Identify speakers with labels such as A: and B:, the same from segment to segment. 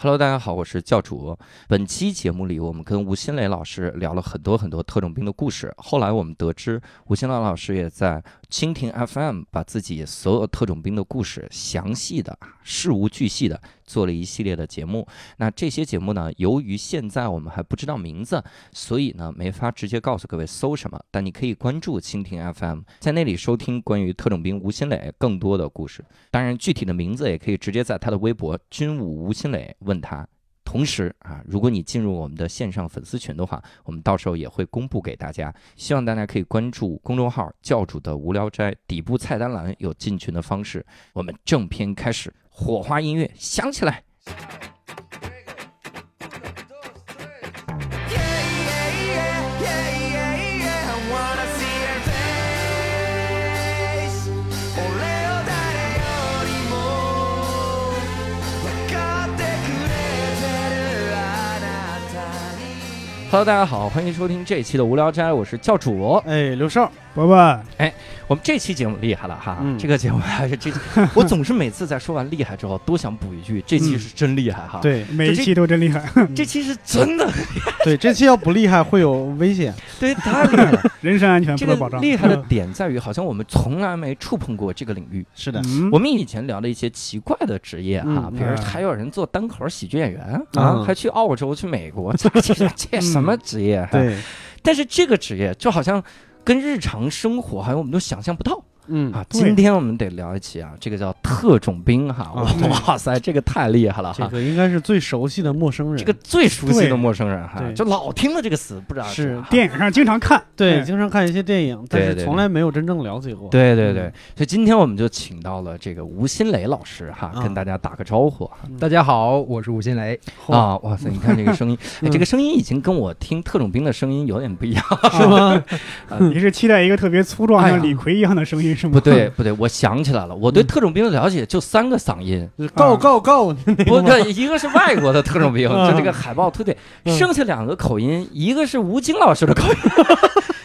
A: Hello，大家好，我是教主。本期节目里，我们跟吴新磊老师聊了很多很多特种兵的故事。后来我们得知，吴新磊老师也在蜻蜓 FM 把自己所有特种兵的故事详细的、事无巨细的做了一系列的节目。那这些节目呢，由于现在我们还不知道名字，所以呢没法直接告诉各位搜什么，但你可以关注蜻蜓 FM，在那里收听关于特种兵吴新磊更多的故事。当然，具体的名字也可以直接在他的微博“军武吴新磊”问他。同时啊，如果你进入我们的线上粉丝群的话，我们到时候也会公布给大家。希望大家可以关注公众号“教主的无聊斋”，底部菜单栏有进群的方式。我们正片开始，火花音乐响起来。Hello，大家好，欢迎收听这一期的无聊斋，我是教主。
B: 哎，刘少，伯伯，
A: 我们这期节目厉害了哈，
B: 嗯
A: 这个节目还是 这，我总是每次在说完厉害之后，都想补一句，这期是真厉害哈。，
B: 对
C: 每一
A: 这
C: 期都真厉害，
A: 这期是真的，
B: 对，这期要不厉害会有危险。
A: 对，太厉 害了。
C: 人身安全
A: 这
C: 不
A: 个
C: 可保障。嗯
A: 厉害的点在于，好像我们从来没触碰过这个领域。
B: 是的，
C: 嗯，
A: 我们以前聊的一些奇怪的职业哈，
B: 嗯
A: 比如
C: 哎
A: 还有人做单口喜剧演员啊，
B: 嗯
A: 还去澳洲、去美 国，这这这什么职业？，
B: 嗯对，
A: 但是这个职业就好像跟日常生活好像我们都想象不到。
B: 嗯
A: 啊，
C: 对
A: 今天我们得聊一期啊，这个叫特种兵哈，
B: 啊
A: 哇
C: 对
A: 哇塞，这个太厉害了
B: 这
A: 哈。
B: 个应该是最熟悉的陌生人。
A: 这个最熟悉的
C: 对
A: 陌生人哈，
B: 对
A: 就老听了这个词，不知道
B: 是
A: 啥
C: 电影上经 常看，
B: 对，
C: 哎
B: 经常看一些电影，但
A: 对
B: 是
A: 对
B: 从来没有真正了解过。
A: 对对对
B: 嗯，
A: 所以今天我们就请到了这个吴新磊老师哈，
B: 啊
A: 跟大家打个招呼哈。
B: 嗯
D: 大家好，我是吴新雷。
A: 啊，哇塞！你看这个声音，哎
B: 嗯
A: 这个声音已经跟我听特种兵的声音有点不一样。
B: 是吗？
C: 啊你是期待一个特别粗壮，
A: 哎呀
C: 像李逵一样的声音是吗？
A: 不对，不对，我想起来了，我对特种兵的了解就三个嗓音，
B: 就是 go go go 那
A: 不
B: 个吗？
A: 对，一个是外国的特种 兵，
B: 啊
A: 就这个海豹突队，
B: 嗯
A: 剩下两个口音，一个是吴京老师的口音，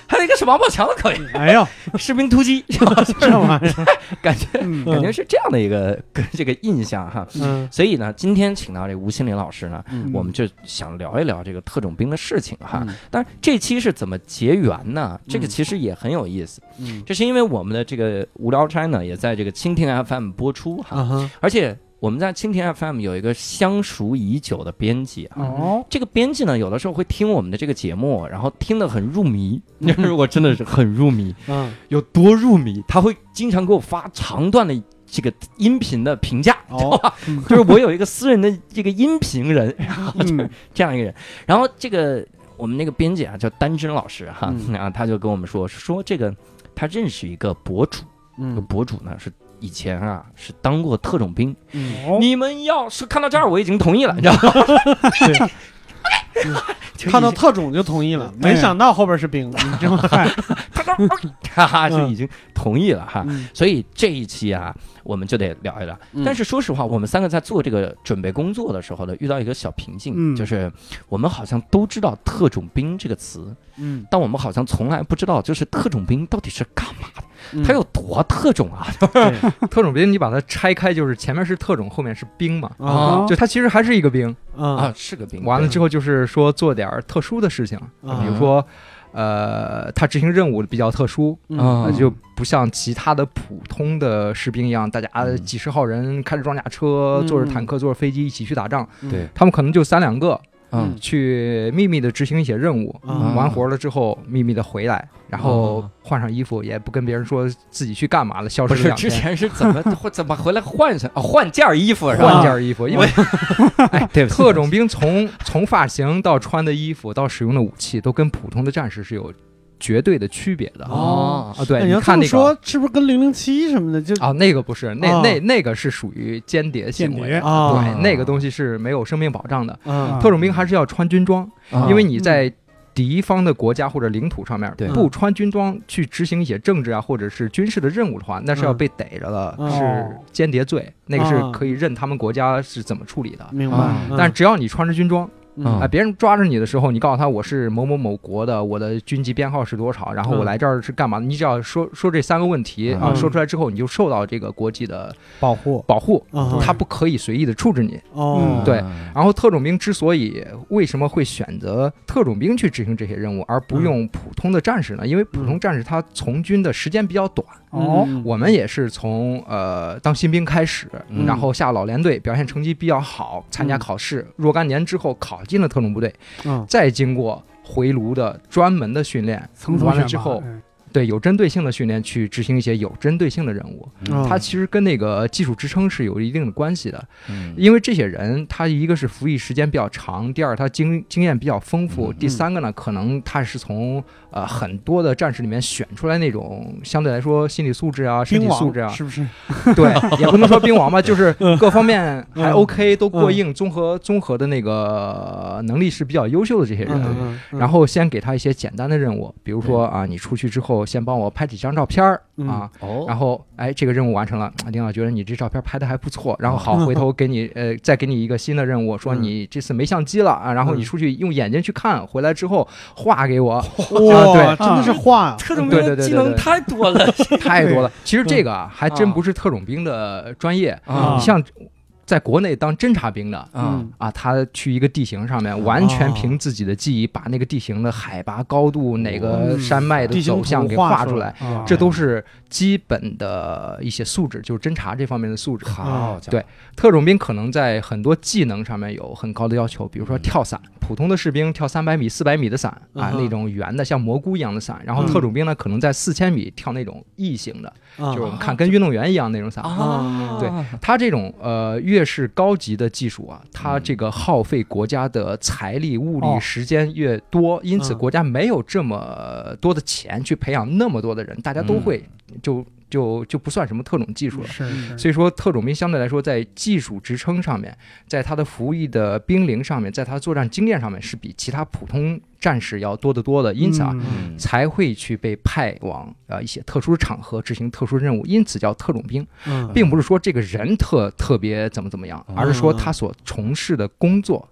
A: 还有一个是王宝强的口音，
B: 哎呀，
A: 士兵突击， 是吧？
B: 这玩意儿，
A: 感觉
C: 嗯，
A: 感觉是这样的一个跟这个印象哈。
B: 嗯
A: 所以呢，今天请到这吴新林老师呢，
B: 嗯
A: 我们就想聊一聊这个特种兵的事情哈。
B: 嗯
A: 但是这期是怎么结缘呢？这个
B: 嗯
A: 其实也很有意思，
B: 嗯
A: 这是因为我们的这个无聊斋呢，也在这个蜻蜓 FM 播出哈，
B: 啊哈，
A: 而且我们在蜻蜓 FM 有一个相熟已久的编辑啊。
C: 哦，
A: 这个编辑呢，有的时候会听我们的这个节目，然后听得很入迷。 就是我真的是很入迷，
B: 嗯，
A: 有多入迷？他会经常给我发长段的这个音频的评价， 知道吧？
B: 嗯
A: 就是我有一个私人的这个音频人，
C: 嗯，
A: 这样一个人。然后这个我们那个编辑啊，叫丹真老师哈，
B: 嗯
A: 然后他就跟我们说说这个他认识一个博主，这个
B: 嗯
A: 博主呢是以前啊是当过特种兵。
B: 嗯，
C: 哦，
A: 你们要是看到这儿，我已经同意了，你知 道吗？就
B: 看到
A: 已经
B: 特种就同意了，没想到后边是兵，你知道吗？
A: 看到，哈哈，就哦已经同意了哈。
B: 嗯
A: 所以这一期啊，我们就得聊一聊。
B: 嗯
A: 但是说实话，我们三个在做这个准备工作的时候呢，遇到一个小瓶颈，
C: 嗯
A: 就是我们好像都知道“特种兵”这个词，
B: 嗯，
A: 但我们好像从来不知道，就是特种兵到底是干嘛的，
B: 嗯
A: 他有多特种啊？
B: 对
D: 特种兵，你把它拆开，就是前面是特种，后面是兵嘛。
B: 啊
C: 哦
D: 就他其实还是一个兵，
B: 啊
A: 啊，是个兵，
D: 完了
A: 对
D: 之后就是说做点儿特殊的事情，
B: 啊
D: 比如说，呃，他执行任务比较特殊，
B: 嗯
A: 啊
D: 呃就不像其他的普通的士兵一样，大家
A: 嗯
D: 几十号人开着装甲车，
B: 嗯
D: 坐着坦克，坐着飞机一起去打仗，
A: 对，
D: 他们可能就三两个
A: 嗯
B: 嗯
D: 去秘密的执行一些任务，
B: 啊
D: 完活了之后秘密的回来，然后
A: 哦
D: 换上衣服，也不跟别人说自己去干嘛了，消
A: 不
D: 失
A: 是
D: 了两
A: 之
D: 天。
A: 前是怎么会怎么回来换上啊？换件儿衣服是吧？
D: 换件衣服，因为哎，对，特种兵从从发型到穿的衣服到使用的武器，都跟普通的战士是有绝对的区别的啊。
A: 哦
D: 对，
B: 哎你
D: 你
B: 要这
D: 看
B: 么
D: 那
B: 说
D: 个，
B: 是不是跟零零七什么的就
D: 啊，那个不是，那
B: 啊
D: 那那个是属于间谍行
C: 间
D: 为
C: 谍
D: 的，
B: 啊
D: 对，那个东西是没有生命保障的。
B: 啊
D: 特种兵还是要穿军装，
A: 啊
D: 因为你在。敌方的国家或者领土上面
A: 对
D: 不穿军装去执行一些政治啊或者是军事的任务的话，那是要
B: 嗯
D: 被逮着的，
B: 哦
D: 是间谍罪，那个是
B: 啊
D: 可以任他们国家是怎么处理的。
B: 明白
A: 啊，
B: 嗯
D: 但只要你穿着军装，
A: 嗯
D: 啊，别人抓着你的时候，你告诉他我是某某某国的，我的军籍编号是多少，然后我
B: 嗯
D: 来这儿是干嘛？你只要说说这三个问题啊，
B: 嗯
D: 说出来之后，你就受到这个国际的
E: 保护
D: 保护，
B: 啊，
D: 他不可以随意的处置你。
A: 嗯
B: 哦，
D: 对然后特种兵之所以为什么会选择特种兵去执行这些任务，而
B: 嗯
D: 不用普通的战士呢？因为普通战士他从军的时间比较短。
C: 哦，
B: 嗯
D: 我们也是从呃当新兵开始，
A: 嗯
D: 然后下老连队，表现成绩比较好，参加
B: 嗯
D: 考试，若干年之后考进了特种部队，
B: 嗯
D: 再经过回炉的专门的训练，
C: 层层
D: 完
C: 选拔
D: 了之后，
C: 嗯
D: 对有针对性的训练去执行一些有针对性的任务。
B: 嗯
D: 它其实跟那个技术支撑是有一定的关系的，
A: 嗯
D: 因为这些人他一个是服役时间比较长，第二他经经验比较丰富，
A: 嗯
D: 第三个呢，可能他是从呃很多的战士里面选出来那种相对来说心理素质啊、身
B: 兵
D: 体素质
B: 王
D: 啊，
B: 是不是？
D: 对，也不能说兵王吧，就是各方面还
B: 嗯
D: OK，都过硬，综合综合的那个呃能力是比较优秀的这些人。
B: 嗯嗯
D: 然后先给他一些简单的任务，比如说啊，你出去之后先帮我拍几张照片儿
B: 嗯
D: 啊，
A: 哦，
D: 然后哎，这个任务完成了，领导觉得你这照片拍的还不错，然后好，
B: 嗯
D: 回头给 你呃再给你一个新的任务，说
B: 嗯
D: 你这次没相机了啊，然后你
B: 嗯
D: 出去用眼睛去看，回来之后画给 我，
B: 哇，
D: 啊
B: 真的是画
A: 特种兵
D: 对对
A: 的
D: 对对
A: 技
D: 对
A: 能太多了，
D: 太多了。其实这个
B: 嗯
D: 啊还真
A: 啊
D: 不是特种兵的专业，
A: 啊
D: 你像在国内当侦察兵的。
A: 啊，
C: 嗯
D: 啊，他去一个地形上
B: 哦
D: 面，完全凭自己的记忆把那个地形的海拔、高度、哪个
B: 嗯
D: 山脉的
B: 地形
D: 走向
B: 图
D: 给
B: 画
D: 画出来，，
B: 啊
D: 这都是基本的一些素质，就是侦查这方面的素质。
A: 好家伙，
D: 对特种兵可能在很多技能上面有很高的要求，比如说
A: 嗯
D: 跳伞，普通的士兵跳三百米、四百米的伞啊，
B: 嗯哼
D: 那种圆的像蘑菇一样的伞，然后
B: 嗯
D: 特种兵呢可能在四千米跳那种翼形的，
B: 啊
D: 就是我们看跟运动员一样那种伞。
A: 啊，
D: 对它这种呃，越是高级的技术啊，它这个耗费国家的财力、物力、
C: 哦
D: 时间越多，因此
B: 嗯
D: 国家没有这么呃多的钱去培养那么多的人，大家都
A: 嗯
D: 会就就就不算什么特种技术了。
C: 是是
D: 嗯所以说，特种兵相对来说在技术支撑上面，在他的服役的兵龄上面，在他作战经验上面，是比其他普通战士要多得多的。因此啊，
C: 嗯
A: 嗯
D: 才会去被派往呃一些特殊场合执行特殊任务，因此叫特种兵。
B: 嗯哦
D: 并不是说这个人特特别怎么怎么样，而是说他所从事的工作，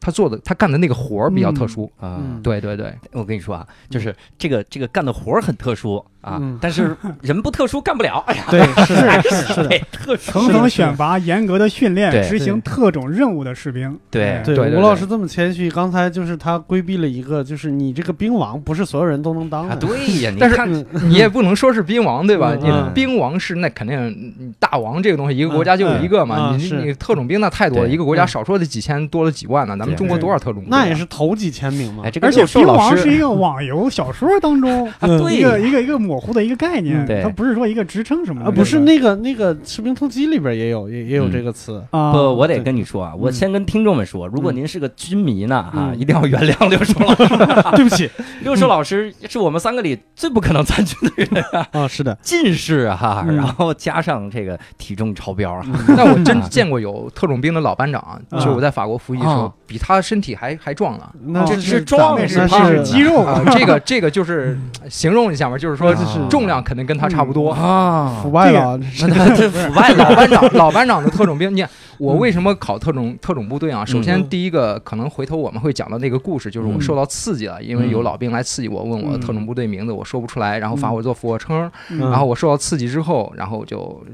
D: 他做的他干的那个活儿比较特殊。
A: 啊，
B: 嗯
D: 对对对，
A: 我跟你说啊，就是这个这个干的活儿很特殊啊
B: 嗯，
A: 但是人不特殊干不了，哎呀，
B: 对，是的，是的，是的
A: 对，特殊
C: 层层选拔，严格的训练，
A: 对
C: 执
B: 对
C: 行特种任务的士兵。
A: 对
C: 哎
B: 对
D: 对对
B: 吴老师这么谦虚，刚才就是他规避了一个，就是你这个兵王不是所有人都能当
A: 啊，
B: 的。
A: 对呀，你
D: 但是
A: 看
B: 嗯
D: 你也不能说是兵王，对吧？
B: 嗯
D: 你
B: 嗯
D: 兵王是那肯定嗯大王这个东西，一个国家就有一个嘛。
B: 嗯嗯
D: 你
B: 是嗯
D: 你特种兵那太多了，
A: 对
D: 一个国家少说得几千，多了几万呢。咱
A: 对
D: 们中国多少特种兵啊？
B: 那也是头几千名嘛
A: 哎，。这个
C: 而且
A: 肉兽
C: 兵
A: 老
C: 王
A: 师
C: 是一个网游小说当中
A: 啊，对
C: 一个一个一个模糊的一个概念，
B: 嗯
A: 对
C: 它不是说一个职称什么
B: 啊，
C: 的，
B: 不是那个那个《士兵突击》里边也有也也有这个词。
C: 啊，
A: 不，我得跟你说啊，我先跟听众们说，如果
B: 嗯
A: 您是个军迷呢，啊，
B: 嗯
A: 一定要原谅六叔老师。
B: 对不起
A: 六叔老师是我们三个里最不可能参军的人，
B: 啊，是的，
A: 近视啊哈，
B: 嗯
A: 然后加上这个体重超标啊，
D: 但我真见过有特种兵的老班长，
C: 嗯
D: 就我在法国服役的时候
A: 啊，
D: 比他身体还还壮呢。
B: 那
A: 这是
B: 是
A: 壮
C: 那
A: 士
C: 是
B: 哦那
C: 那是
B: 是
C: 肌肉啊，
D: 啊，这个这个就是形容一下嘛，就是
B: 嗯
D: 说
A: 啊是
D: 重量肯定跟他差不多
A: 啊
B: 腐，败了，这是
A: 那这腐败
D: 老
A: 了，
D: 班 长，老班长的特种兵，你看我为什么考特种特种部队啊？首先
B: 嗯
D: 第一个，可能回头我们会讲到那个故事，就是我
B: 嗯
D: 受到刺激了，因为有老兵来刺激我，问我
C: 嗯
D: 特种部队名字，我说不出来，然后罚我做俯卧撑，
C: 嗯
B: 啊
D: 然后我受到刺激之后，然后我就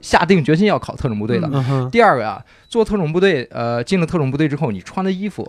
D: 下定决心要考特种部队的。
B: 嗯哼
D: 第二个啊，做特种部队，呃，进了特种部队之后，你穿的衣服、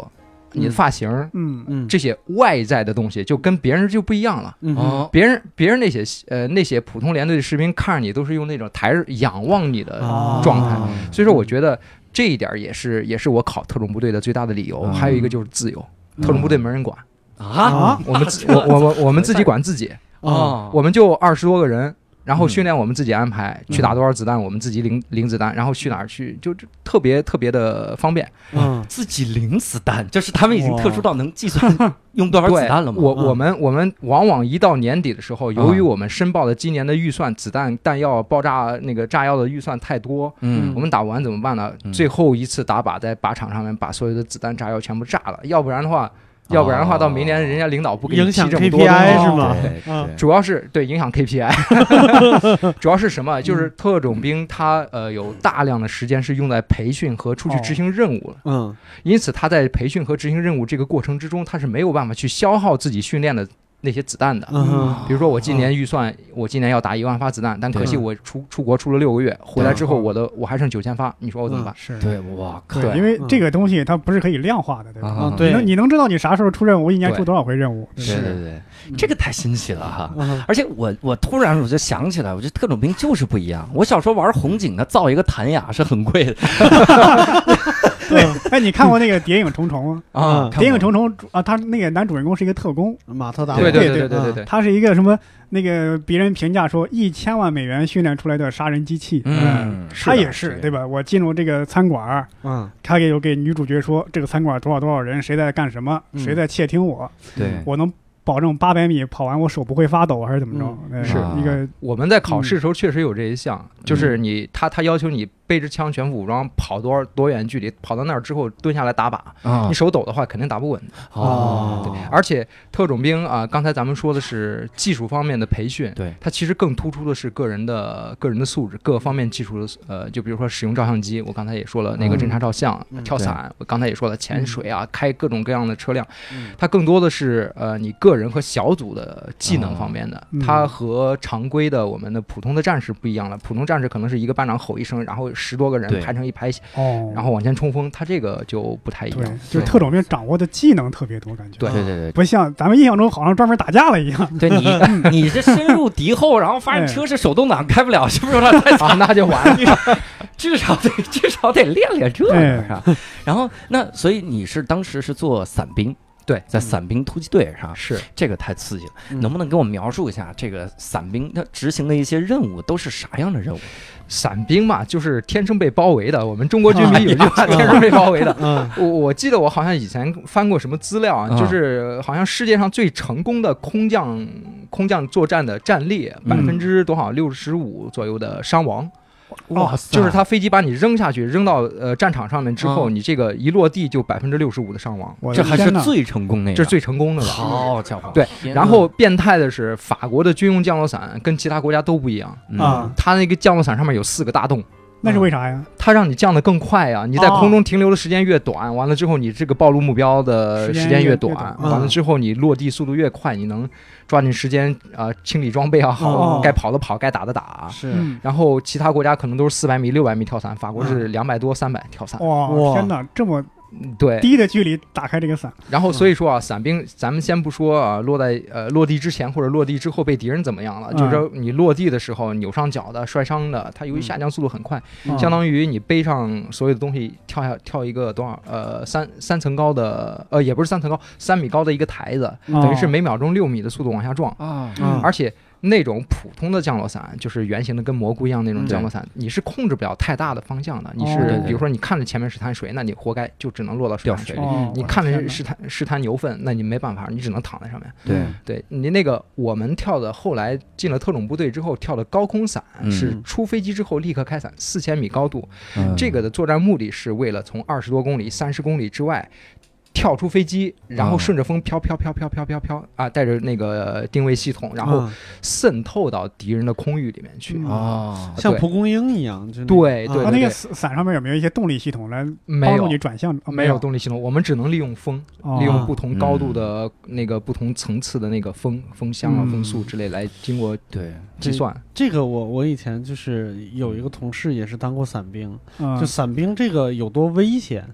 D: 你的
B: 嗯
D: 发型
C: 嗯，
B: 嗯
D: 这些外在的东西，就跟别人就不一样了。
B: 嗯哼
A: 哦，
D: 别人别人那些呃那些普通连队的士兵看着你都是用那种抬着仰望你的
B: 啊
D: 状态，
A: 啊
D: 所以说我觉得这一点儿也是也是我考特种部队的最大的理由。
A: 嗯
D: 还有一个就是自由，特
B: 嗯
D: 种部队没人管，
A: 啊
B: 啊
D: 我 们自我我我我们自己管自己，
B: 啊
A: 啊，
D: 我们就二十多个人。然后训
A: 嗯
D: 练我们自己安排，
A: 嗯
D: 去打多少子弹，我们自己领领子弹，然后去哪儿去，就就特别特别的方便。
B: 嗯
A: 自己零子弹，就是他们已经特殊到能计算 用多少
D: 对
A: 子弹了吗？嗯
D: 我
B: 嗯
D: 我们我们往往一到年底的时候，由于我们申报的今年的预算子弹、弹药、爆炸那个炸药的预算太多，
A: 嗯
D: 我们打不完怎么办呢
A: 嗯？
D: 最后一次打靶，在靶场上面把所有的子弹、炸药全部炸了，要不然的话，要不然的话，到明年人家领导不给你
B: 哦影
D: 批
B: 响
D: 这么多
B: KPI
D: 东西
B: 是吗
A: 对
B: 啊
A: 对
D: 主要是对影响 KPI，主要是什么？
B: 嗯
D: 就是特种兵他呃有大量的时间是用在培训和出去执行任务了，
B: 嗯
D: 因此他在培训和执行任务这个过程之中，他是没有办法去消耗自己训练的那些子弹的。
B: 嗯哼
D: 比如说我今年预算，我今年要打一万发子弹，但可惜
A: 嗯
B: 对
D: 我出出国出了六个月，回来之后
C: 嗯
D: 我的我还剩九千发，你说我怎么办？
C: 是
A: 对，哇靠，
D: 对
C: 因为
B: 嗯
C: 这个东西它不是可以量化的，对吧？
A: 啊
B: 啊
C: 你
B: 对
C: 能你能知道你啥时候出任务，一年出多少回任务？
A: 对对
C: 吧
A: 对，这个太新奇了哈。
B: 嗯
A: 而且我我突然我就想起来，我觉得特种兵就是不一样。我小时候玩红警呢，造一个弹雅是很贵的
C: 对。哎，你看过那个《谍影重重》吗？
A: 嗯
B: 啊
C: 《谍影重重》主啊，他那个男主人公是一个特工，
B: 马特达
D: 对
C: 对
D: 对
C: 对
D: 对对
B: 嗯
D: 对，
C: 他是一个什么？那个别人评价说一千万美元训练出来的杀人机器，
A: 嗯
C: 他也
A: 是的
C: 是对吧？我进入这个餐馆儿，
B: 嗯
C: 他也有给女主角说这个餐馆多少多少人，谁在干什么，
B: 嗯
C: 谁在窃听我，
A: 对
C: 我能保证八百米跑完我手不会发抖还是啊怎么着？
B: 嗯
C: 对
D: 是
C: 一个
D: 我们在考试
A: 嗯
D: 的时候确实有这一项，就是你他他要求你背着枪全副武装跑多少多远距离，跑到那儿之后蹲下来打靶，
A: 啊
D: 你手抖的话肯定打不稳。
A: 哦
B: 哦
D: 对，而且特种兵啊、刚才咱们说的是技术方面的培训，
A: 对
D: 它其实更突出的是个人的个人的素质，各方面技术的呃，就比如说使用照相机，我刚才也说了那个
A: 嗯
D: 侦察照相、
B: 嗯
D: 跳伞，我刚才也说了潜水啊，开各种各样的车辆，
B: 嗯
D: 它更多的是呃你个人和小组的技能方面的，
C: 嗯
D: 它和常规的我们的普通的战士不一样了，普通战士可能是一个班长吼一声，然后十多个
A: 对
D: 人排成一排，
C: 哦，
D: 然后往前冲锋，它这个就不太一
C: 对
D: 样，，
C: 就是特种兵掌握的技能特别多，感觉
D: 对
A: 对对
C: 不像咱们印象中好像专门打架了一样。
A: 对，对你 你这深入敌后，然后发现车是手动挡开不了，是不是有点 太
D: 啊，那就完了。
A: 至少得至少得练练这个是吧？然后那所以你是当时是做伞兵，
D: 对
A: 在伞兵突击队是吧？
D: 是，
A: 这个太刺激了，
B: 嗯
A: 能不能给我描述一下这个伞兵他执行的一些任务都是啥样的任务？
D: 伞兵嘛，就是天生被包围的。我们中国军迷有句话，天生被包围的。
B: 嗯
D: 我我记得我好像以前翻过什么资料啊，
A: 啊
D: 就是好像世界上最成功的空降空降作战的战力，
A: 嗯啊
D: 百分之多少六十五左右的伤亡，
A: 哇塞
D: 哦就是他飞机把你扔下去，扔到呃战场上面之后，
A: 啊
D: 你这个一落地就百分之六十五的伤亡，
C: 我
A: 这
C: 的
A: 还是
C: 天呐
A: 最成功那个，
D: 这是最成功的了。
A: 哎好家伙，
D: 对
A: 天哪
D: 然后变态的是，法国的军用降落伞跟其他国家都不一样，
A: 嗯
C: 啊，
D: 它那个降落伞上面有四个大洞。
C: 那是为啥呀？
D: 它让你降得更快呀、你在
C: 哦
D: 空中停留的时间越短，完了之后你这个暴露目标的时
C: 时
D: 间
C: 间
D: 越
C: 越
D: 短，
C: 越短
B: 嗯
D: 完了之后你落地速度越快，你能抓紧时间啊、呃清理装备啊，好、
B: 哦
D: 该跑的跑，该打的打。
B: 是
D: 然后其他国家可能都是四百米、六百米跳伞，法国是两百多、三百跳伞。
C: 嗯哇，
B: 哇
C: 天哪，这么
D: 对，
C: 低的距离打开这个伞，
D: 然后所以说啊，伞兵，咱们先不说啊，落在呃落地之前或者落地之后被敌人怎么样了，
C: 嗯
D: 就是说你落地的时候扭伤脚的、摔伤的，它由于下降速度很快，
C: 嗯
D: 相当于你背上所有的东西跳下跳一个多少呃三三层高的呃也不是三层高三米高的一个台子，
C: 嗯哦
D: 等于是每秒钟六米的速度往下撞，
A: 啊
B: 嗯
D: 而且。那种普通的降落伞，就是圆形的，跟蘑菇一样那种
A: 嗯
D: 降落伞，你是控制不了太大的方向的。你
C: 哦对
D: 是
C: 对
D: 比如说，你看着前面是滩水，那你活该就只能落到水
A: 掉
D: 里
A: 水里。
D: 去
C: 哦
D: 你
C: 我的
D: 看
C: 天
D: 着
C: 哪
D: 是滩是滩油分，那你没办法，你只能躺在上面。
A: 对
D: 对你那个我们跳的，后来进了特种部队之后跳的高空伞，
A: 嗯
D: 是出飞机之后立刻开伞，四千米高度。
A: 嗯
D: 这个的作战目的是为了从二十多公里、三十公里之外。跳出飞机，然
C: 嗯
D: 后
A: 哦
D: 顺着风飘飘飘飘飘飘飘啊，带着那个定位系统，然后渗透到敌人的空域里面去。
C: 嗯
A: 哦
B: 像
D: 对
B: 蒲公英一样，就那
D: 对
B: 啊
D: 对
C: 它
D: 对
C: 那个伞伞上面有没有一些动力系统来
D: 没
C: 帮助
D: 有
C: 你转向？啊哦
D: 没有
C: 有，
D: 动力系统，我们只能利用风，利用不同高度的那个不同层次的那个风风箱啊、
C: 嗯
D: 风速之类来经过
A: 对
D: 计算。
B: 这个我我以前就是有一个同事也是当过伞兵，
C: 哦
B: 就伞兵这个有多危险，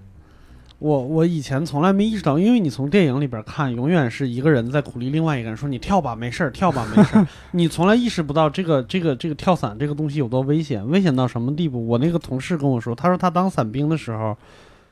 B: 我我以前从来没意识到，因为你从电影里边看，永远是一个人在鼓励另外一个人说你跳吧，没事儿，跳吧，没事儿，你从来意识不到这个这个这个跳伞这个东西有多危险，危险到什么地步。我那个同事跟我说，他说他当伞兵的时候，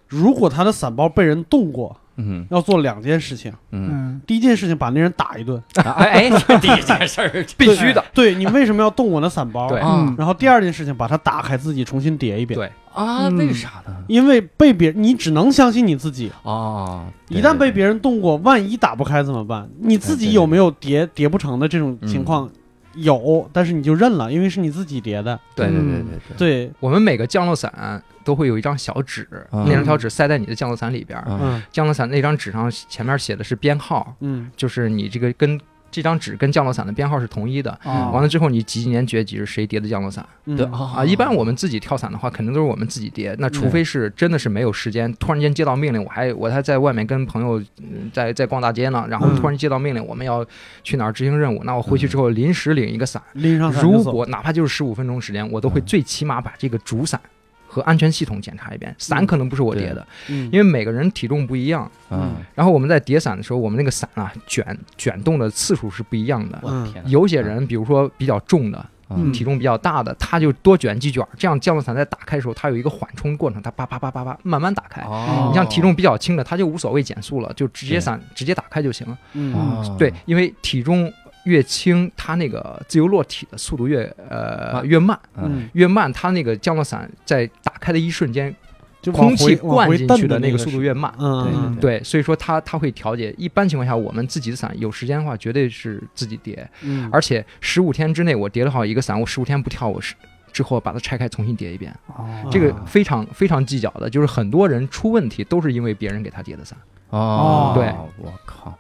B: 如果他的伞包被人动过，
A: 嗯
B: 要做两件事情，
A: 嗯
C: 嗯
B: 第一件事情把那人打一顿。
A: 哎哎，这第一件事儿
D: 啊 必须的。
B: 对你为什么要动我的伞包？
D: 对
A: 啊
C: 嗯
B: 然后第二件事情，把它打开，自己重新叠一遍。
D: 对
A: 啊，
C: 嗯
A: 为啥呢？
B: 因为被别你只能相信你自己。
A: 哦，
B: 一旦被
A: 别
B: 别人动过，万一打不开怎么
D: 哎
B: 办？你自
A: 对对
B: 己
A: 对
B: 有没有叠叠不成的这种情况？
D: 嗯
B: 有，但是你就认了，因为是你自己叠的。
A: 对对对
C: 嗯
A: 对对，
B: 对，
D: 我们每个降落伞都会有一张小纸，
A: 嗯
D: 那张小纸塞在你的降落伞里边儿，
A: 啊
B: 嗯
D: 降落伞那张纸上前面写的是编号，
B: 嗯
D: 就是你这个跟这张纸跟降落伞的编号是同一的。
C: 哦
D: 完了之后，你几几年几月几日谁叠的降落伞
B: 嗯
A: 对
D: 啊？一般我们自己跳伞的话，肯定都是我们自己叠。那除
B: 嗯
A: 对
D: 非是真的是没有时间，突然间接到命令，我还我还在外面跟朋友嗯在在逛大街呢，然后
B: 嗯
D: 突然接到命令，我们要去哪儿执行任务？那我回去之后临时领一个伞，
B: 拎上伞就
D: 如
B: 走
D: 果哪怕就是十五分钟时间，我都会
A: 嗯
D: 最起码把这个主伞和安全系统检查一遍。伞
B: 嗯
D: 可能不是我
A: 对
D: 叠的，
B: 嗯
D: 因为每个人体重不一样。
A: 嗯，
D: 然后我们在叠伞的时候，我们那个伞啊卷卷动的次数是不一样的。
A: 我的天哪，
D: 有些人，比如说比较重的、
A: 嗯
D: 体重比较大的，他就多卷几卷，这样降落伞在打开的时候，它有一个缓冲过程，它叭叭叭叭叭慢慢打开。
A: 哦
D: 你像体重比较轻的，他就无所谓减速了，就直接
A: 对
D: 伞直接打开就行了。
B: 嗯
A: 哦
D: 对，因为体重越轻，它那个自由落体的速度越呃
A: 慢
D: 越慢，
A: 嗯
B: 嗯，
D: 越慢，它那个降落伞在打开的一瞬间，
B: 就往
D: 空气
B: 回往
D: 灌
B: 回
D: 进
B: 蹬
D: 去
B: 的
D: 的那个
B: 是
D: 速度越慢。
B: 嗯
A: 对
D: 对，所以说它它会调节。一般情况下，我们自己的伞有时间的话，绝对是自己叠，
B: 嗯，
D: 而且十五天之内我叠了好一个伞，我十五天不跳，我是之后把它拆开重新叠一
A: 啊
D: 遍。
C: 哦
D: 这个非常非常计较的，就是很多人出问题都是因为别人给他叠的伞。
A: 哦，
D: 对，
A: 我靠。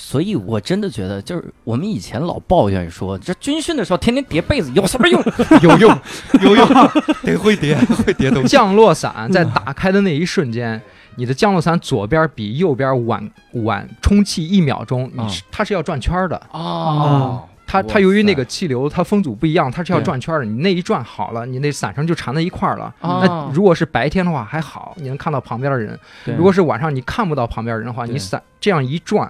A: 所以，我真的觉得，就是我们以前老抱怨说，这军训的时候天天叠被子有什么 用？
D: 有用，
A: 有 用，得会叠，会叠东。
D: 降落伞在打开的那一瞬间，你的降落伞左边比右边晚晚充气一秒钟，你是它是要转圈儿的。
A: 哦，
D: 它
A: 啊哇塞
D: 它由于那个气流它风阻不一样，它是要
A: 对
D: 转圈儿的。你那一转好了，你那伞绳就缠在一块儿了。
A: 哦
D: 那如果是白天的话还好，你能看到旁边的人；
A: 对
D: 如果是晚上你看不到旁边人的话，
A: 对
D: 你伞这样一转。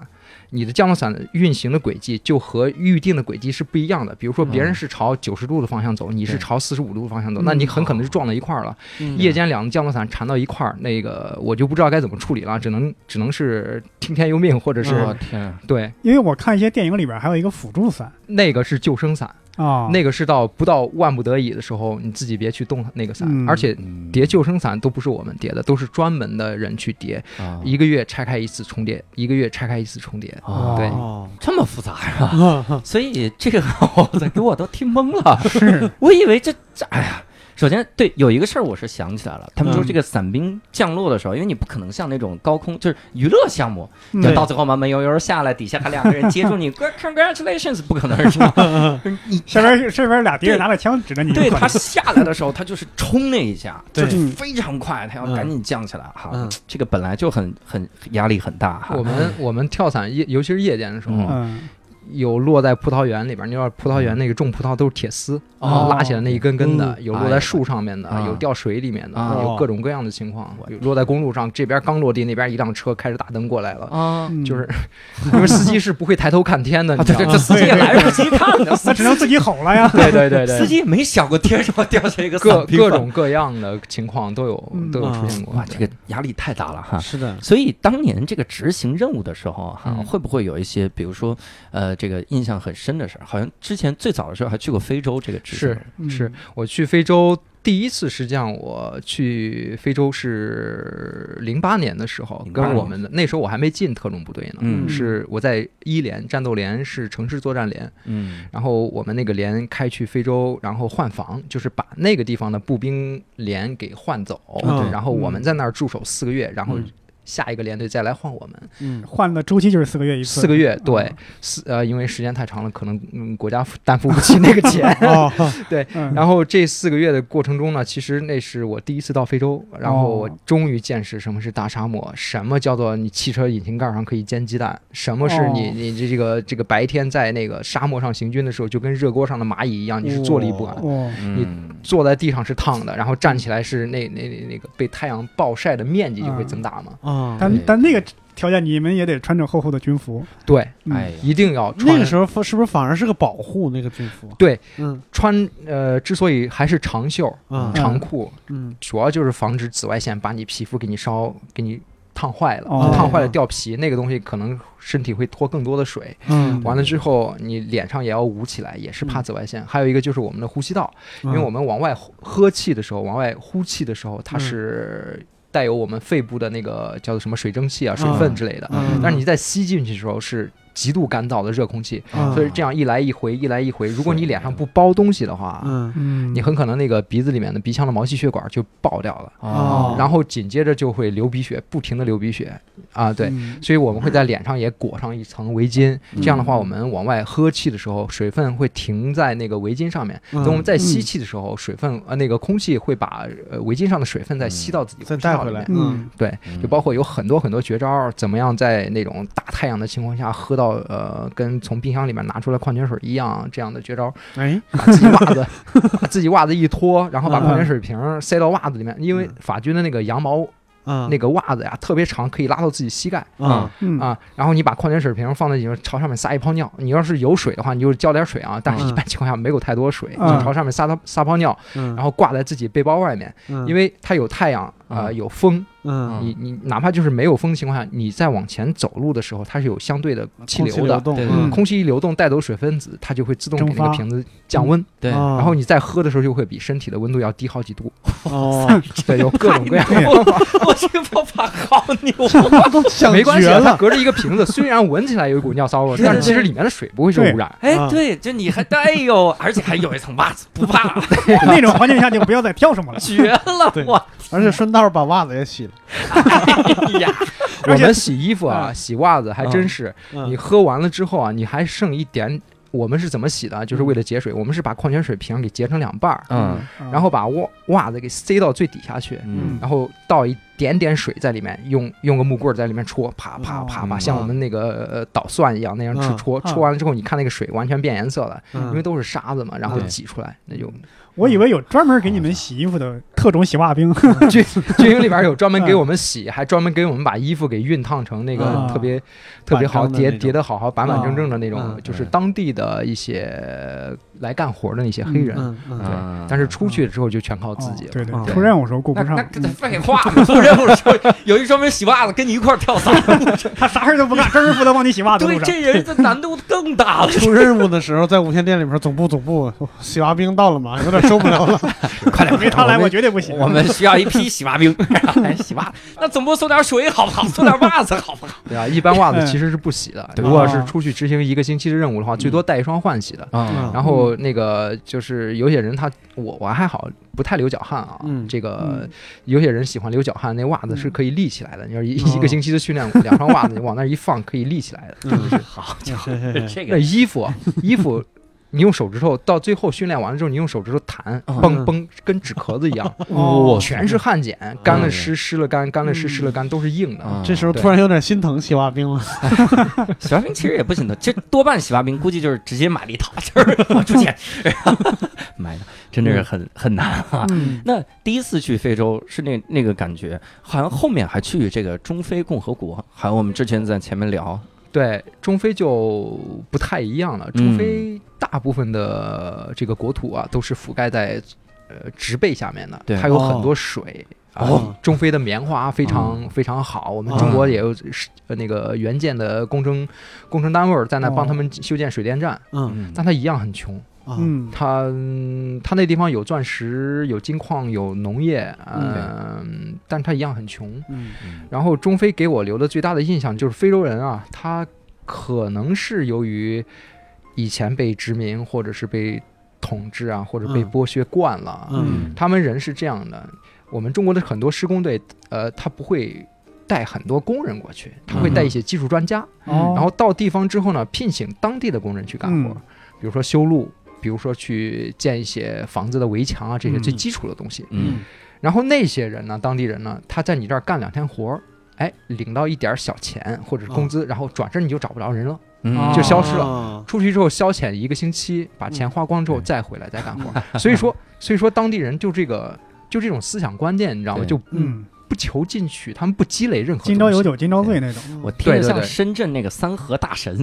D: 你的降落伞的运行的轨迹就和预定的轨迹是不一样的。比如说，别人
A: 嗯
D: 是朝九十度的方向走，你是
A: 对嗯
D: 朝四十五度的方向走，
C: 嗯
D: 那你很可能是撞到一块儿了。夜间两个降落伞缠到一块儿，那个我就不知道该怎么处理了，只能只能是听天由命，或者是、
A: 我天啊，
D: 对
C: 因为我看一些电影里边还有一个辅助伞
D: 那个是救生伞，
C: 啊，
D: 那个是到不到万不得已的时候，你自己别去动那个伞，
C: 嗯
D: 而且。
A: 嗯
D: 叠救生伞都不是我们叠的，都是专门的人去叠，
A: 啊
D: 一个月拆开一次重叠，一个月拆开一次重叠。
A: 哦
D: 对
B: 哦，
A: 这么复杂呀？
B: 啊
A: 所以这个我给我都听懵了，
C: 是
A: 我以为这这哎呀。首先，对有一个事儿我是想起来了，他们说这个伞兵降落的时候，因为你不可能像那种高空就是娱乐项目，就
C: 嗯
D: 嗯
B: 对
A: 到最后慢慢悠悠下来，底下还两个人接住 你哥，congratulations，不可能是
B: 哦
A: 吧？就是你
C: 下边下边俩敌人拿着枪指着你，嗯
A: 对
C: 有可能
A: 他下来的时候，他就是冲那一下，
B: 对
A: 就是非常快，他要赶紧降起来哈、
B: 嗯
A: 这个本来就很很压力很大哈
D: 我。们我们跳伞夜，尤其是夜间的时候，
A: 嗯
C: 嗯
D: 有落在葡萄园里边，你知道葡萄园那个种葡萄都是铁丝，
A: 哦
D: 拉起来那一根根的，
B: 嗯
D: 有落在树上面的，
A: 哎呀
D: 有掉水里面的，
A: 啊
D: 有各种各样的情况
A: 我。
D: 有落在公路上，这边刚落地，那边一辆车开着大灯过来了，
A: 啊，
C: 嗯
D: 就是 因为司机是不会抬头看天的，你知
A: 这这
D: 道吗。
A: 这司机也来不及看了，
C: 那只能自己吼了呀
D: 对对对对，
A: 司机也没想过天上掉下一个
D: 各
A: 伞兵吧
D: 各种各样的情况都有
C: 嗯
D: 都有出现过。
A: 哇，这个压力太大了哈。
B: 是的，
A: 所以当年这个执行任务的时候哈、
D: 嗯
A: 会不会有一些，比如说，呃，这个印象很深的事儿？好像之前最早的时候还去过非洲这个执行
D: 是
A: 任务，
C: 嗯
D: 是我去非洲第一次，实际上我去非洲是零八年的时候，
A: 08
D: 跟
A: 年
D: 我们的那时候我还没进特种部队呢，
A: 嗯
D: 是我在一连战斗连是城市作战连，
A: 嗯
D: 然后我们那个连开去非洲，然后换防，就是把那个地方的步兵连给换走，
B: 嗯
D: 然后我们在那儿驻守四个月，然后
A: 嗯
D: 下一个连队再来换我们。
B: 嗯
C: 换的周期就是四个月一次，
D: 四个月，
C: 嗯
D: 对，四呃，因为时间太长了，可能嗯国家负担负不起那个钱，
B: 哦，
C: 嗯
D: 然后这四个月的过程中呢，其实那是我第一次到非洲，然后我
C: 哦
D: 终于见识什么是大沙漠，什么叫做你汽车引擎盖上可以煎鸡蛋，什么是你、
C: 哦
D: 你这这个这个白天在那个沙漠上行军的时候，就跟热锅上的蚂蚁一样，你是坐立不安。
B: 哦
C: 哇，
A: 嗯，
D: 坐在地上是烫的，然后站起来是那那那那个被太阳暴晒的面积就会增大嘛？
B: 啊，
C: 但但那个条件你们也得穿着厚厚的军服，
D: 对，
C: 嗯
A: 哎，呀，
D: 一定要穿
B: 那个时候是不是反而是个保护那个军服？
D: 对，
B: 嗯
D: 穿呃，之所以还是长袖、
B: 啊
D: 长裤，
B: 嗯
D: 主要就是防止紫外线把你皮肤给你烧、给你烫坏了，
C: 哦
D: 烫坏了掉皮，那个东西可能身体会脱更多的水。
B: 嗯，
D: 完了之后，你脸上也要捂起来，也是怕紫外线。还有一个就是我们的呼吸道，
B: 嗯
D: 因为我们往外呼喝气的时候，往外呼气的时候，它
B: 嗯
D: 是带有我们肺部的那个叫做什么水蒸气啊、水
B: 嗯
D: 分之类的。
B: 嗯，
D: 但是你在吸进去的时候是极度干燥的热空气，
B: 啊
D: 所以这样一来一回，一来一回，如果你
A: 是
D: 脸上不包东西的话，
B: 嗯
C: 嗯，
D: 你很可能那个鼻子里面的鼻腔的毛细血管就爆掉了，
B: 哦
D: 然后紧接着就会流鼻血，不停的流鼻血啊，对。
C: 嗯
D: 所以我们会在脸上也裹上一层围巾，
B: 嗯
D: 这样的话，我们往外喝气的时候，水分会停在那个围巾上面。
B: 嗯
D: 等我们再吸气的时候，水分呃那个空气会把呃围巾上的水分再吸到自己
B: 嗯再
D: 呼吸道
B: 带回
D: 里
B: 来
D: 面。
C: 嗯
D: 对，就包括有很多很多绝招，怎么样在那种大太阳的情况下喝到呃跟从冰箱里面拿出来矿泉水一样这样的绝招，
B: 哎，
D: 把自己袜 子把自己袜子一脱，然后把
B: 嗯
D: 矿泉水瓶塞到袜子里面，因为
B: 嗯
D: 法军的那个羊毛
B: 嗯，
D: 那个袜子呀特别长，可以拉到自己膝盖。
B: 啊，
C: 嗯
D: 啊，然后你把矿泉水瓶放在里面，朝上面撒一泡尿。你要是有水的话，你就浇点水啊，但是一
B: 嗯
D: 般情况下没有太多水，
C: 嗯
D: 就朝上面撒它撒泡尿，
B: 嗯，
D: 然后挂在自己背包外面，
B: 嗯
D: 因为它有太阳啊、呃
A: 嗯
D: 有风，
B: 嗯，
D: 你你哪怕就是没有风的情况下，你再往前走路的时候，它是有相对的气
B: 空
D: 流的。
B: 动
A: 对对
B: 嗯
D: 空气一流动带走水分子，它就会自动给
C: 蒸
D: 那
C: 发
D: 个瓶子降温，
A: 对，
B: 哦
D: 然后你再喝的时候就会比身体的温度要低好几 度。
B: 哦，
D: 对，有各种各样的
C: 对
D: 方法。
A: 我这个方法好牛，啊
B: 都想
D: 没关系
B: 绝
D: 啊，它
B: 了，
D: 隔着一个瓶子，虽然闻起来有一股尿骚味，
A: 是
D: 但是其实里面的水不会受
C: 对
D: 污染。
A: 哎，
B: 啊
A: 对，就你还哎呦，而且还有一层袜子，不怕，。
C: 那种环境下就不要再挑什 么了
A: 绝了
B: 对，
A: 我
B: 而且顺道把袜子也洗了。
A: 哎呀，
D: 我
C: 而且
D: 们洗衣服啊，洗袜子还真是，
B: 嗯
D: 你喝完了之后啊，你还剩一点。我们是怎么洗的啊？就是为了节水，我们是把矿泉水瓶给截成两半儿，
A: 嗯
C: 嗯
D: 然后把袜袜子给塞到最底下去，
A: 嗯
C: 嗯
D: 然后倒一点点水在里面，用用个木棍儿在里面戳，啪啪啪啪，
A: 嗯
D: 像我们那个呃捣蒜一样那样去
B: 哦嗯
D: 戳，
C: 嗯
D: 戳完了之后，你看那个水完全变颜色了，
B: 嗯
D: 因为都是沙子嘛，然后
A: 对
D: 挤出来，那就
C: 我以为有专门给
D: 啊
C: 你们洗衣服的特种洗袜兵，
D: 军营里边有专门给
B: 嗯
D: 我们洗，还专门给我们把衣服给熨烫成那个
B: 啊
D: 特别、特别好
B: 板正的
D: 叠
B: 那种
D: 叠的好好板板正正的那种，
B: 啊嗯
D: 就是
A: 对
D: 当地的一些来干活的那些黑人。
B: 嗯嗯
A: 嗯
D: 但是出去之后就全靠 自己啊了。
C: 哦对对，
B: 嗯
C: 出任务时候顾不
A: 那
C: 上嗯
A: 那，那废话嘛，做任务的时候 有一专门洗袜子，跟你一块儿跳伞，
C: 他啥事儿都不干，专门负责帮你洗袜子
A: 对
C: 路，上。
A: 这人这难度更大了。
B: 出任务的时候，在无线电里面，总部总部洗袜兵到了吗？有点受不了了。
A: 快点，
C: 没他来，
A: 我
C: 我
A: 们
C: 绝对不行。
A: 我们需要一批洗袜 兵来哎洗袜。那总部送点水好不好？送点袜子好不好？
D: 对啊，一般袜
B: 嗯
D: 子其实是不洗的。
A: 对
D: 如果
B: 哦
D: 是出去执行一个星期的任务的话，最多带一双换洗的。
A: 啊
B: 嗯
D: 然后那个就是有些人他我我还好，不太流脚汗啊。
B: 嗯
D: 这个
C: 嗯
D: 有些人喜欢流脚汗，那袜子是可以立起来的。你要一一个星期的训练，两双袜子你往那儿一放，可以立起来的。
B: 嗯
A: 好
B: 是
A: 家伙，
B: 是是
A: 这
D: 那
A: 个
D: 衣服啊，衣服，你用手指头，到最后训练完了之后，你用手指头弹，
A: 嗯
D: 蹦蹦，跟纸壳子一样，
C: 哦
D: 全是汗碱，干了湿，湿了干，干了湿，
C: 嗯
D: 湿了干，都是硬的。
B: 这时候
D: 对
B: 突然有点心疼洗袜兵了。
A: 洗袜兵其实也不行的，这多半洗袜兵估计就是直接买了一套，就是 我出钱买的，真的是很很难啊。
C: 嗯
A: 那第一次去非洲是那那个感觉，好像后面还去这个中非共和国，还有我们之前在前面聊，
D: 对，中非就不太一样了。中非大部分的这个国土啊，都是覆盖在呃植被下面的
A: 对，
D: 它有
B: 哦
D: 很多水。啊
B: 哦
D: 中非的棉花非常、非常好，我们中国也有是、呃那个援建的工程工程单位在那帮他们修建水电站，
B: 嗯
D: 但它一样很穷。
B: 嗯
C: 嗯
D: 它嗯它那地方有钻石、有金矿、有农业，嗯，但它一样很穷。
B: 嗯
D: 然后中非给我留的最大的印象就是非洲人啊，他可能是由于以前被殖民或者是被统治啊，或者被
B: 嗯
D: 剥削惯了啊，
B: 嗯
D: 他们人是这样的。我们中国的很多施工队，呃，他不会带很多工人过去，他
B: 嗯
D: 会带一些技术专家，
C: 哦，
D: 然后到地方之后呢，聘请当地的工人去干活，
C: 嗯
D: 比如说修路，比如说去建一些房子的围墙啊，这些最基础的东西。
A: 嗯
D: 然后那些人呢，当地人呢，他在你这儿干两天活儿，哎，领到一点儿小钱或者是
C: 啊
D: 工资，然后转身你就找不着人了。
A: 嗯，
D: 就消失了
B: 了。
D: 出去之后消遣一个星期，把钱花光之后
A: 嗯
D: 再回来再干活儿。 所以说，所以说当地人就这个就这种思想观念，你知道吗？
A: 对
D: 就
C: 嗯，
D: 不求进取，他们不积累任何东西。
C: 今朝有酒今朝醉那种。
A: 我听着
D: 对对
A: 像
D: 对
A: 深圳那个三河大神，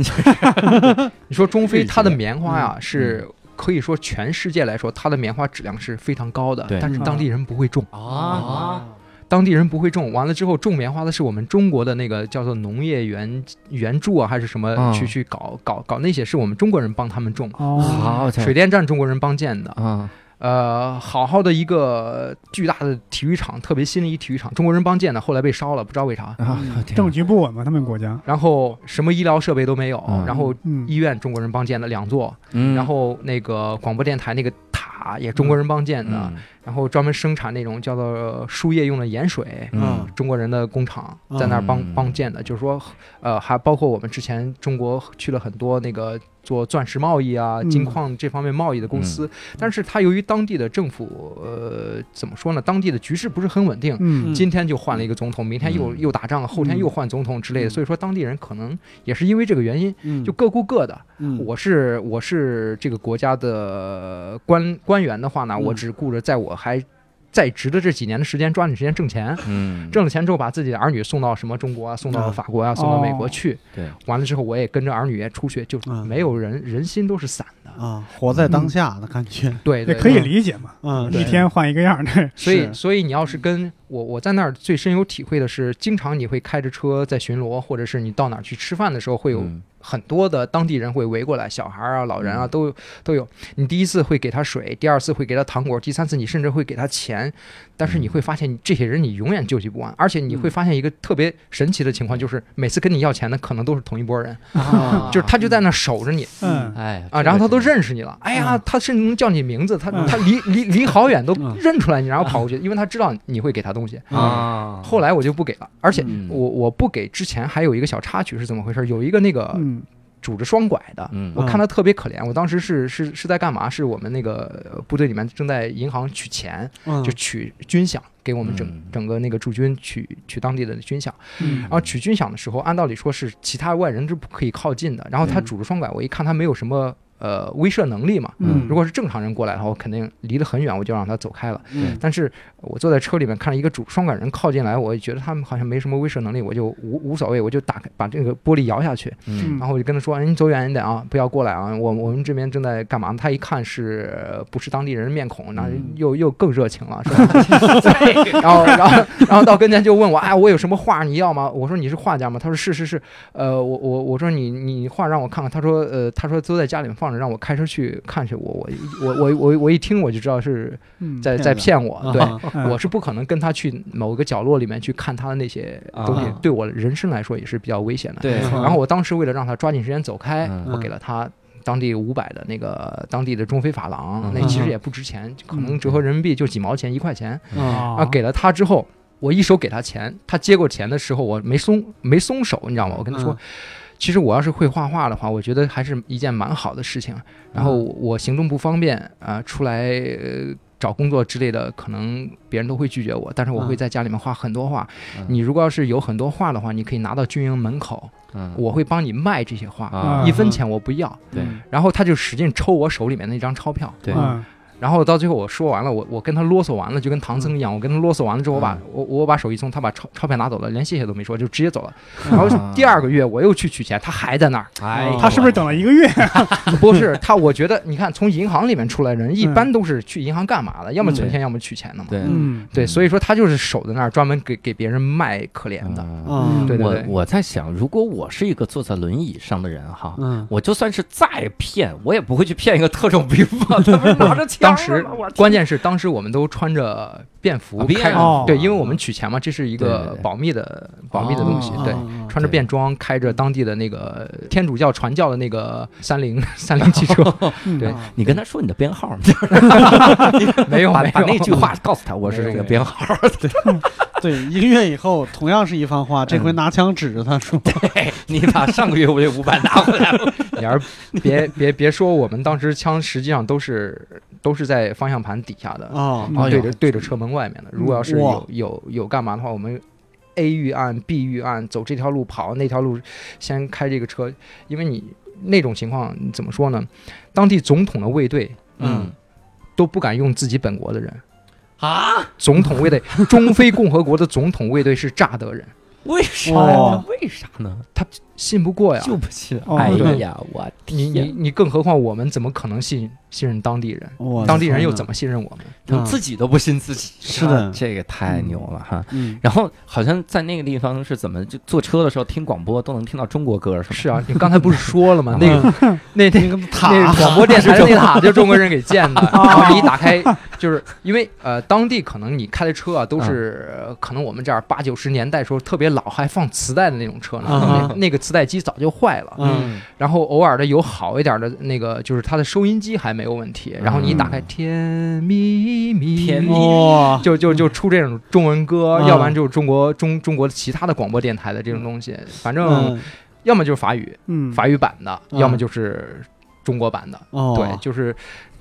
D: 你说中非
A: 日系
D: 它的棉花
C: 嗯
D: 呀、是。可以说，全世界来说，它的棉花质量是非常高的
A: 对，
D: 但是
C: 嗯
D: 当地人不会种，
A: 啊，
D: 当地人不会种。完了之后，种棉花的是我们中国的那个叫做农业援援助啊，还是什么
A: 嗯
D: 去去搞搞搞那些，是我们中国人帮他们种。
C: 哦，
A: 好家伙
D: 水电站中国人帮建的，
A: 啊，
D: 呃，好好的一个巨大的体育场，特别新的一体育场，中国人帮建的，后来被烧了，不知道为啥。
A: 啊
B: 嗯，
A: 天
C: 政局不稳嘛，他们国家，
D: 然后什么医疗设备都没有，
A: 嗯
D: 然后
C: 嗯
D: 医院中国人帮建的两座，
A: 嗯
D: 然后那个广播电台那个塔也中国人帮建的，
A: 嗯
D: 然后专门生产那种叫做输液用的盐水，
A: 嗯
D: 中国人的工厂在那儿帮
A: 嗯
D: 帮建的，就是说，呃，还包括我们之前中国去了很多那个做钻石贸易啊、
C: 嗯
D: 金矿这方面贸易的公司，但是它由于当地的政府，呃，怎么说呢？当地的局势不是很稳定。
C: 嗯
D: 今天就换了一个总统，明天又、
A: 嗯
D: 又打仗，后天又换总统之类的，所以说当地人可能也是因为这个原因，
B: 嗯，
D: 就各顾各的。
B: 嗯
D: 我是我是这个国家的官官员的话呢，
B: 嗯
D: 我只顾着在我还在职的这几年的时间抓紧时间挣钱，
A: 嗯，
D: 挣了钱之后把自己的儿女送到什么中国啊，送到
B: 嗯
D: 法国啊，送到美国
C: 哦
D: 去。
A: 对，
D: 完了之后我也跟着儿女也出去，就
B: 嗯
D: 没有人人心都是散的。
B: 啊，活在当下的感觉，
D: 对，
C: 也
D: 对
C: 可以
D: 对
C: 理解嘛，
B: 嗯，
C: 一天换一个样儿的，
D: 所以，
B: 是
D: 所以你要
A: 嗯
D: 是跟我，我在那儿最深有体会的是，经常你会开着车在巡逻，或者是你到哪儿去吃饭的时候，会有
A: 嗯
D: 很多的当地人会围过来，小孩儿啊、老人
B: 嗯
D: 啊都有都有。你第一次会给他水，第二次会给他糖果，第三次你甚至会给他钱，但是你
B: 嗯
D: 会发现你这些人你永远救济不完，而且你会发现一个特别神奇的情况，就是每次跟你要钱的可能都是同一拨人，
B: 啊
D: 就是他就在那守着你
C: 嗯，
A: 哎呀
D: 啊，然后他都，
A: 这个
D: 认识你了，哎呀
B: 嗯，
D: 他甚至能叫你名字，他
C: 嗯
D: 他离离离好远都
B: 嗯
D: 认出来你，然后跑过去，因为他知道你会给他东西。
A: 真的啊，
D: 后来我就不给了，而且
A: 嗯
D: 我我不给之前还有一个小插曲是怎么回事？有一个那个
C: 嗯
D: 拄着双拐的，
A: 嗯
D: 我看他特别可怜。我当时是是是在干嘛？是我们那个呃部队里面正在银行取钱，
B: 嗯
D: 就取军饷给我们整、
A: 嗯
D: 整个那个驻军取取当地的军饷。
C: 嗯
D: 然后取军饷的时候，按道理说是其他外人是不可以靠近的。然后他
B: 嗯
D: 拄着双拐，我一看他没有什么呃威慑能力嘛。
C: 嗯，
D: 如果是正常人过来的话，我肯定离得很远，我就让他走开了。
B: 嗯
D: 但是我坐在车里面看了一个主双管人靠近来，我也觉得他们好像没什么威慑能力，我就无无所谓，我就打开把这个玻璃摇下去，
A: 嗯
D: 然后我就跟他说：“哎，你走远一点啊，不要过来啊，我我们这边正在干嘛？”他一看是呃不是当地人面孔，那
A: 嗯
D: 又又更热情了，是吧？对然后然后然后到跟前就问我：“哎，我有什么画你要吗？”我说：“你是画家吗？”他说：“是是是。”呃，我我我说你你画让我看看。他说：“呃，他说都在家里面放着，让我开车去看去。我”我我我我我一听我就知道是
C: 嗯
D: 在
B: 骗
D: 在
B: 子
D: 骗我，对。
B: 啊
C: 嗯
D: 我是不可能跟他去某个角落里面去看他的那些东西
B: 啊，
D: 对我人生来说也是比较危险的。
A: 对，
B: 嗯
D: 然后我当时为了让他抓紧时间走开，
A: 嗯
D: 我给了他当地五百的那个当地的中非法郎
A: 嗯，
D: 那其实也不值钱，可能折合人民币就几毛钱、一块钱。啊，
B: 啊
C: 嗯
D: 给了他之后，我一手给他钱，他接过钱的时候我没松没松手，你知道吗？我跟他说
B: 嗯。
D: 其实我要是会画画的话，我觉得还是一件蛮好的事情。然后我行动不方便啊、出来、呃找工作之类的，可能别人都会拒绝我。但是我会
B: 嗯
D: 在家里面画很多画。
A: 嗯
D: 你如果要是有很多画的话，你可以拿到军营门口，
A: 嗯
D: 我会帮你卖这些画，
A: 啊
D: 一分钱我不要。
A: 对
D: 然后他就使劲抽我手里面那张钞票，
A: 对
C: 嗯
D: 然后到最后我说完了，我我跟他啰嗦完了，就跟唐僧一样，我跟他啰嗦完了之后，我把、
A: 嗯
D: 我我把手一松，他把钞钞票拿走了，连谢谢都没说，就直接走了。然后第二个月我又去取钱，他还在那 儿。
A: 哎呦，
C: 他是不是等了一个月？
D: 不是他，我觉得你看，从银行里面出来人一般都是去银行干嘛的？要么存钱，要么取钱的嘛。
A: 对
C: 嗯
D: 对，所以说他就是守在那儿，专门给给别人卖可怜的。
A: 嗯
B: 啊，
C: 嗯
D: 对对
A: 我
D: 对
A: 我在想，如果我是一个坐在轮椅上的人哈，
B: 嗯
A: 我就算是再骗，我也不会去骗一个特种兵吧？他不是拿着枪
D: 当
A: 吗
D: 时
A: 我去
D: 关键是当时我们都穿着便服
A: 啊便
D: 开
C: 服
D: 对，因为我们取钱嘛，这是一
A: 对对
D: 个
A: 对
D: 保密的保密的东西
A: 哦，
D: 对。
B: 啊
D: 穿着便装，开着当地的那个天主教传教的那个三菱 三菱 汽车，
C: 嗯
D: 对
A: 你跟他说你的编号吗，
D: 没有
A: 把
D: 没
A: 把
D: 有
A: 那句话告诉他，我是
D: 没有
A: 这个编号。
B: 对，一个月以后同样是一番
D: 嗯
B: 话，这回拿枪指着他说，
A: 你把上个月我这五百拿回来了，
D: 你要是别别别说，我们当时枪实际上都是都是在方向盘底下的，
B: 哦，
A: 哎呦
D: 对着对着车门外面的。如果要是
B: 哇
D: 有有有干嘛的话，我们 A 预案 B 预案，走这条路跑那条路，先开这个车，因为你那种情况你怎么说呢？当地总统的卫队
A: 嗯
D: 都不敢用自己本国的人。
A: 啊，
D: 总统卫队，中非共和国的总统卫队是乍得人，
A: 为啥
B: 哇
A: 呀？为啥呢？
D: 信不过呀。
A: 就不信。
C: 哦
A: 哎
C: 对
A: 呀，我
D: 你你
B: 嗯
A: 天，
D: 你，更何况我们怎么可能信信任当地人？
B: 我
D: 当地人又怎
B: 么？
D: 么信任我们？
A: 能自己都不信自己，
B: 是的
A: 这个太牛了哈。
B: 嗯，
A: 然后好像在那个地方是怎么就坐车的时候听广播都能听到中国歌是吗？
D: 是啊，你刚才不是说了 吗？
A: 嗯
D: 那
B: 嗯
D: 个那那
B: 那个
D: 那
B: 塔，
D: 广播电台的那塔就是中国人给建的，
A: 啊
D: 然后你一打开，就是因为呃当地可能你开的车啊都是、呃
A: 嗯
D: 可能我们这儿八九十年代时候特别老还放磁带的那种车呢，
B: 嗯
A: 啊
D: 那那个磁带机早就坏了，
B: 嗯，
D: 然后偶尔的有好一点的那个就是它的收音机还没有问题，
B: 嗯
D: 然后你一打开甜蜜蜜，
A: 甜蜜
B: 哇，
D: 就就就出这种中文歌，
B: 嗯
D: 要不然就是中国中中国其他的广播电台的这种东西，反正
B: 嗯
D: 要么就是法语
C: 嗯，
D: 法语版的，
B: 嗯
D: 要么就是中国版的，
B: 哦，
D: 对，就是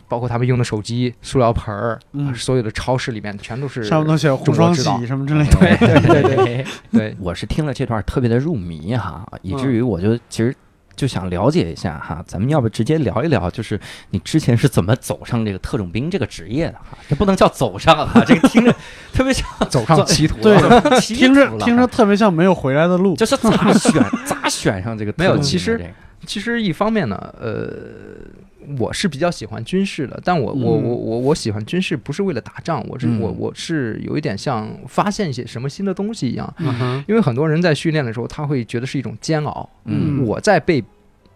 D: 包括他们用的手机、塑料盆儿，
B: 嗯
D: 所有的超市里面全都是。
B: 上面都写红
D: 中
B: 双
D: 国之道
B: 喜什么之类的，
A: 对对对 对，
D: 对，
A: 我是听了这段特别的入迷哈，以至于我就其实。就想了解一下哈，咱们要不直接聊一聊，就是你之前是怎么走上这个特种兵这个职业的哈？这不能叫走上哈，这个听着特别像
D: 走上歧途
B: 对
D: 了。
A: 歧
B: 听
A: 途
B: 着
A: 了
B: 听着，特别像没有回来的路，
A: 就是咋选咋选上这个特
D: 没有
A: 种兵
D: 其
A: 的
D: 实
A: 这个
D: 其实一方面呢，呃，我是比较喜欢军事的，但我我
B: 嗯
D: 我我我喜欢军事不是为了打仗，我是
A: 嗯
D: 我我是有一点像发现一些什么新的东西一样，
B: 嗯哼，
D: 因为很多人在训练的时候，他会觉得是一种煎熬。
A: 嗯
D: 我在被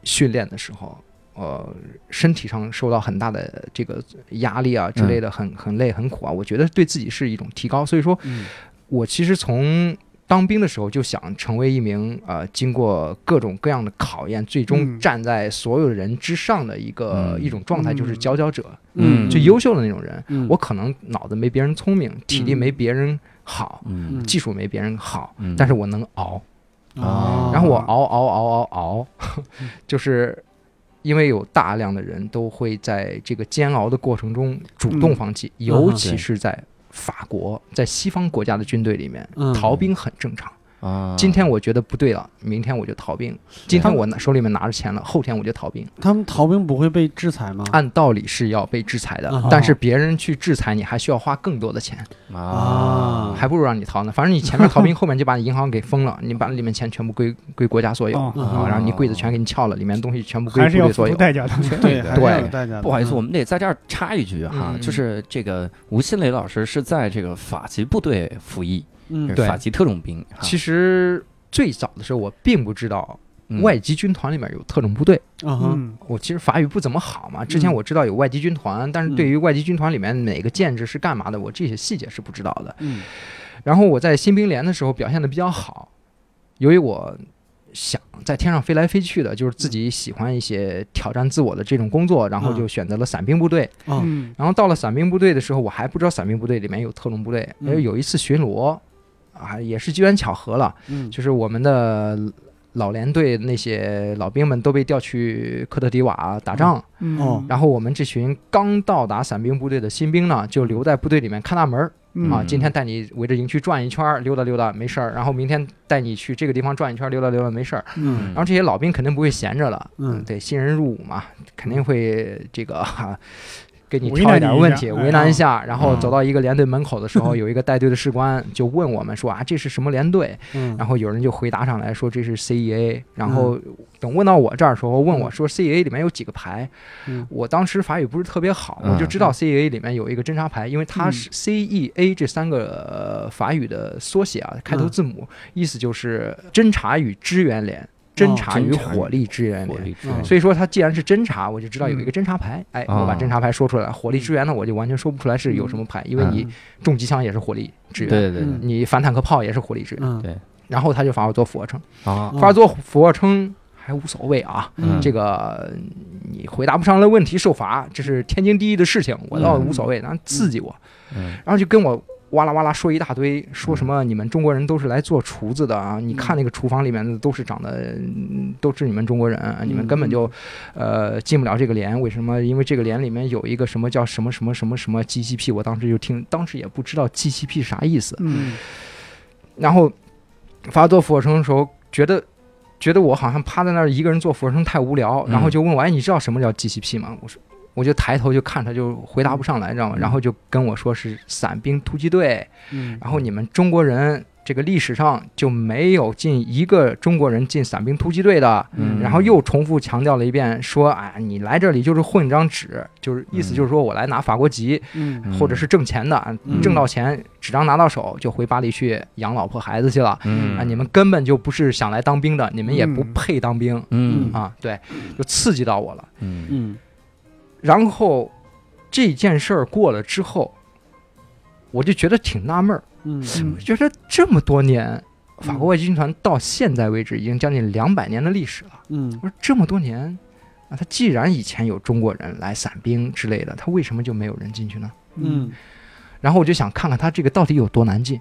D: 训练的时候，呃，身体上受到很大的这个压力啊之
A: 嗯
D: 类的，很很累很苦啊，我觉得对自己是一种提高。所以说
B: 嗯
D: 我其实从当兵的时候就想成为一名呃，经过各种各样的考验，最终
C: 嗯
D: 站在所有人之上的一个、
A: 嗯
D: 一种状态，就是佼佼者，
A: 嗯
D: 最优秀的那种人。
B: 嗯
D: 我可能脑子没别人聪明，体力
B: 嗯
D: 没别人好，
A: 嗯
B: 嗯
D: 技术没别人好，
A: 嗯
D: 但是我能熬。
B: 哦嗯
A: 啊
D: 然后我熬熬熬熬熬， 就是因为有大量的人都会在这个煎熬的过程中主动
C: 嗯
D: 放弃，
B: 嗯
D: 尤
B: 哼
D: 其
A: 对
D: 是在法国，在西方国家的军队里面，
B: 嗯
D: 逃兵很正常。
A: 啊，
D: 今天我觉得不对了，明天我就逃兵；今天我拿手里面拿着钱了，后天我就逃兵。
B: 他们逃兵不会被制裁吗？
D: 按道理是要被制裁
B: 嗯
D: 的
B: 哼，
D: 但是别人去制裁你，还需要花更多的钱，
A: 啊
B: 嗯
D: 还不如让你逃呢。反正你前面逃兵，后面就把你银行给封了，你把里面钱全部归 归国家所有。
C: 哦
B: 嗯
D: 啊，
A: 哦
D: 然后你柜子全给你撬了，里面东西全部归
C: 还
D: 部
C: 是要
D: 队
C: 付
D: 所
C: 出
D: 有。
C: 代价的。
B: 对还是要有
D: 对
B: 代价的
A: 不好意思，
B: 嗯
A: 我们得在这儿插一句哈，
D: 嗯
A: 就是这个吴新磊老师是在这个法籍部队服役，
B: 嗯
A: 是
D: 对
A: 法籍特种兵哈。
D: 其实最早的时候，我并不知道
A: 嗯
D: 外籍军团里面有特种部队。
B: 嗯哼
C: 嗯，
D: 我其实法语不怎么好嘛，之前
B: 嗯
D: 我知道有外籍军团，但是
B: 嗯
D: 对于外籍军团里面哪个建制是干嘛的，我这些细节是不知道的。
B: 嗯
D: 然后我在新兵连的时候表现的比较好，由于我想在天上飞来飞去的，就是自己喜欢一些挑战自我的这种工作，
B: 嗯
D: 然后就选择了伞兵部队。
B: 哦
C: 嗯
D: 然后到了伞兵部队的时候，我还不知道伞兵部队里面有特种部队。
B: 嗯
D: 而有一次巡逻，啊，也是机缘巧合了，
B: 嗯
D: 就是我们的老连队那些老兵们都被调去科特迪瓦打仗，
C: 嗯
B: 哦
D: 然后我们这群刚到达伞兵部队的新兵呢，就留在部队里面看大门儿、
C: 嗯
D: 啊。今天带你围着营区转一圈儿，溜达溜达没事儿，然后明天带你去这个地方转一圈儿，溜达溜达没事儿。
B: 嗯
A: 嗯
D: 然后这些老兵肯定不会闲着了，
B: 嗯
D: 对，新人入伍嘛，肯定会这个 哈、给你
C: 为
D: 挑
C: 难
D: 一点
C: 你一
D: 问
C: 下
D: 题，
C: 哎
D: 为难一下，然后
A: 嗯
D: 走到一个连队门口的时候，有一个带队的士官就问我们说啊，这是什么连队？
B: 嗯，
D: 然后有人就回答上来说这是 CEA，然
A: 嗯
D: 后等问到我这儿的时候，问我说 CEA 里面有几个牌
B: 嗯？
D: 我当时法语不是特别好，
A: 嗯
D: 我就知道 CEA 里面有一个侦察牌，因为它是 CEA 这三个呃法语的缩写啊，开
A: 嗯
D: 头字母意思就是侦察与支援连，侦察与
A: 哦侦察与
D: 火力支援
A: 火
D: 连。
A: 力支
B: 嗯
A: 援，
D: 所以说，它既然是侦察，我就知道有一个侦察牌。哎，
A: 啊
D: 我把侦察牌说出来，
A: 嗯
D: 火力支援呢，我就完全说不出来是有什么牌，因为你重机枪也是火力支援，
A: 对对对
B: 嗯
D: 你反坦克炮也是火力支援。
B: 嗯
D: 然后他就罚我做俯卧撑，
A: 啊
B: 嗯
D: 罚我做俯卧撑还无所谓啊，
A: 嗯
D: 这个嗯你回答不上来问题受罚，这是天经地义的事情，我倒无所谓，然后刺激我，
A: 嗯
D: 然后就跟我。哇啦哇啦说一大堆，说什么你们中国人都是来做厨子的啊？你看那个厨房里面的都是长得，嗯都是你们中国人，啊你们根本就，呃，进不了这个连。为什么？因为这个连里面有一个什么叫什么什么什么什么 GCP，我当时就听，当时也不知道 GCP 啥意思。
C: 嗯
D: 然后发做俯卧撑的时候，觉得觉得我好像趴在那儿一个人做俯卧撑太无聊，
A: 嗯
D: 然后就问我，哎，你知道什么叫 GCP 吗？我说。我就抬头就看他，就回答不上来，你知道吗？
A: 嗯
D: 然后就跟我说是伞兵突击队，
B: 嗯
D: 然后你们中国人这个历史上就没有进一个中国人进伞兵突击队的。
A: 嗯
D: 然后又重复强调了一遍，说：“啊，你来这里就是混张纸，就是意思就是说我来拿法国籍，
B: 嗯
A: 嗯
D: 或者是挣钱的，啊
B: 嗯
D: 挣到钱纸张拿到手就回巴黎去养老婆孩子去了。
A: 嗯
D: 啊，你们根本就不是想来当兵的，你们也不
C: 嗯
D: 配当兵、
A: 嗯
D: 啊！对，就刺激到我了。
A: 嗯
B: 嗯
D: 然后这件事儿过了之后，我就觉得挺纳闷儿，
B: 嗯
D: 我觉得这么多年，法国外籍军团到现在为止已经将近两百年的历史了。
B: 嗯
D: 我说这么多年啊，他既然以前有中国人来散兵之类的，他为什么就没有人进去呢？
B: 嗯
D: 然后我就想看看他这个到底有多难进。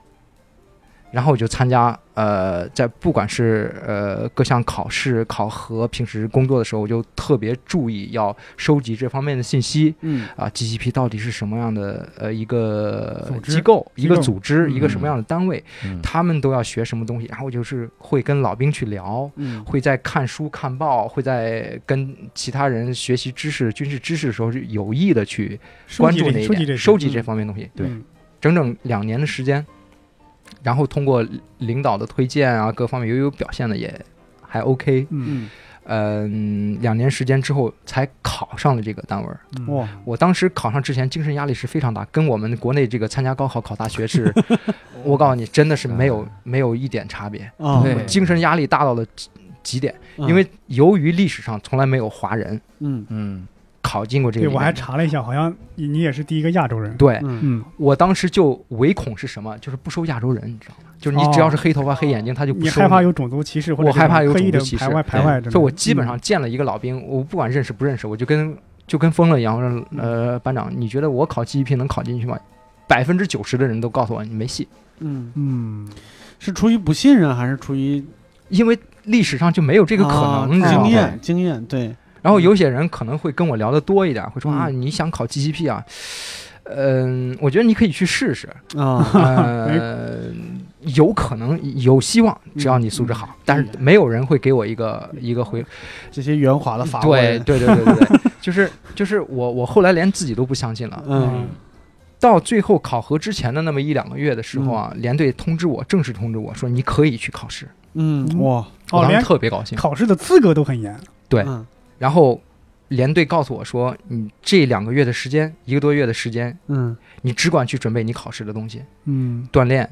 D: 然后我就参加，呃，在不管是呃各项考试、考核，平时工作的时候，我就特别注意要收集这方面的信息
B: 嗯
D: 啊。GCP 到底是什么样的呃一个
C: 组织
D: 机构、一
C: 机
D: 个
C: 构
D: 组织、
B: 嗯
D: 一个什么样的单位，
A: 嗯
D: 他们都要学什么东西。然后我就是会跟老兵去聊，
B: 嗯
D: 会在看书看报，会在跟其他人学习知识、军事知识的时候，是有意的去
C: 收
D: 关
C: 集
D: 注那
C: 这
D: 一
C: 收集
D: 点，
C: 这
D: 收集
B: 嗯
D: 这方面的东西。
A: 对
B: 嗯
D: 整整两年的时间，然后通过领导的推荐啊，各方面由于我表现的也还 OK，
C: 嗯
B: 嗯
D: 嗯，两年时间之后才考上了这个单位儿。
C: 嗯
B: 哇
D: 我当时考上之前精神压力是非常大，跟我们国内这个参加高考考大学 是，我告诉你，真的是没
C: 嗯
D: 有没有一点差别，
B: 啊
A: 对
D: 我精神压力大到了极极点，
C: 嗯
D: 因为由于历史上从来没有华人
B: 嗯
A: 嗯
D: 考进过这个
C: 对
D: 里面，
C: 我还查了一下，好像你你也是第一个亚洲人。
D: 对，
B: 嗯
C: 嗯，
D: 我当时就唯恐是什么，就是不收亚洲人，你知道吗？就是你只要是黑头发、黑眼睛，他就不
C: 哦你
D: 收
C: 害怕有种族歧视，或者
D: 我害怕有
C: 这种刻意
D: 种
C: 的
D: 族歧视
C: 排外排外这种。
D: 所以我基本上见了一个老兵，我不管认识不认识，我就跟就跟疯了一样，我说
C: 嗯
D: 呃，班长，你觉得我考 GEP 能考进去吗？百分之九十的人都告诉我你没戏，
B: 嗯，
C: 嗯，
B: 是出于不信任还是出于
D: 因为历史上就没有这
B: 这
D: 个可
C: 啊
D: 能，你知道
B: 经
D: 吗？
B: 验经验对
D: 然后有些人可能会跟我聊得多一点，会说
B: 嗯
D: 啊，你想考 GEP 啊？嗯，我觉得你可以去试试，
B: 啊
D: 呃，有可能有希望，只要你素质好。但是没有人会给我一个一个回
B: 这些圆滑的法
D: 对
B: 文
D: 对对对对对，就是就是我我后来连自己都不相信了。
B: 嗯
D: 到最后考核之前的那么一两个月的时候啊，连队通知我，正式通知我说你可以去考试，
B: 嗯哇
D: 我
C: 哦，
D: 当时
C: 连
D: 特别高兴。
C: 考试的资格都很严。
D: 对然后连队告诉我说，你这两个月的时间，一个多月的时间，
B: 嗯
D: 你只管去准备你考试的东西，
C: 嗯，
D: 锻炼、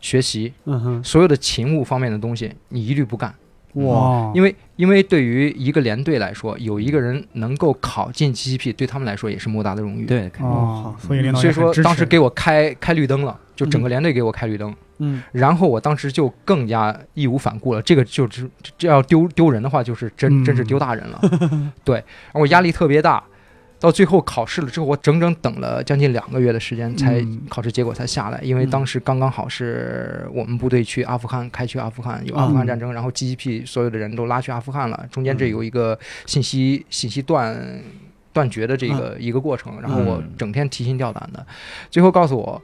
D: 学习，
B: 嗯哼
D: 所有的勤务方面的东西，你一律不干。
B: 哇
C: 哦
D: 嗯因为因为对于一个连队来说，有一个人能够考进 GCP，对他们来说也是莫大的荣誉。，
A: 对，
C: 哦，所以领导
D: 嗯所
C: 也
D: 以说
C: 很支
D: 当时
C: 持。
D: 给我开开绿灯了，就整个连队给我开绿灯。
B: 嗯
D: 然后我当时就更加义无反顾了，这个就是这要丢丢人的话，就是真
C: 嗯
D: 真是丢大人 了。对，然后我压力特别大，到最后考试了之后，我整整等了将近两个月的时间才、
C: 嗯
D: 考试结果才下来，因为
B: 嗯
D: 当时刚刚好是我们部队去阿富汗开去阿富汗有阿富汗战争，然后 GDP 所有的人都拉去阿富汗了，中间这
B: 嗯
D: 有一个信息信息断断绝的这个、一个过程，然后我
A: 嗯
D: 整天提心吊胆的，最后告诉我。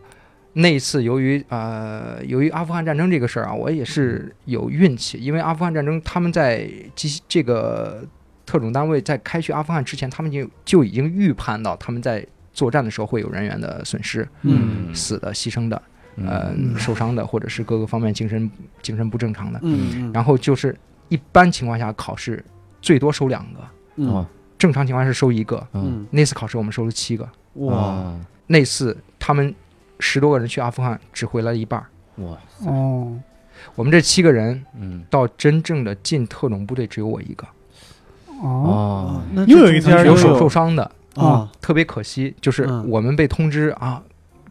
D: 那一次，由于呃，由于阿富汗战争这个事儿啊，我也是有运气，因为阿富汗战争，他们在机这个特种单位在开去阿富汗之前，他们就就已经预判到他们在作战的时候会有人员的损失，
B: 嗯
D: 死的、牺牲的、呃
A: 嗯
D: 受伤的，或者是各个方面精神精神不正常的。
B: 嗯
D: 然后就是一般情况下考试最多收两个，
B: 嗯
A: 哦
D: 正常情况下是收一个。
A: 嗯
B: 嗯
D: 那次考试我们收了七个，
B: 哇
A: 啊
D: 那次他们十多个人去阿富汗只回来了一半儿，
A: 哇
C: 哦，
D: 我们这七个人
A: 嗯
D: 到真正的进特种部队只有我一个，
C: 哦，
A: 哦
B: 那
D: 有
C: 有
D: 手受伤的，
B: 啊
D: 特别可惜，就是
B: 嗯
D: 我们被通知啊。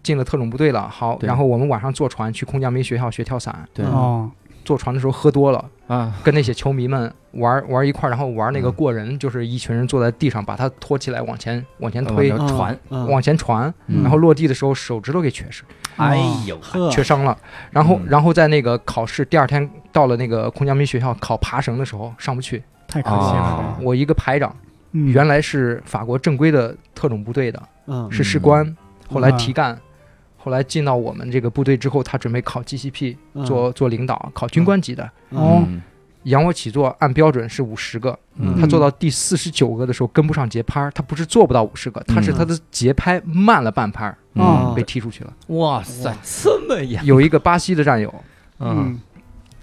D: 进了特种部队了，好，
A: 对
D: 然后我们晚上坐船去空降兵学校学跳伞。
A: 对
C: 哦，
D: 坐船的时候喝多了，
A: 啊
D: 跟那些球迷们玩玩一块儿，然后玩那个过人，就是一群人坐在地上，把他拖起来往前往前推，
B: 嗯
A: 往
D: 往前传，
A: 嗯
D: 然后落地的时候手指头给缺失
A: 哎呦
B: 呵
D: 缺伤了，然后
A: 嗯
D: 然后在那个考试第二天到了那个空降兵学校考爬绳的时候上不去，
C: 太可惜
A: 啊
C: 了。
D: 我一个排长
C: 嗯
D: 哦原来是法国正规的特种部队的，
B: 嗯
D: 是士官，后来提干。后来进到我们这个部队之后，他准备考 GCP
B: 嗯
D: 做做领导，考军官级的。
B: 哦
A: 嗯
D: 仰卧起坐按标准是五十个，
A: 嗯
D: 他做到第四十九个的时候跟不上节拍儿，他不是做不到五十个，他是他的节拍慢了半拍儿，
A: 嗯
C: 哦
D: 被踢出去了。
A: 哇塞这么严
D: 有一个巴西的战友，
A: 嗯，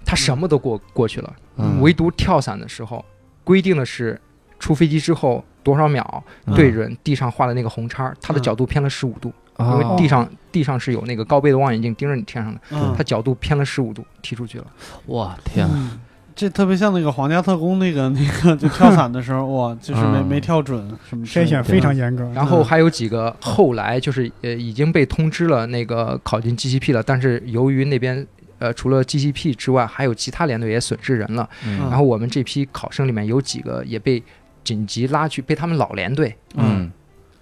D: 他什么都过过去了，
A: 嗯
D: 唯独跳伞的时候规定的是出飞机之后多少秒
A: 嗯
D: 对准地上画的那个红叉儿，它的角度偏了十五度，因为
A: 啊
D: 地上地上是有那个高倍的望远镜盯着你天上的，
B: 嗯
D: 它角度偏了十五度踢出去了。
A: 哇天啊，
B: 嗯，这特别像那个皇家特工那个那个就跳伞的时候，哇，就是没
A: 嗯
B: 没跳准什么之类
C: 筛
B: 的嗯
C: 选非常严格。
D: 然后还有几个后来就是呃已经被通知了那个考进 GCP 了，但是由于那边呃除了 GCP 之外，还有其他连队也损失人了。
A: 嗯
D: 然后我们这批考生里面有几个也被紧急拉去，被他们老连队
A: 嗯，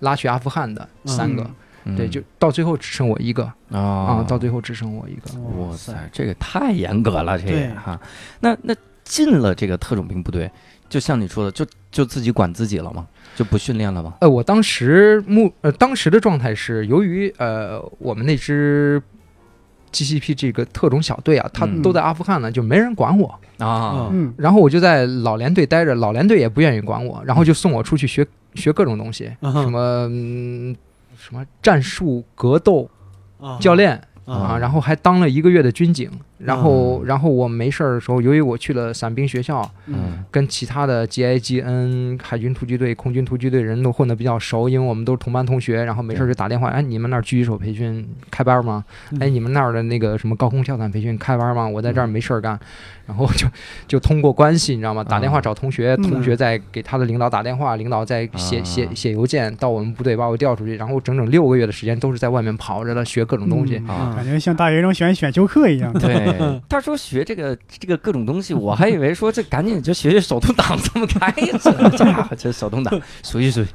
D: 拉去阿富汗的
B: 嗯
D: 三个，
A: 嗯
D: 对，就到最后只剩我一个啊、
A: 啊
D: 到最后只剩我一个。
A: 哇塞，，这个太严格了，这
B: 对
A: 也哈。那那进了这个特种兵部队，就像你说的，就就自己管自己了吗？就不训练了吗？
D: 呃，我当时目呃当时的状态是，由于呃我们那支 GCP 这个特种小队啊，他
A: 嗯
D: 都在阿富汗呢，就没人管我。
A: 啊，
C: 嗯，
D: 然后我就在老连队待着，老连队也不愿意管我，然后就送我出去学学各种东西，什
B: 什
D: 么、嗯什么战术、格斗、教练
A: 啊
D: 啊，然后还当了一个月的军警。然后，然后我没事儿的时候，由于我去了伞兵学校，
A: 嗯
D: 跟其他的 GIGN 海军突击队、空军突击队人都混得比较熟，因为我们都是同班同学。然后没事儿就打电话，哎，你们那儿狙击手培训开班吗？哎，你们那儿的那个什么高空跳伞培训开班吗？我在这儿没事儿干，然后就 就通过关系，你知道吗？打电话找同学，
C: 嗯
D: 同学再给他的领导打电话，领导再写
A: 啊
D: 写写邮件到我们部队把我调出去，然后整整六个月的时间都是在外面跑着的，学各种东
C: 嗯
D: 西。嗯
A: 啊
C: 感觉像大学生选选修课一样。
A: 对，他说学这个这个各种东西，我还以为说这赶紧就学学手动挡怎么开，这 家伙这手动挡熟悉熟悉，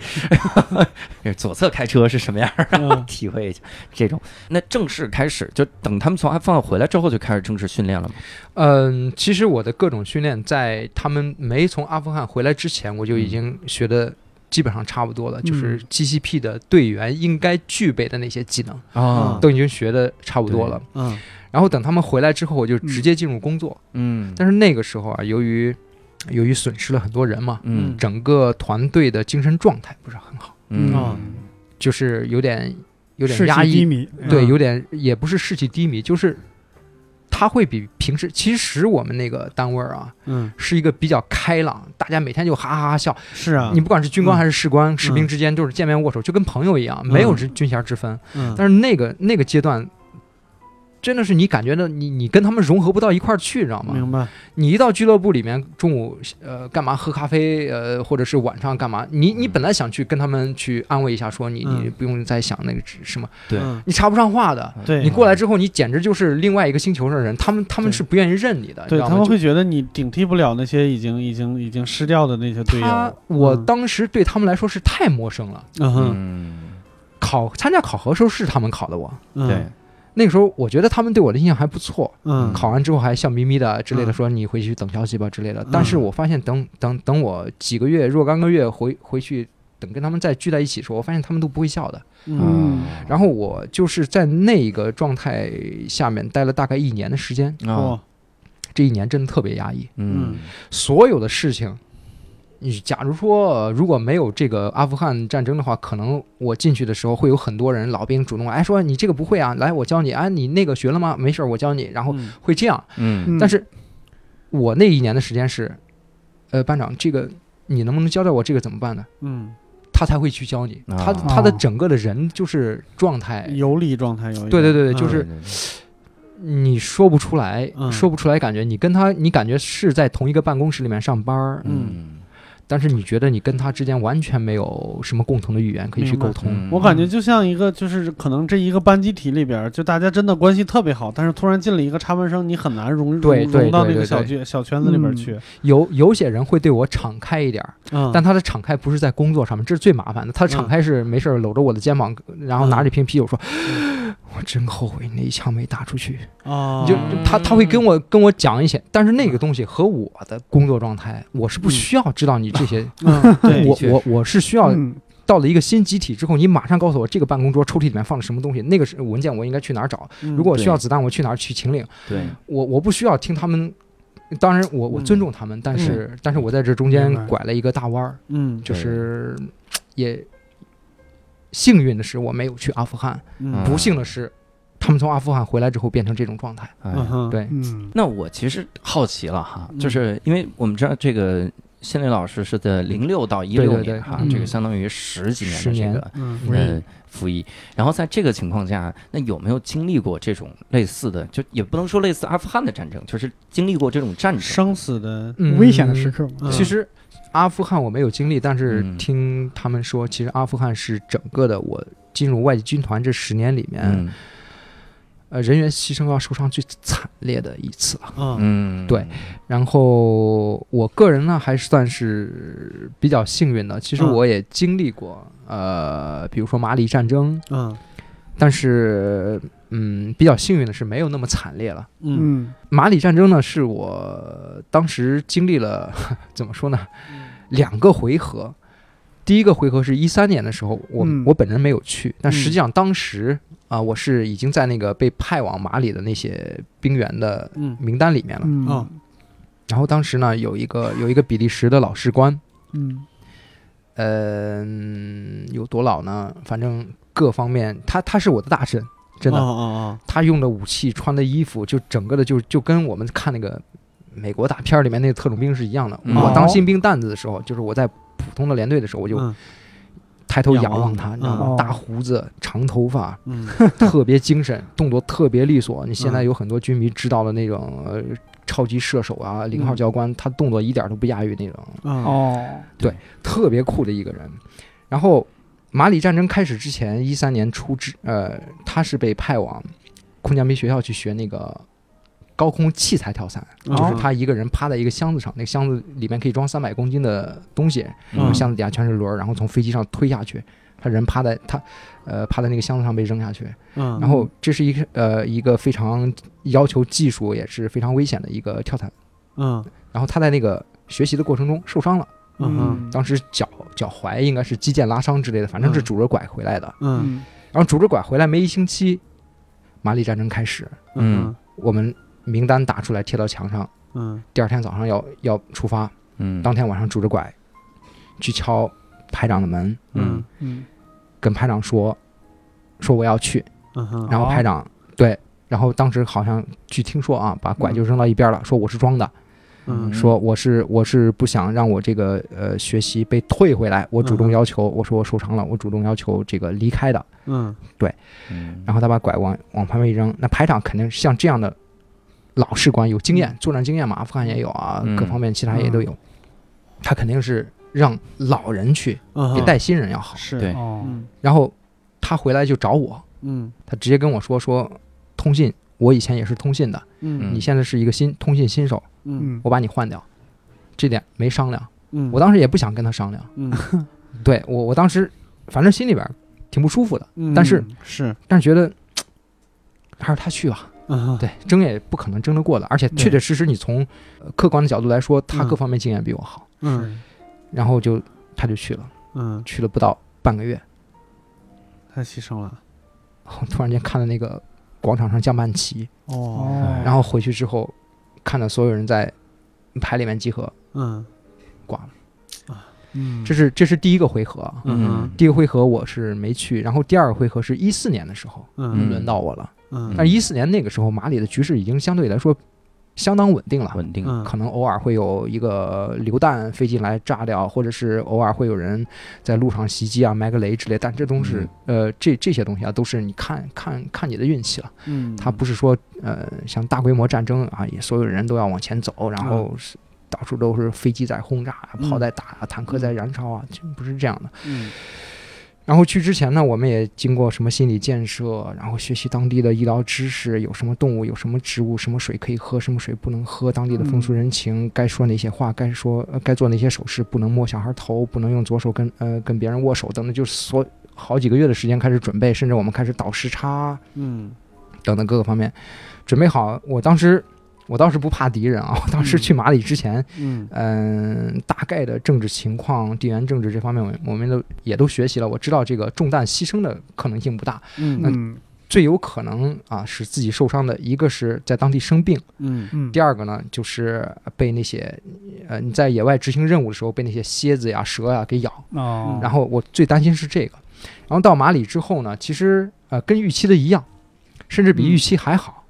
A: 左侧开车是什么样儿，
B: 嗯
A: 体会一下这种。那正式开始就等他们从阿富汗回来之后就开始正式训练了吗？
D: 嗯，其实我的各种训练在他们没从阿富汗回来之前，我就已经学的基本上差不多了，
C: 嗯
D: 就是 GCP 的队员应该具备的那些技能
C: 嗯
B: 啊
D: 都已经学的差不多了。
B: 嗯
D: 然后等他们回来之后，我就直接进入工作。
A: 嗯，
D: 但是那个时候啊，由于由于损失了很多人嘛，
A: 嗯
D: 整个团队的精神状态不是很好，
B: 啊
A: 嗯
D: 就是有点有点
C: 士
D: 压
C: 气低
D: 抑，
C: 迷，
D: 对，
B: 嗯
D: 有点也不是士气低迷，就是他会比平时，其实我们那个单位儿啊，
B: 嗯，
D: 是一个比较开朗，大家每天就哈哈哈笑。
B: 是啊，
D: 你不管是军官还是士官，士兵
B: 嗯
D: 之间就是见面握手，就跟朋友一样，没有
B: 嗯
D: 之军衔之分。
B: 嗯
D: 但是那个那个阶段，真的是你感觉到你你跟他们融合不到一块儿去，你知道吗？
B: 明白，
D: 你一到俱乐部里面，中午呃干嘛喝咖啡，呃或者是晚上干嘛，你你
A: 嗯
D: 本来想去跟他们去安慰一下，说你你
B: 嗯
D: 不用再想那个什么，
A: 对
B: 嗯
D: 你插不上话的。
B: 对
D: 你过来之后，你简直就是另外一个星球上的人，他们他们
B: 对
D: 是不愿意认你的，你知
B: 对
D: 道
B: 他
D: 吗？
B: 们
D: 就
B: 会觉得你顶替不了那些已经已经已经失掉的那些队
D: 他
B: 友，，
D: 我
B: 嗯
D: 当时对他们来说是太陌生了。
B: 嗯哼
A: 嗯，
D: 考参加考核时候是他们考的我，
B: 嗯
A: 对，
D: 那个时候我觉得他们对我的印象还不错。
B: 嗯
D: 考完之后还笑眯眯的之类的
B: 嗯
D: 说你回去等消息吧之类的
B: 嗯。
D: 但是我发现等等等我几个月若干个月回回去。等跟他们再聚在一起的时候，我发现他们都不会笑的。
B: 嗯
A: 啊
D: 然后我就是在那个状态下面待了大概一年的时间，
A: 啊
B: 哇
D: 这一年真的特别压抑。
A: 嗯
D: 所有的事情，你假如说、呃如果没有这个阿富汗战争的话，可能我进去的时候会有很多人老兵主动哎说你这个不会啊，来我教你，哎你那个学了吗？没事儿我教你，然后
B: 嗯
D: 会这样。
A: 嗯
C: 嗯
D: 但是我那一年的时间是，呃班长这个你能不能交代我这个怎么办呢？
B: 嗯
D: 他才会去教你，
A: 啊
D: 他他的整个的人就是状态。
B: 游离状态有一点，
D: 哎对对对对
B: 嗯
D: 就是
A: 对对对
D: 你说不出来，
B: 嗯
D: 说不出来，感觉你跟他，你感觉是在同一个办公室里面上班儿，
A: 嗯
D: 但是你觉得你跟他之间完全没有什么共同的语言可以去沟通，
A: 嗯
B: 我感觉就像一个，就是可能这一个班集体里边儿，就大家真的关系特别好，但是突然进了一个插班生，你很难融
D: 对
B: 融
D: 对
B: 融到
D: 对
B: 那个
D: 对
B: 小
D: 对
B: 圈小圈子里边儿
C: 嗯
B: 去。
D: 有有些人会对我敞开一点儿，
B: 嗯，
D: 但他的敞开不是在工作上面，这是最麻烦的。他的敞开是没事儿搂着我的肩膀，然后拿着一瓶啤酒说：“我真后悔那一枪没打出去。
B: 啊，
D: 就
A: 嗯
D: 就他他会跟我跟我讲一些，但是那个东西和我的工作状态，我是不需要知道你这些。
B: 嗯，对，
D: 我
A: 确
D: 我我是需要
C: 嗯，
D: 到了一个新集体之后，你马上告诉我这个办公桌抽屉里面放着什么东西，那个是文件我应该去哪儿找。
B: 嗯
D: 如果我需要
A: 对
D: 子弹，我去哪儿去秦岭。
A: 对
D: 我我不需要听他们，当然我我
B: 嗯
D: 尊重他们，但是、
A: 嗯
D: 但是我在这中间
C: 明白
D: 拐了一个大弯儿，
B: 嗯
D: 就是也幸运的是我没有去阿富汗，
B: 嗯
A: 嗯
D: 不幸的是。他们从阿富汗回来之后变成这种状态。
A: 哎
B: 嗯哼，
D: 对，
C: 嗯，
A: 那我其实好奇了哈，
B: 嗯
A: 就是因为我们知道这个辛磊老师是在零六到一六
D: 嗯对对
A: 年哈，
B: 嗯
A: 这个相当于十几年的
D: 十
A: 这
D: 年
A: 个
B: 嗯
D: 服役
A: 呃服役。然后在这个情况下，那有没有经历过这种类似的，就也不能说类似阿富汗的战争，就是经历过这种战争？
B: 生死的，
D: 嗯
C: 危险的时刻嘛，
B: 嗯
D: 其实阿富汗我没有经历，但是
A: 嗯
D: 听他们说，其实阿富汗是整个的我进入外籍军团这十年里面，
A: 嗯
D: 呃，人员牺牲要受伤最惨烈的一次了。
B: 嗯
A: 嗯，
D: 对，然后我个人呢，还算是比较幸运的。其实
B: 嗯
D: 我也经历过，呃，比如说马里战争，
B: 嗯
D: 但是嗯，比较幸运的是没有那么惨烈了。
B: 嗯
C: 嗯
D: 马里战争呢，是我当时经历了 怎么说呢，
B: 嗯
D: 两个回合。第一个回合是一三年的时候，我、
C: 嗯
D: 我本人没有去，但实
B: 嗯
D: 际上当时啊、我是已经在那个被派往马里的那些兵员的
B: 嗯
D: 名单里面了。
C: 嗯
B: 哦
D: 然后当时呢，有一个有一个比利时的老士官，
C: 嗯
D: 嗯、有多老呢？反正各方面，他他是我的大神，真的，
B: 哦哦
D: 他用的武器、穿的衣服，就整个的就就跟我们看那个美国大片儿里面那个特种兵是一样的。
A: 嗯
D: 我
C: 哦
D: 当新兵蛋子的时候，就是我在普通的连队的时候，我就
B: 哦，
D: 抬头
B: 仰
D: 仰望
B: 望
D: 他，
B: 他
D: 你知道吗？
C: 嗯
D: 大胡子、长头发，
B: 嗯
D: 特别精神， 动作特别利索。你现在
B: 嗯
D: 有很多军迷知道的那种呃超级射手啊，零号
B: 嗯
D: 教官，他动作一点都不亚于那种，
B: 嗯哦
C: 哦，
D: 特别酷的一个人。然后马里战争开始之前，一三年初之呃，他是被派往空降兵学校去学那个高空器材跳伞，
B: 哦
D: 就是他一个人趴在一个箱子上，那个箱子里面可以装三百公斤的东西，
B: 嗯
D: 箱子底下全是轮儿，然后从飞机上推下去。他人趴在他，呃，趴在那个箱子上被扔下去，
B: 嗯，
D: 然后这是一个呃一个非常要求技术也是非常危险的一个跳伞。
B: 嗯
D: 然后他在那个学习的过程中受伤了，
B: 嗯
C: 嗯
D: 当时脚脚踝应该是肌腱拉伤之类的，反正是
B: 嗯
D: 拄着拐回来的。
B: 嗯
C: 嗯
D: 然后拄着拐回来没一星期，马里战争开始，
B: 嗯
D: 我们名单打出来贴到墙上，
B: 嗯
D: 第二天早上要要出发，
A: 嗯，
D: 当天晚上拄着拐去敲排长的门，
A: 嗯
B: 嗯
C: 嗯
D: 跟排长说说我要去，
B: 嗯，
D: 然后
C: 哦
D: 排长、对，然后当时好像据听说啊，把拐就扔到一边了，说我是装的，
B: 嗯
D: 说我是我是不想让我这个呃学习被退回来，我主
B: 嗯
D: 动
B: 哼
D: 要求，我说我受伤了，我主动要求这个离开的。
B: 嗯
A: 嗯，
D: 然后他把拐往往旁边一扔，那排长肯定是像这样的老士官有经
B: 嗯
D: 验，作战经验嘛，阿富汗也有啊，
A: 嗯
D: 各方面其他也都有，他肯定是让老人去，
B: 嗯，
D: 比带新人要好。
B: 是，
A: 对
C: 哦
B: 嗯
D: 然后他回来就找我，
B: 嗯
D: 他直接跟我说说通信，我以前也是通信的，
B: 嗯
D: 你现在是一个新通信新手，
B: 嗯
C: 嗯
D: 我把你换掉，这点没商量。
B: 嗯，
D: 我当时也不想跟他商量，
B: 嗯，
D: 对我我当时反正心里边挺不舒服的，
B: 嗯
D: 但是
B: 是，
D: 但是觉得嘖还是他去吧，
B: 嗯
D: 对，争也不可能争得过的，而且确确实实你从呃客观的角度来说，他
B: 嗯
D: 各方面经验比我好，
B: 嗯
D: 然后就他就去了，
B: 嗯，
D: 去了不到半个月，
B: 太牺牲了
D: 我突然间看到那个广场上降半旗，
B: 哦，
C: 哦，
D: 然后回去之后看到所有人在排里面集合
B: 嗯
D: 挂了，
C: 嗯
D: 这是这是第一个回合啊。
B: 嗯
D: 第一个回合我是没去，然后第二个回合是一四年的时候
B: 嗯
D: 轮到我了。
B: 嗯
D: 但是一四年那个时候，马里的局势已经相对来说相当稳定了，
A: 稳定，
B: 嗯
D: 可能偶尔会有一个榴弹飞进来炸掉，或者是偶尔会有人在路上袭击啊、埋个雷之类。但这东西，呃，这这些东西啊，都是你看看看你的运气了。
B: 嗯，
D: 它不是说，呃，像大规模战争啊，也所有人都要往前走，然后是到处都是飞机在轰炸啊、
B: 嗯
D: 炮在打啊、坦克在燃烧啊，这不是这样的。
B: 嗯
D: 然后去之前呢，我们也经过什么心理建设，然后学习当地的医疗知识，有什么动物，有什么植物，什么水可以喝，什么水不能喝，当地的风俗人情，该说哪些话，该说、呃、该做哪些手势，不能摸小孩头，不能用左手跟呃跟别人握手等等，就是所好几个月的时间开始准备，甚至我们开始倒时差
B: 嗯
D: 等等各个方面准备好。我当时我倒是不怕敌人啊，我当时
B: 嗯
D: 去马里之前，
B: 嗯
D: 嗯，大概的政治情况、地缘政治这方面，我们我们都也都学习了。我知道这个中弹牺牲的可能性不大，
B: 嗯
C: 嗯
D: 最有可能啊使自己受伤的，一个是在当地生病，
B: 嗯
C: 嗯，
D: 第二个呢就是被那些呃你在野外执行任务的时候被那些蝎子呀、蛇呀给咬。
C: 哦，
D: 然后我最担心是这个。然后到马里之后呢，其实呃跟预期的一样，甚至比预期还好。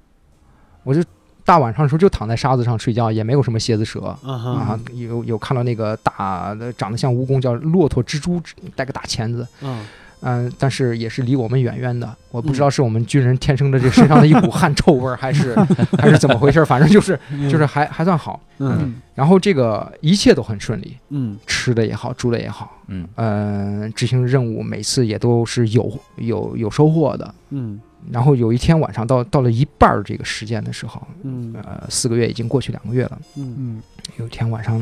D: 我就大晚上的时候就躺在沙子上睡觉，也没有什么蝎子蛇。
B: 啊哈
D: 啊，有有看到那个大的长得像蜈蚣，叫骆驼蜘蛛，带个大钳子，
B: 嗯，
D: 嗯、但是也是离我们远远的。我不知道是我们军人天生的这身上的一股汗臭味儿，还是还是怎么回事儿，反正就是就是还还算好。
B: 嗯
C: 嗯
D: 然后这个一切都很顺利，
B: 嗯
D: 吃的也好，住的也好，
A: 嗯，
D: 嗯、执行任务每次也都是有有有收获的。
B: 嗯
D: 然后有一天晚上到到了一半儿这个时间的时候，
B: 嗯
D: 呃，四个月已经过去两个月了。
B: 嗯
C: 嗯
D: 有一天晚上，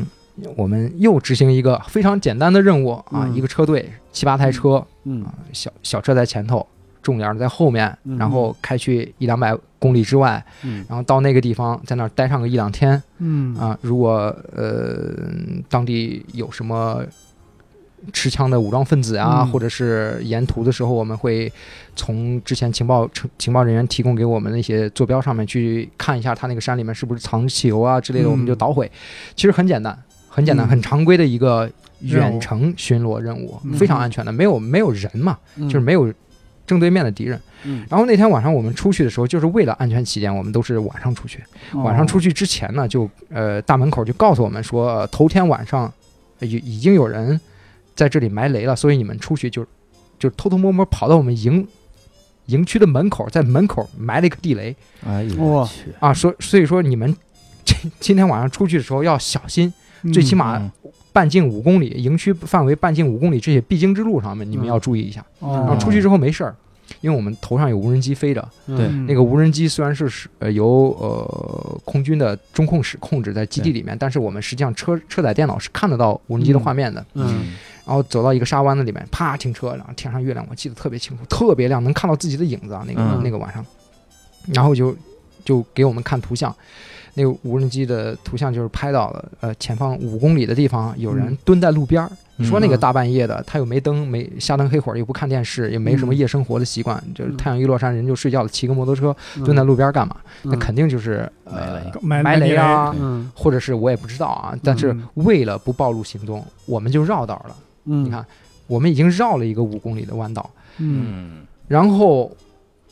D: 我们又执行一个非常简单的任务啊，
B: 嗯
D: 一个车队七八台车，
B: 嗯
D: 小小车在前头，重点儿在后面
B: 嗯，
D: 然后开去一两百公里之外，
B: 嗯
D: 然后到那个地方，在那儿待上个一两天
C: 嗯
D: 啊。如果呃当地有什么持枪的武装分子啊，
C: 嗯
D: 或者是沿途的时候，我们会从之前情报情情报人员提供给我们的一些坐标上面去看一下，他那个山里面是不是藏汽油啊之类的，
C: 嗯
D: 我们就捣毁。其实很简单，很简单，
C: 嗯
D: 很常规的一个
C: 任
D: 远
C: 务
D: 程巡逻任务，
C: 嗯
D: 非常安全的，没有没有人嘛。
B: 嗯，
D: 就是没有正对面的敌人。
B: 嗯
D: 然后那天晚上我们出去的时候，就是为了安全起见，我们都是晚上出去。
C: 哦
D: 晚上出去之前呢，就呃大门口就告诉我们说，呃头天晚上呃已已经有人在这里埋雷了，所以你们出去就就偷偷摸摸跑到我们营营区的门口，在门口埋了一个地雷
A: 哎呦
B: 哇
A: 我去，
D: 啊，所所以说你们今今天晚上出去的时候要小心，
C: 嗯
D: 最起码
A: 嗯
D: 半径五公里营区范围半径五公里这些必经之路上面，你们
B: 嗯
D: 要注意一下。
C: 哦
D: 然后出去之后没事儿，因为我们头上有无人机飞着。
A: 对
C: 嗯
D: 那个无人机虽然是是呃由呃空军的中控室控制在基地里面，但是我们实际上车车载电脑是看得到无人机的画面的。
B: 嗯
D: 然后走到一个沙湾子里面，啪停车，然后天上月亮我记得特别清楚，特别亮，能看到自己的影子啊。那个、
A: 嗯
D: 那个晚上，然后就就给我们看图像，那个无人机的图像就是拍到了呃前方五公里的地方有人
C: 嗯
D: 蹲在路边儿。
A: 嗯
D: 说那个大半夜的，他又没灯，没瞎灯黑火，又不看电视，也没什么
B: 嗯
D: 夜生活的习惯，就是
B: 嗯
D: 太阳一落山人就睡觉了，骑个摩托车蹲在路边干嘛？嗯那肯定就是
A: 埋
D: 呃
A: 雷
C: 埋
D: 埋雷啊，
B: 嗯
D: 或者是我也不知道啊。但是
C: 嗯
D: 为了不暴露行踪，我们就绕道了。
B: 嗯
D: 你看，我们已经绕了一个五公里的弯道，
C: 嗯
A: 嗯
D: 然后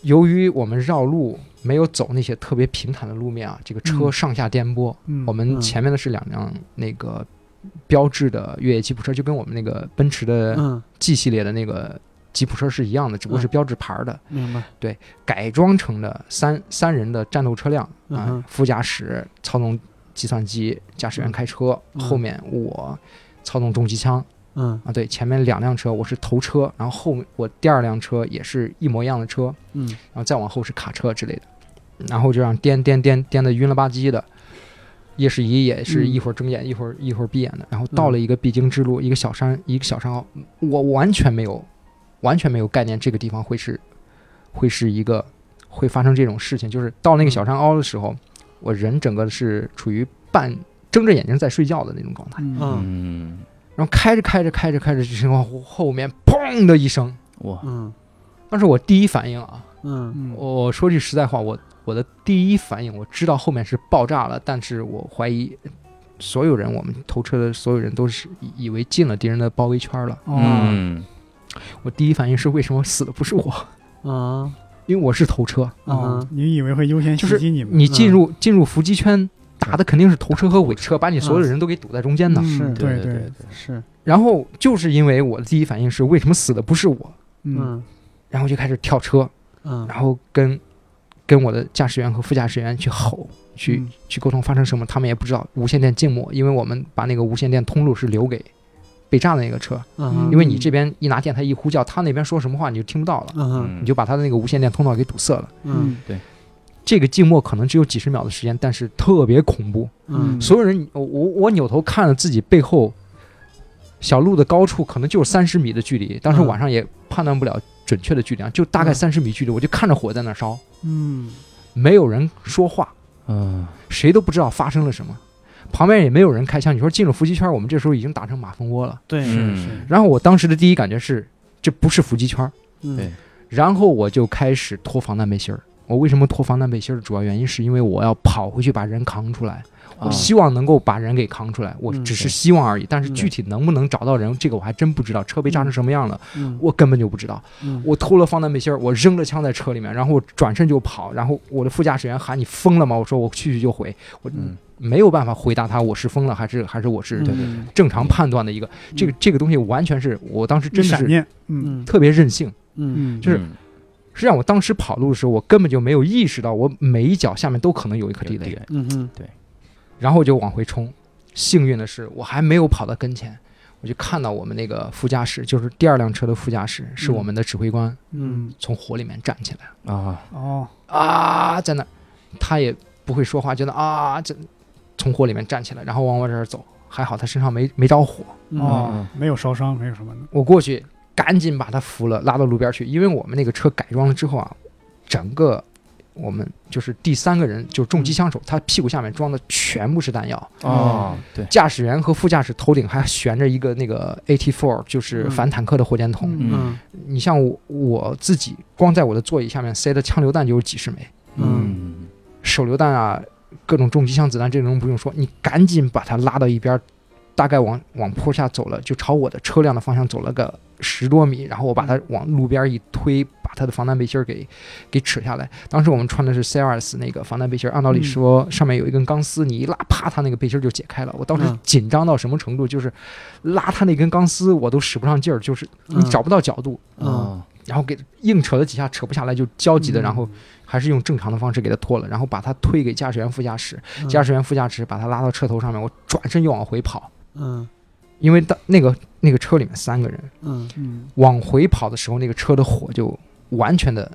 D: 由于我们绕路没有走那些特别平坦的路面啊，这个车
C: 嗯
D: 上下颠簸，
C: 嗯
D: 我们
B: 嗯
D: 前面的是两辆那个标志的越野吉普车，就跟我们那个奔驰的
B: 嗯
D: G 系列的那个吉普车是一样的，只不过是标志牌儿的，
B: 明白
D: 改装成的三三人的战斗车辆
B: 嗯
D: 啊、
B: 哼
D: 副驾驶操纵计算机，驾驶员开车，
B: 嗯
D: 后面我操纵重机枪
B: 嗯
D: 啊，对，前面两辆车我是头车，然后后面我第二辆车也是一模一样的车，
B: 嗯
D: 然后再往后是卡车之类的，嗯然后就让颠颠颠颠的晕了吧唧的。夜视仪也是一会儿睁眼、一会儿一会儿闭眼的，然后到了一个必经之路，一个小山，一个小山坳，我完全没有，完全没有概念这个地方会是，会是一个会发生这种事情。就是到那个小山坳的时候，我人整个是处于半睁着眼睛在睡觉的那种状态，
C: 嗯
B: 嗯
A: 嗯，
D: 然后开着开着开着开着，就听到后面砰的一声，
A: 哇，
B: 嗯
D: 当时我第一反应啊，
B: 嗯
C: 哦
D: 我说句实在话，我我的第一反应，我知道后面是爆炸了，但是我怀疑所有人，我们头车的所有人都是以以为进了敌人的包围圈了。
C: 哦
A: 嗯
D: 我第一反应是为什么死的不是我？
B: 啊
D: 因为我是头车，
C: 哦，你以为会优先
D: 就
C: 袭
D: 是
C: 击你们？
D: 你进入进入伏击圈。打的肯定是头车和尾车，把你所有人都给堵在中间的。
C: 嗯
B: 是
C: 对
A: 对对，
B: 是
D: 然后就是因为我的第一反应是为什么死的不是我，
C: 嗯
B: 嗯
D: 然后就开始跳车，
B: 嗯
D: 然后跟跟我的驾驶员和副驾驶员去吼，去、
C: 嗯
D: 去沟通发生什么，他们也不知道。无线电静默，因为我们把那个无线电通路是留给被炸的那个车，
B: 嗯
D: 因为你这边一拿电台一呼叫，他那边说什么话你就听不到了，
B: 嗯
D: 你就把他的那个无线电通道给堵塞了。
B: 嗯
D: 这个静默可能只有几十秒的时间，但是特别恐怖。
B: 嗯
D: 所有人，我我我扭头看了自己背后小路的高处，可能就是三十米的距离。当时
B: 嗯
D: 晚上也判断不了准确的距离啊，就大概
B: 嗯
D: 三十米距离，我就看着火在那儿烧，
B: 嗯
D: 没有人说话，
A: 嗯
D: 谁都不知道发生了什么，旁边也没有人开枪。你说进了伏击圈，我们这时候已经打成马蜂窝了。
B: 对是
A: 嗯
B: 是
D: 然后我当时的第一感觉是，这不是伏击圈。
B: 嗯
A: 对
D: 然后我就开始脱防弹背心儿，我为什么拖防弹背心儿的主要原因是因为我要跑回去把人扛出来，
A: 啊
D: 我希望能够把人给扛出来，我
B: 嗯
D: 只是
A: 对
D: 希望而已。但是
B: 嗯
D: 具体能不能找到人，这个我还真不知道。车被炸成什么样了，
B: 嗯
D: 我根本就不知道。
B: 嗯
D: 我脱了防弹背心儿，我扔了枪在车里面，然后我转身就跑，然后我的副驾驶员喊你疯了吗？我说我去去就回，我
A: 嗯
D: 没有办法回答他我是疯了还是还是我是
B: 嗯
A: 对对
B: 嗯
D: 正常判断的一个，这个这个东西完全是我当时真的
C: 闪
D: 是
C: 念，嗯
B: 嗯
D: 特别任性，
B: 嗯
C: 嗯，
D: 就是实际上我当时跑路的时候，我根本就没有意识到我每一脚下面都可能有一颗地雷，
B: 嗯嗯
D: 然后我就往回冲，幸运的是我还没有跑到跟前。我就看到我们那个副驾驶，就是第二辆车的副驾驶，是
B: 嗯
D: 我们的指挥官，
B: 嗯
D: 从火里面站起来。
A: 啊，
C: 哦，
D: 啊，在那儿，他也不会说话，觉得啊，这从火里面站起来，然后往我这儿走。还好他身上没没着火，
B: 嗯
A: 啊
C: 哦，没有烧伤，没有什么的。
D: 我过去赶紧把他扶了，拉到路边去。因为我们那个车改装了之后啊，整个我们就是第三个人就是重机枪手，他屁股下面装的全部是弹药，
A: 哦，对，
D: 驾驶员和副驾驶头顶还悬着一个那个 AT4，就是
B: 嗯
D: 反坦克的火箭筒。
A: 嗯
B: 嗯
D: 你像我我自己，光在我的座椅下面塞的枪榴弹就有几十枚。
A: 嗯
D: 手榴弹啊，各种重机枪子弹这种不用说，你赶紧把它拉到一边儿，大概往往坡下走了，就朝我的车辆的方向走了个十多米，然后我把它往路边一推，把它的防弹背心儿给给扯下来。当时我们穿的是 CRS 那个防弹背心儿，按道理说上面有一根钢丝，你一拉，啪，它那个背心儿就解开了。我当时
B: 嗯
D: 紧张到什么程度，就是拉它那根钢丝我都使不上劲儿，就是你
B: 嗯
D: 找不到角度，
A: 啊，
D: 然后给硬扯了几下，扯不下来就焦急的，
B: 嗯
D: 然后还是用正常的方式给他脱了，然后把他推给驾驶员副驾驶，
B: 嗯
D: 驾驶员副驾驶把他拉到车头上面，我转身又往回跑，
B: 嗯
D: 因为当那个那个车里面三个人
B: 嗯
C: 嗯，
D: 往回跑的时候，那个车的火就完全的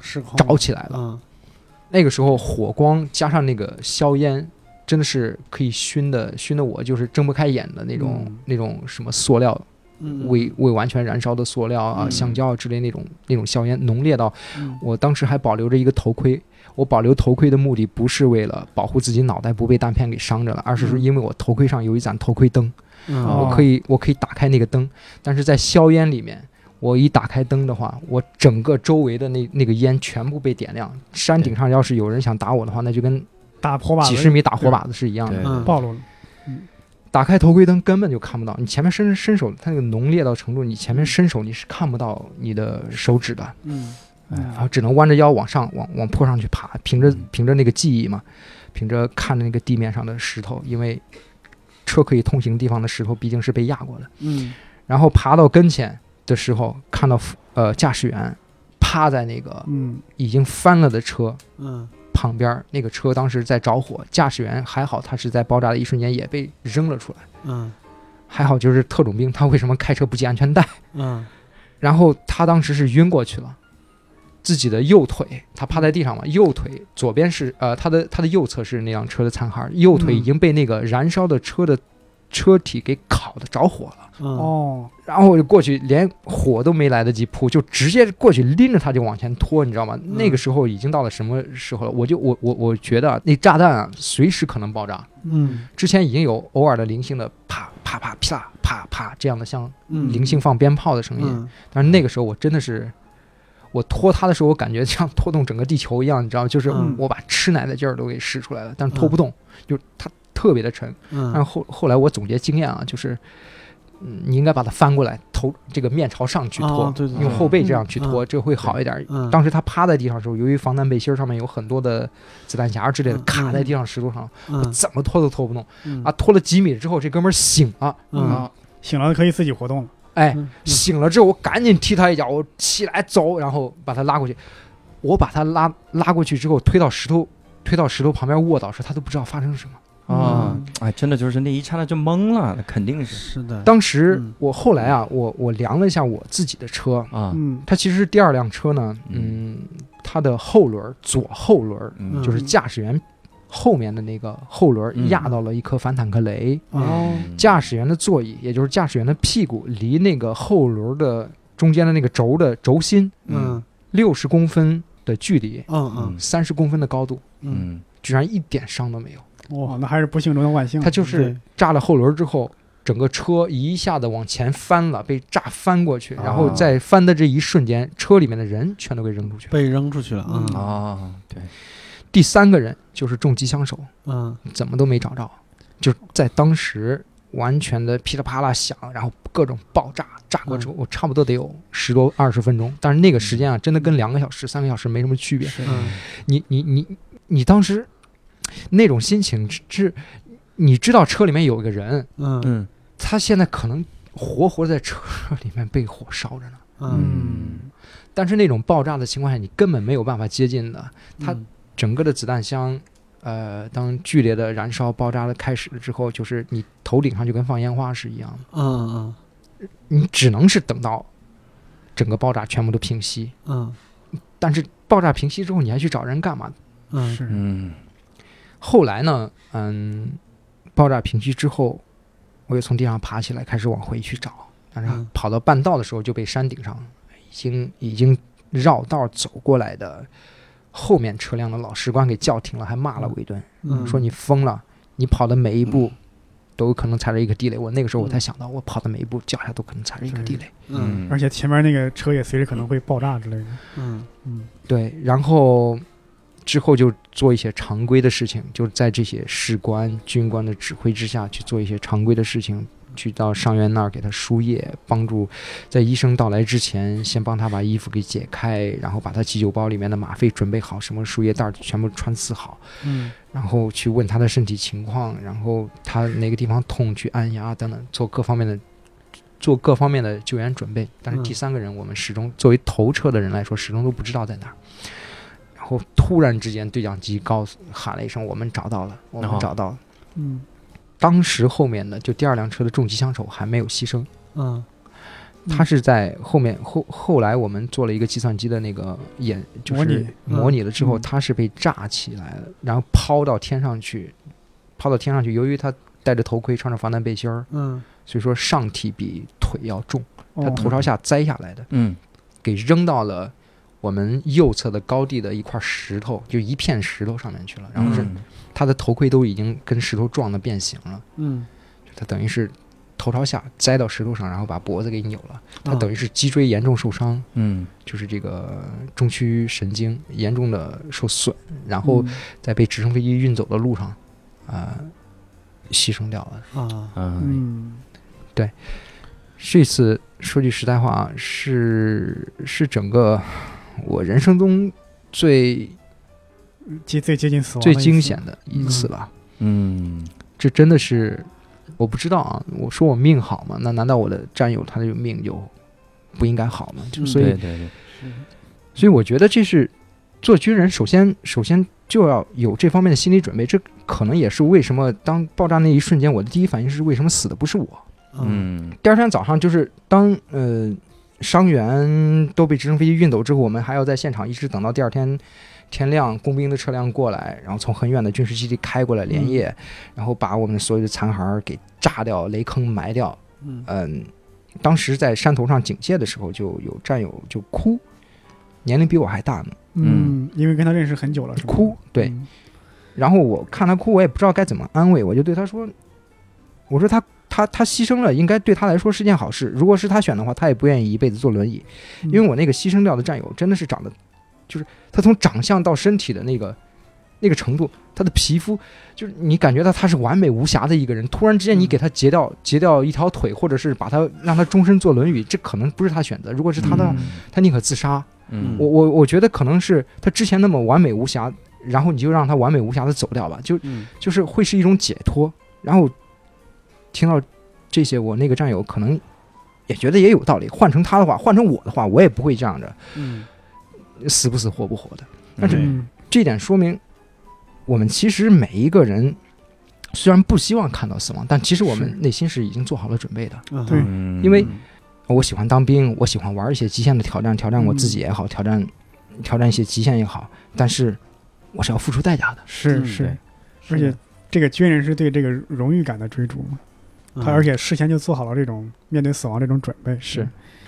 B: 失控
D: 着起来了。
B: 嗯
D: 那个时候火光加上那个硝烟，真的是可以熏的，熏的我就是睁不开眼的那种、
B: 嗯
D: 那种什么塑料
B: 嗯
D: 未未完全燃烧的塑料啊、
B: 嗯
D: 橡胶啊之类那种那种硝烟浓烈到
B: 嗯
D: 我当时还保留着一个头盔。我保留头盔的目的不是为了保护自己脑袋不被弹片给伤着了，而是说
B: 嗯
D: 因为我头盔上有一盏头盔灯，
B: 嗯
C: 哦
D: 我可以我可以打开那个灯，但是在硝烟里面，我一打开灯的话，我整个周围的那那个烟全部被点亮。山顶上要是有人想打我的话，那就跟
C: 打火把子
D: 几十米打火靶子是一样的。
A: 对
B: 嗯
C: 暴露了，
D: 打开头盔灯根本就看不到，你前面伸伸手，它那个浓烈到程度，你前面伸手你是看不到你的手指的。
B: 嗯
D: 然后啊只能弯着腰往上，往往坡上去爬，凭着
A: 嗯
D: 凭着那个记忆嘛，凭着看着那个地面上的石头，因为车可以通行地方的石头毕竟是被压过的。
B: 嗯
D: 然后爬到跟前的时候，看到呃驾驶员趴在那个
C: 嗯，
D: 已经翻了的车
B: 嗯
D: 旁边儿，那个车当时在着火，驾驶员还好他是在爆炸的一瞬间也被扔了出来，
B: 嗯
D: 还好就是特种兵他为什么开车不系安全带？
B: 嗯
D: 然后他当时是晕过去了，自己的右腿，他趴在地上嘛，右腿左边是呃，他的他的右侧是那辆车的残骸，右腿已经被那个燃烧的车的车体给烤的着火了。
B: 嗯
C: 哦，
D: 然后我就过去，连火都没来得及扑，就直接过去拎着他就往前拖，你知道吗？那个时候已经到了什么时候了？我就我我我觉得啊那炸弹啊，随时可能爆炸。
B: 嗯
D: 之前已经有偶尔的零星的啪啪啪噼啦啪啪这样的像
B: 嗯
D: 零星放鞭炮的声音，
B: 嗯
D: 但是那个时候我真的是，我拖它的时候，我感觉像拖动整个地球一样，你知道吗，就是
B: 嗯
D: 我把吃奶的劲儿都给使出来了，但是拖不动，就是它特别的沉。但是
B: 嗯
D: 后后来我总结经验啊，就是，嗯，你应该把它翻过来，头这个面朝上去拖，
B: 哦对对对
D: 用后背这样去拖，这会好一点。
B: 嗯
D: 当时他趴在地上的时候，由于防弹背心上面有很多的子弹匣之类的
B: 嗯
D: 卡在地上石头上，
B: 嗯
D: 怎么拖都拖不动
B: 嗯
D: 啊！拖了几米之后，这哥们儿醒了，
B: 嗯
D: 啊，
C: 醒了可以自己活动了。
D: 哎，
B: 嗯
D: 醒了之后，我赶紧踢他一脚，我起来走，然后把他拉过去。我把他拉拉过去之后，推到石头，推到石头旁边卧倒时，他都不知道发生什么。
A: 啊
B: 嗯，
A: 哎，真的就是那一刹那就懵了，那肯定是
B: 是的
D: 当时
B: 嗯
D: 我后来啊，我我量了一下我自己的车，
A: 啊，
C: 嗯，
D: 它其实是第二辆车呢，嗯，它的后轮儿左后轮儿
A: 嗯
D: 就是驾驶员后面的那个后轮儿
A: 嗯
D: 压到了一颗反坦克雷，
B: 哦
D: 驾驶员的座椅，也就是驾驶员的屁股离那个后轮儿的中间的那个轴的轴心
B: 嗯
D: 六十公分的距离，
B: 嗯嗯
D: 三十公分的高度，
B: 嗯
A: 嗯
D: 居然一点伤都没有。
C: 哇，那还是不幸中的万幸。啊
D: 他就是
B: 对
D: 炸了后轮之后，整个车一下子往前翻了，被炸翻过去，
A: 啊
D: 然后在翻的这一瞬间，车里面的人全都给扔出去了。
B: 被扔出去了啊
C: 嗯
B: 啊
A: 哦，对，
D: 第三个人就是中机枪手，
B: 嗯
D: 怎么都没找着，就在当时完全的噼里啪啦响，然后各种爆炸，炸过之后，我差不多得有十多二十分钟，但是那个时间啊，真的跟两个小时、三个小时没什么区别。
C: 是
B: 嗯
D: 你你你你当时那种心情是是，你知道车里面有一个人，
B: 嗯
A: 嗯
D: 他现在可能活活在车里面被火烧着呢。
B: 嗯，
D: 但是那种爆炸的情况下，你根本没有办法接近的。他
B: 嗯
D: 整个的子弹箱，呃，当剧烈的燃烧爆炸的开始了之后，就是你头顶上就跟放烟花是一样的，
B: 嗯
D: 你只能是等到整个爆炸全部都平息。
B: 嗯
D: 但是爆炸平息之后，你还去找人干嘛？
B: 嗯
C: 是
A: 嗯
D: 后来呢，嗯，爆炸平息之后，我又从地上爬起来，开始往回去找，但是
B: 嗯
D: 跑到半道的时候就被山顶上哎已经已经绕道走过来的后面车辆的老士官给叫停了，还骂了我一顿，
B: 嗯，
D: 说你疯了，你跑的每一步。都有可能踩着一个地雷，我那个时候我才想到，我跑的每一步脚下都可能踩着一个地雷。
B: 嗯
C: 而且前面那个车也随时可能会爆炸之类的。
B: 嗯
C: 嗯，
D: 对，然后之后就做一些常规的事情，就在这些士官、军官的指挥之下去做一些常规的事情，去到伤员那儿给他输液，帮助在医生到来之前，先帮他把衣服给解开，然后把他急救包里面的吗啡准备好，什么输液袋儿全部穿刺好，
B: 嗯
D: 然后去问他的身体情况，然后他哪个地方痛去按压等等，做各方面的做各方面的救援准备。但是
B: 嗯
D: 第三个人，我们始终作为头车的人来说，始终都不知道在哪儿。然后突然之间，对讲机告诉喊了一声：“我们找到了，我
A: 哦
D: 们找到了。
B: 嗯
D: 当时后面的就第二辆车的重机枪手还没有牺牲，
B: 嗯
C: 嗯
D: 他是在后面后后来我们做了一个计算机的那个演，就
C: 模
D: 是
C: 拟
D: 模拟了之后，
C: 嗯
D: 他是被炸起来了，然后抛到天上去，抛到天上去。由于他戴着头盔，穿着防弹背心儿，
B: 嗯
D: 所以说上体比腿要重，他
C: 哦
D: 头朝下栽下来的，
A: 嗯
D: 给扔到了我们右侧的高地的一块石头，就一片石头上面去了。然后是
A: 嗯
D: 他的头盔都已经跟石头撞的变形了，
B: 嗯，
D: 他等于是头朝下栽到石头上，然后把脖子给扭了，
C: 哦
D: 他等
B: 于
D: 于是脊椎严重受伤。
A: 嗯
D: 就是这个中区神经严重的受损，
B: 嗯
D: 然后在被直升飞机运走的路上，啊、牺牲掉了。
B: 啊
A: 嗯
C: 嗯，
D: 这次说句实在话啊，是是整个我人生中最
C: 接最接近死亡的
D: 最
C: 一次，
D: 惊险的一次吧。
A: 嗯
D: 这真的是我不知道啊，我说我命好吗？那难道我的战友他的命就不应该好吗？就
B: 嗯
D: 所以
A: 对对对，
D: 所以我觉得这是做军人首先首先就要有这方面的心理准备。这可能也是为什么当爆炸那一瞬间，我的第一反应是为什么死的不是我。
A: 嗯
D: 第二天早上就是当呃伤员都被直升飞机运走之后，我们还要在现场一直等到第二天。天亮，工兵的车辆过来，然后从很远的军事基地开过来，连夜，然后把我们所有的残骸儿给炸掉、雷坑埋掉。
B: 嗯
D: 嗯，当时在山头上警戒的时候，就有战友就哭，年龄比我还大呢，
A: 嗯
C: 嗯，因为跟他认识很久了，是吧？
D: 哭，对。
C: 嗯，
D: 然后我看他哭，我也不知道该怎么安慰，我就对他说：“我说他他他牺牲了，应该对他来说是件好事。如果是他选的话，他也不愿意一辈子坐轮椅，
C: 嗯
D: 因为我那个牺牲掉的战友真的是长得，就是他从长相到身体的那个那个程度，他的皮肤就是你感觉到他是完美无瑕的一个人，突然之间你
B: 嗯
D: 给他截掉截掉一条腿，或者是把他让他终身坐轮椅，这可能不是他选择。如果是他的，
C: 嗯
D: 他宁可自杀。
A: 嗯
D: 我我我觉得可能是他之前那么完美无瑕，然后你就让他完美无瑕的走掉吧，就
B: 嗯
D: 就是会是一种解脱。然后听到这些，我那个战友可能也觉得也有道理。换成他的话，换成我的话，我也不会这样的，
B: 嗯
D: 死不死活不活的。
A: 但
D: 对
C: 嗯
D: 这一点说明，我们其实每一个人虽然不希望看到死亡，但其实我
C: 是
D: 们内心是已经做好了准备的。
C: 对
A: 嗯
D: 因为我喜欢当兵，我喜欢玩一些极限的挑战，挑战我
C: 嗯
D: 自己也好，挑战挑战一些极限也好，但是我是要付出代价的。
C: 是
B: 嗯
C: 是，
B: 是
C: 而且这个军人是对这个
B: 嗯
C: 荣誉感的追逐嘛，他而且事先就做好了这种面对死亡这种准备。
D: 是，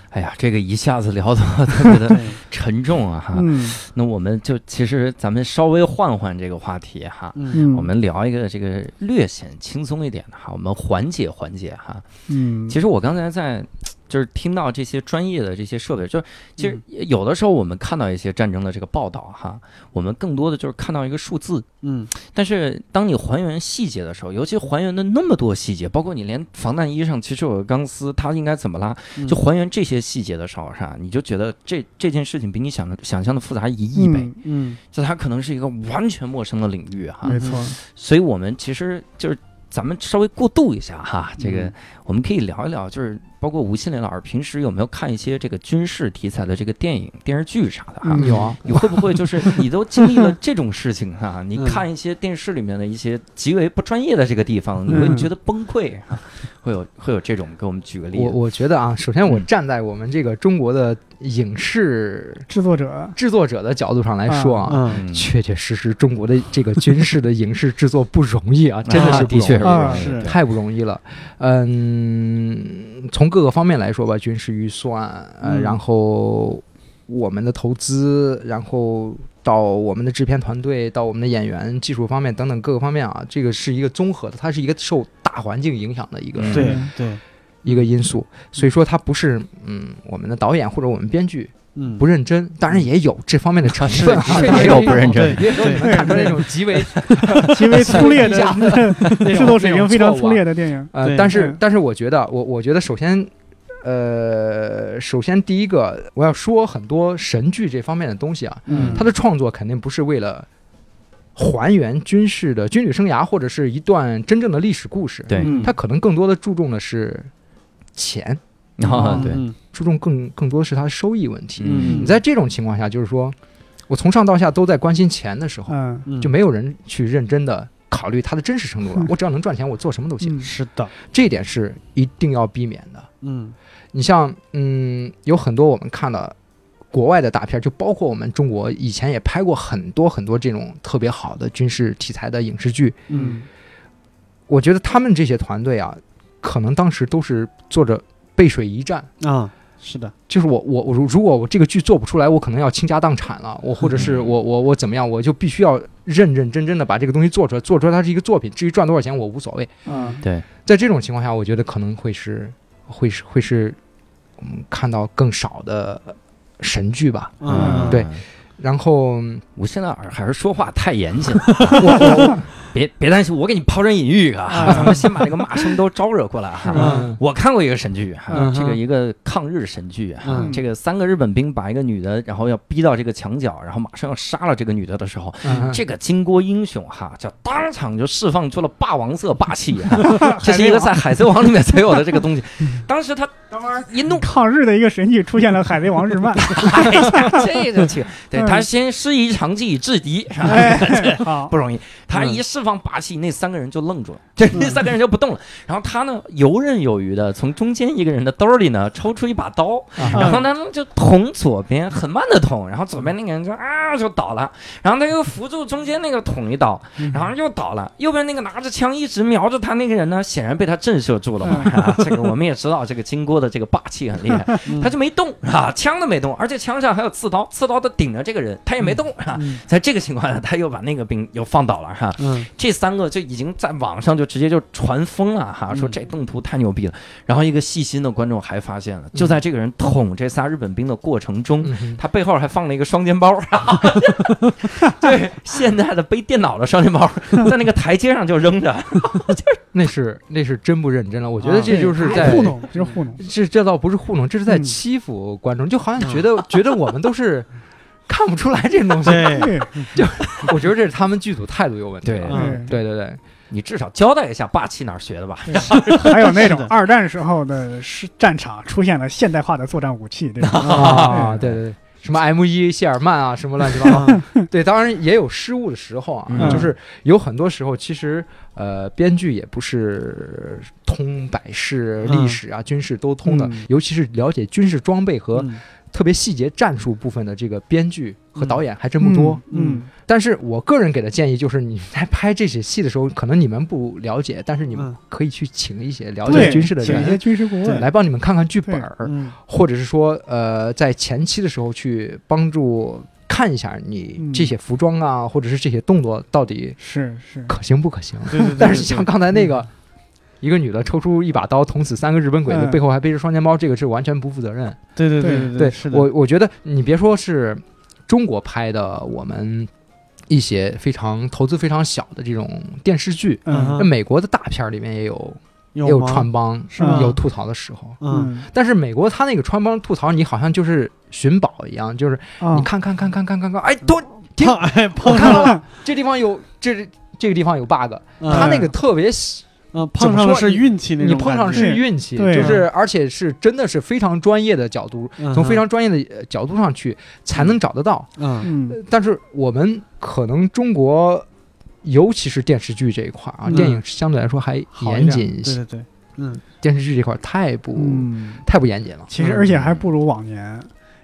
A: 哎呀，这个一下子聊的 特别的
B: 对
A: 沉重啊哈。
C: 嗯
A: 那我们就其实咱们稍微换换这个话题哈，
B: 嗯
C: 嗯，
A: 我们聊一个这个略显轻松一点的哈，我们缓解缓解哈。
C: 嗯，
A: 其实我刚才在就是听到这些专业的这些设备，就是其实
B: 嗯
A: 有的时候我们看到一些战争的这个报道哈，我们更多的就是看到一个数字，
B: 嗯
A: 但是当你还原细节的时候，尤其还原的那么多细节，包括你连防弹衣上其实有个钢丝，它应该怎么拉，
B: 嗯
A: 就还原这些细节的时候哈，你就觉得这这件事情比你想的想象的复杂一亿倍，
C: 嗯
B: 嗯
A: 就它可能是一个完全陌生的领域哈，
D: 嗯
C: 没错，
A: 所以我们其实就是咱们稍微过渡一下哈，这个
B: 嗯
A: 我们可以聊一聊，就是包括吴新磊老师平时有没有看一些这个军事题材的这个电影、电视剧啥的啊？
C: 嗯
D: 有啊，
A: 你会不会就是你都经历了这种事情 哈、你
B: 嗯
A: 看一些电视里面的一些极为不专业的这个地方，你会
C: 嗯
A: 觉得崩溃，啊会有会有这种给我们举个例
D: 我
A: 子。
D: 我觉得啊，首先我
A: 嗯
D: 站在我们这个中国的影视
C: 制作者
D: 制作者的角度上来说啊，
B: 嗯，
A: 嗯
D: 确 确实实中国的这个军事的影视制作不容易啊，真的是
A: 啊
D: 不
A: 的确
D: 容易。
A: 不
C: 啊
A: 容易
B: 是
A: 对
D: 太不容易了，嗯，从各个方面来说吧，军事预算，呃，
B: 嗯
D: 然后我们的投资，然后到我们的制片团队，到我们的演员、技术方面等等各个方面啊，这个是一个综合的，它是一个受大环境影响的一个、
A: 嗯
B: 对对，
D: 一个因素，所以说它不是嗯我们的导演或者我们编剧
B: 嗯
D: 不认真，当然也有这方面的成分 啊，
A: 是
D: 也
A: 也有不认
B: 对
A: 真，
D: 也有你们看出那种极为
C: 极为粗劣的 制作水平非常粗劣
D: 的。
C: 的电影，
D: 呃，
B: 对
D: 但是
C: 嗯
D: 但是我觉得，我我觉得首先，呃，首先第一个我要说很多神剧这方面的东西啊，
B: 嗯
D: 它的创作肯定不是为了还原军事的军旅生涯或者是一段真正的历史故事，
A: 对
B: 嗯
D: 它可能更多的注重的是钱，
A: 然后啊对，
B: 嗯
D: 注重更更多的是它的收益问题。
B: 嗯
D: 你在这种情况下，就是说我从上到下都在关心钱的时候，
C: 嗯
B: 嗯
D: 就没有人去认真的考虑它的真实程度了
C: 嗯。
D: 我只要能赚钱，我做什么都 行，
C: 嗯
B: 是的，
D: 这一点是一定要避免的。
B: 嗯
D: 你像，嗯，有很多我们看的国外的大片儿，就包括我们中国以前也拍过很多很多这种特别好的军事题材的影视剧。
B: 嗯
D: 我觉得他们这些团队啊，可能当时都是做着背水一战。
B: 啊，是的，
D: 嗯就是我我我如如果我这个剧做不出来，我可能要倾家荡产了，我或者是
A: 嗯
D: 我我我怎么样，我就必须要认认真真的把这个东西做出来，做出来它是一个作品，至于赚多少钱我无所谓。
C: 啊，
D: 在这种情况下，我觉得可能会是会是会是我们看到更少的神剧吧。
B: 嗯
D: 对，然后嗯
A: 吴新磊老师还是说话太严谨了。
D: 我我
A: 别别担心，我给你抛砖引玉一个啊，
C: 啊
A: 咱们先把这个骂声都招惹过来
C: 是
A: 哈。
C: 吧
D: 嗯
A: 我看过一个神剧哈，
B: 嗯哼
A: 这个一个抗日神剧哈，
B: 嗯
A: 这个三个日本兵把一个女的，然后要逼到这个墙角，然后马上要杀了这个女的的时候，
D: 嗯
A: 这个巾帼英雄哈，就当场就释放出了霸王色霸气， 哈这是一个在《海贼王》里面才有的这个东西。当时他一怒
C: 抗日的一个神剧出现了《海贼王》日 漫，
A: 这就去，对他先施以长技以制敌，是吧
C: 哎，好，
A: 不容易。嗯他一释放霸气，那三个人就愣 住了，这那三个人就不动了。然后他呢，游刃有余的从中间一个人的兜里呢抽出一把刀，
D: 啊
A: 然
B: 嗯
A: 后呢就捅左边，很慢的捅，然后左边那个人就啊就倒了，然后他又扶住中间那个捅一刀，
B: 嗯
A: 然后又倒了。右边那个拿着枪一直瞄着他那个人呢，显然被他震慑住了
B: 嗯
A: 嘛。啊这个我们也知道，这个金锅的这个霸气很厉害，
B: 嗯
A: 他就没动啊，枪都没动，而且枪上还有刺刀，刺刀都顶着这个人，他也没动啊。
B: 嗯
A: 在这个情况下，他又把那个兵又放倒了哈。
B: 嗯
A: 这三个就已经在网上就直接就传疯了哈，
B: 嗯
A: 说这动图太牛逼了。然后一个细心的观众还发现了，就在这个人捅这仨日本兵的过程中。
D: 嗯
A: 他背后还放了一个双肩 包，对，现在的背电脑的双肩包，在那个台阶上就扔着，
D: 那是那是真不认真了。我觉得
B: 啊
D: 这就是
C: 对
D: 在
C: 糊弄，这是糊弄，
D: 这这倒不是糊弄，这是在
C: 嗯
D: 欺负观众，就好像觉得觉得我们都是看不出来这种东西。
B: 对
C: 对，
D: 我觉得这是他们剧组态度有问题了。
C: 啊
B: 嗯
D: 对对对，
A: 你至少交代一下霸气哪儿学的吧？
C: 还有那种
B: 是的
C: 二战时候的是战场出现了现代化的作战武器，对吧？
D: 啊， 对对对，什么 M 一谢尔曼啊，什么乱七八糟，对，当然也有失误的时候啊，
A: 嗯
D: 就是有很多时候其实呃，编剧也不是通百事、
B: 嗯
D: 历史啊、军事都通的
B: 嗯，
D: 尤其是了解军事装备和
B: 嗯
D: 特别细节战术部分的这个编剧和导演还真不多。
B: 嗯
D: 但是我个人给的建议就是，你在拍这些戏的时候，可能你们不了解，但是你们
B: 嗯
D: 可以去请一些了
C: 对，
D: 解军事的
C: 请一
D: 人
C: 些军事顾问
D: 来帮你们看看剧本儿，
B: 嗯
D: 或者是说，呃，在前期的时候去帮助看一下你这些服装啊，或者是这些动作到底
C: 是是，
D: 可行不可行。
B: 对对对，
D: 嗯但是像刚才那个
C: 嗯。
D: 一个女的抽出一把刀，捅死三个日本鬼子，
C: 嗯
D: 背后还背着双肩包，这个是完全不负责任。
B: 对对
C: 对
B: 对
D: 对
B: 嗯是的，
D: 我我觉得你别说是中国拍的，我们一些非常投资非常小的这种电视剧，
B: 嗯
C: 嗯
D: 那美国的大片儿里面也有也
B: 有
D: 有
B: 吗
D: 穿帮，
B: 是吗
D: 有吐槽的时候。
B: 嗯，
D: 但是美国他那个穿帮吐槽，你好像就是寻宝一样，就是
C: 啊
D: 你，看看看看看看看，
B: 啊
D: 哎，都听
B: 碰哎碰
D: 我看
B: 上
D: 到了，这地方有这这个地方有
B: 啊
D: bug，他那个特别细
B: 嗯碰上了是运气那
D: 你
B: 种
D: 碰
B: 感觉，啊
D: 上是运气，
C: 对
D: 就是而且是真的是非常专业的角度，
B: 嗯
D: 从非常专业的呃角度上去才能找得到。
B: 嗯
C: 嗯
D: 但是我们可能中国，尤其是电视剧这一块儿啊，
B: 嗯
D: 电影相对来说还
B: 好一
D: 严
B: 点
D: 谨一
B: 对
D: 些，
B: 对对，嗯
D: 电视剧这块儿太不、
C: 嗯，
D: 太不严谨了。
C: 其实
B: 嗯
C: 而且还不如往年，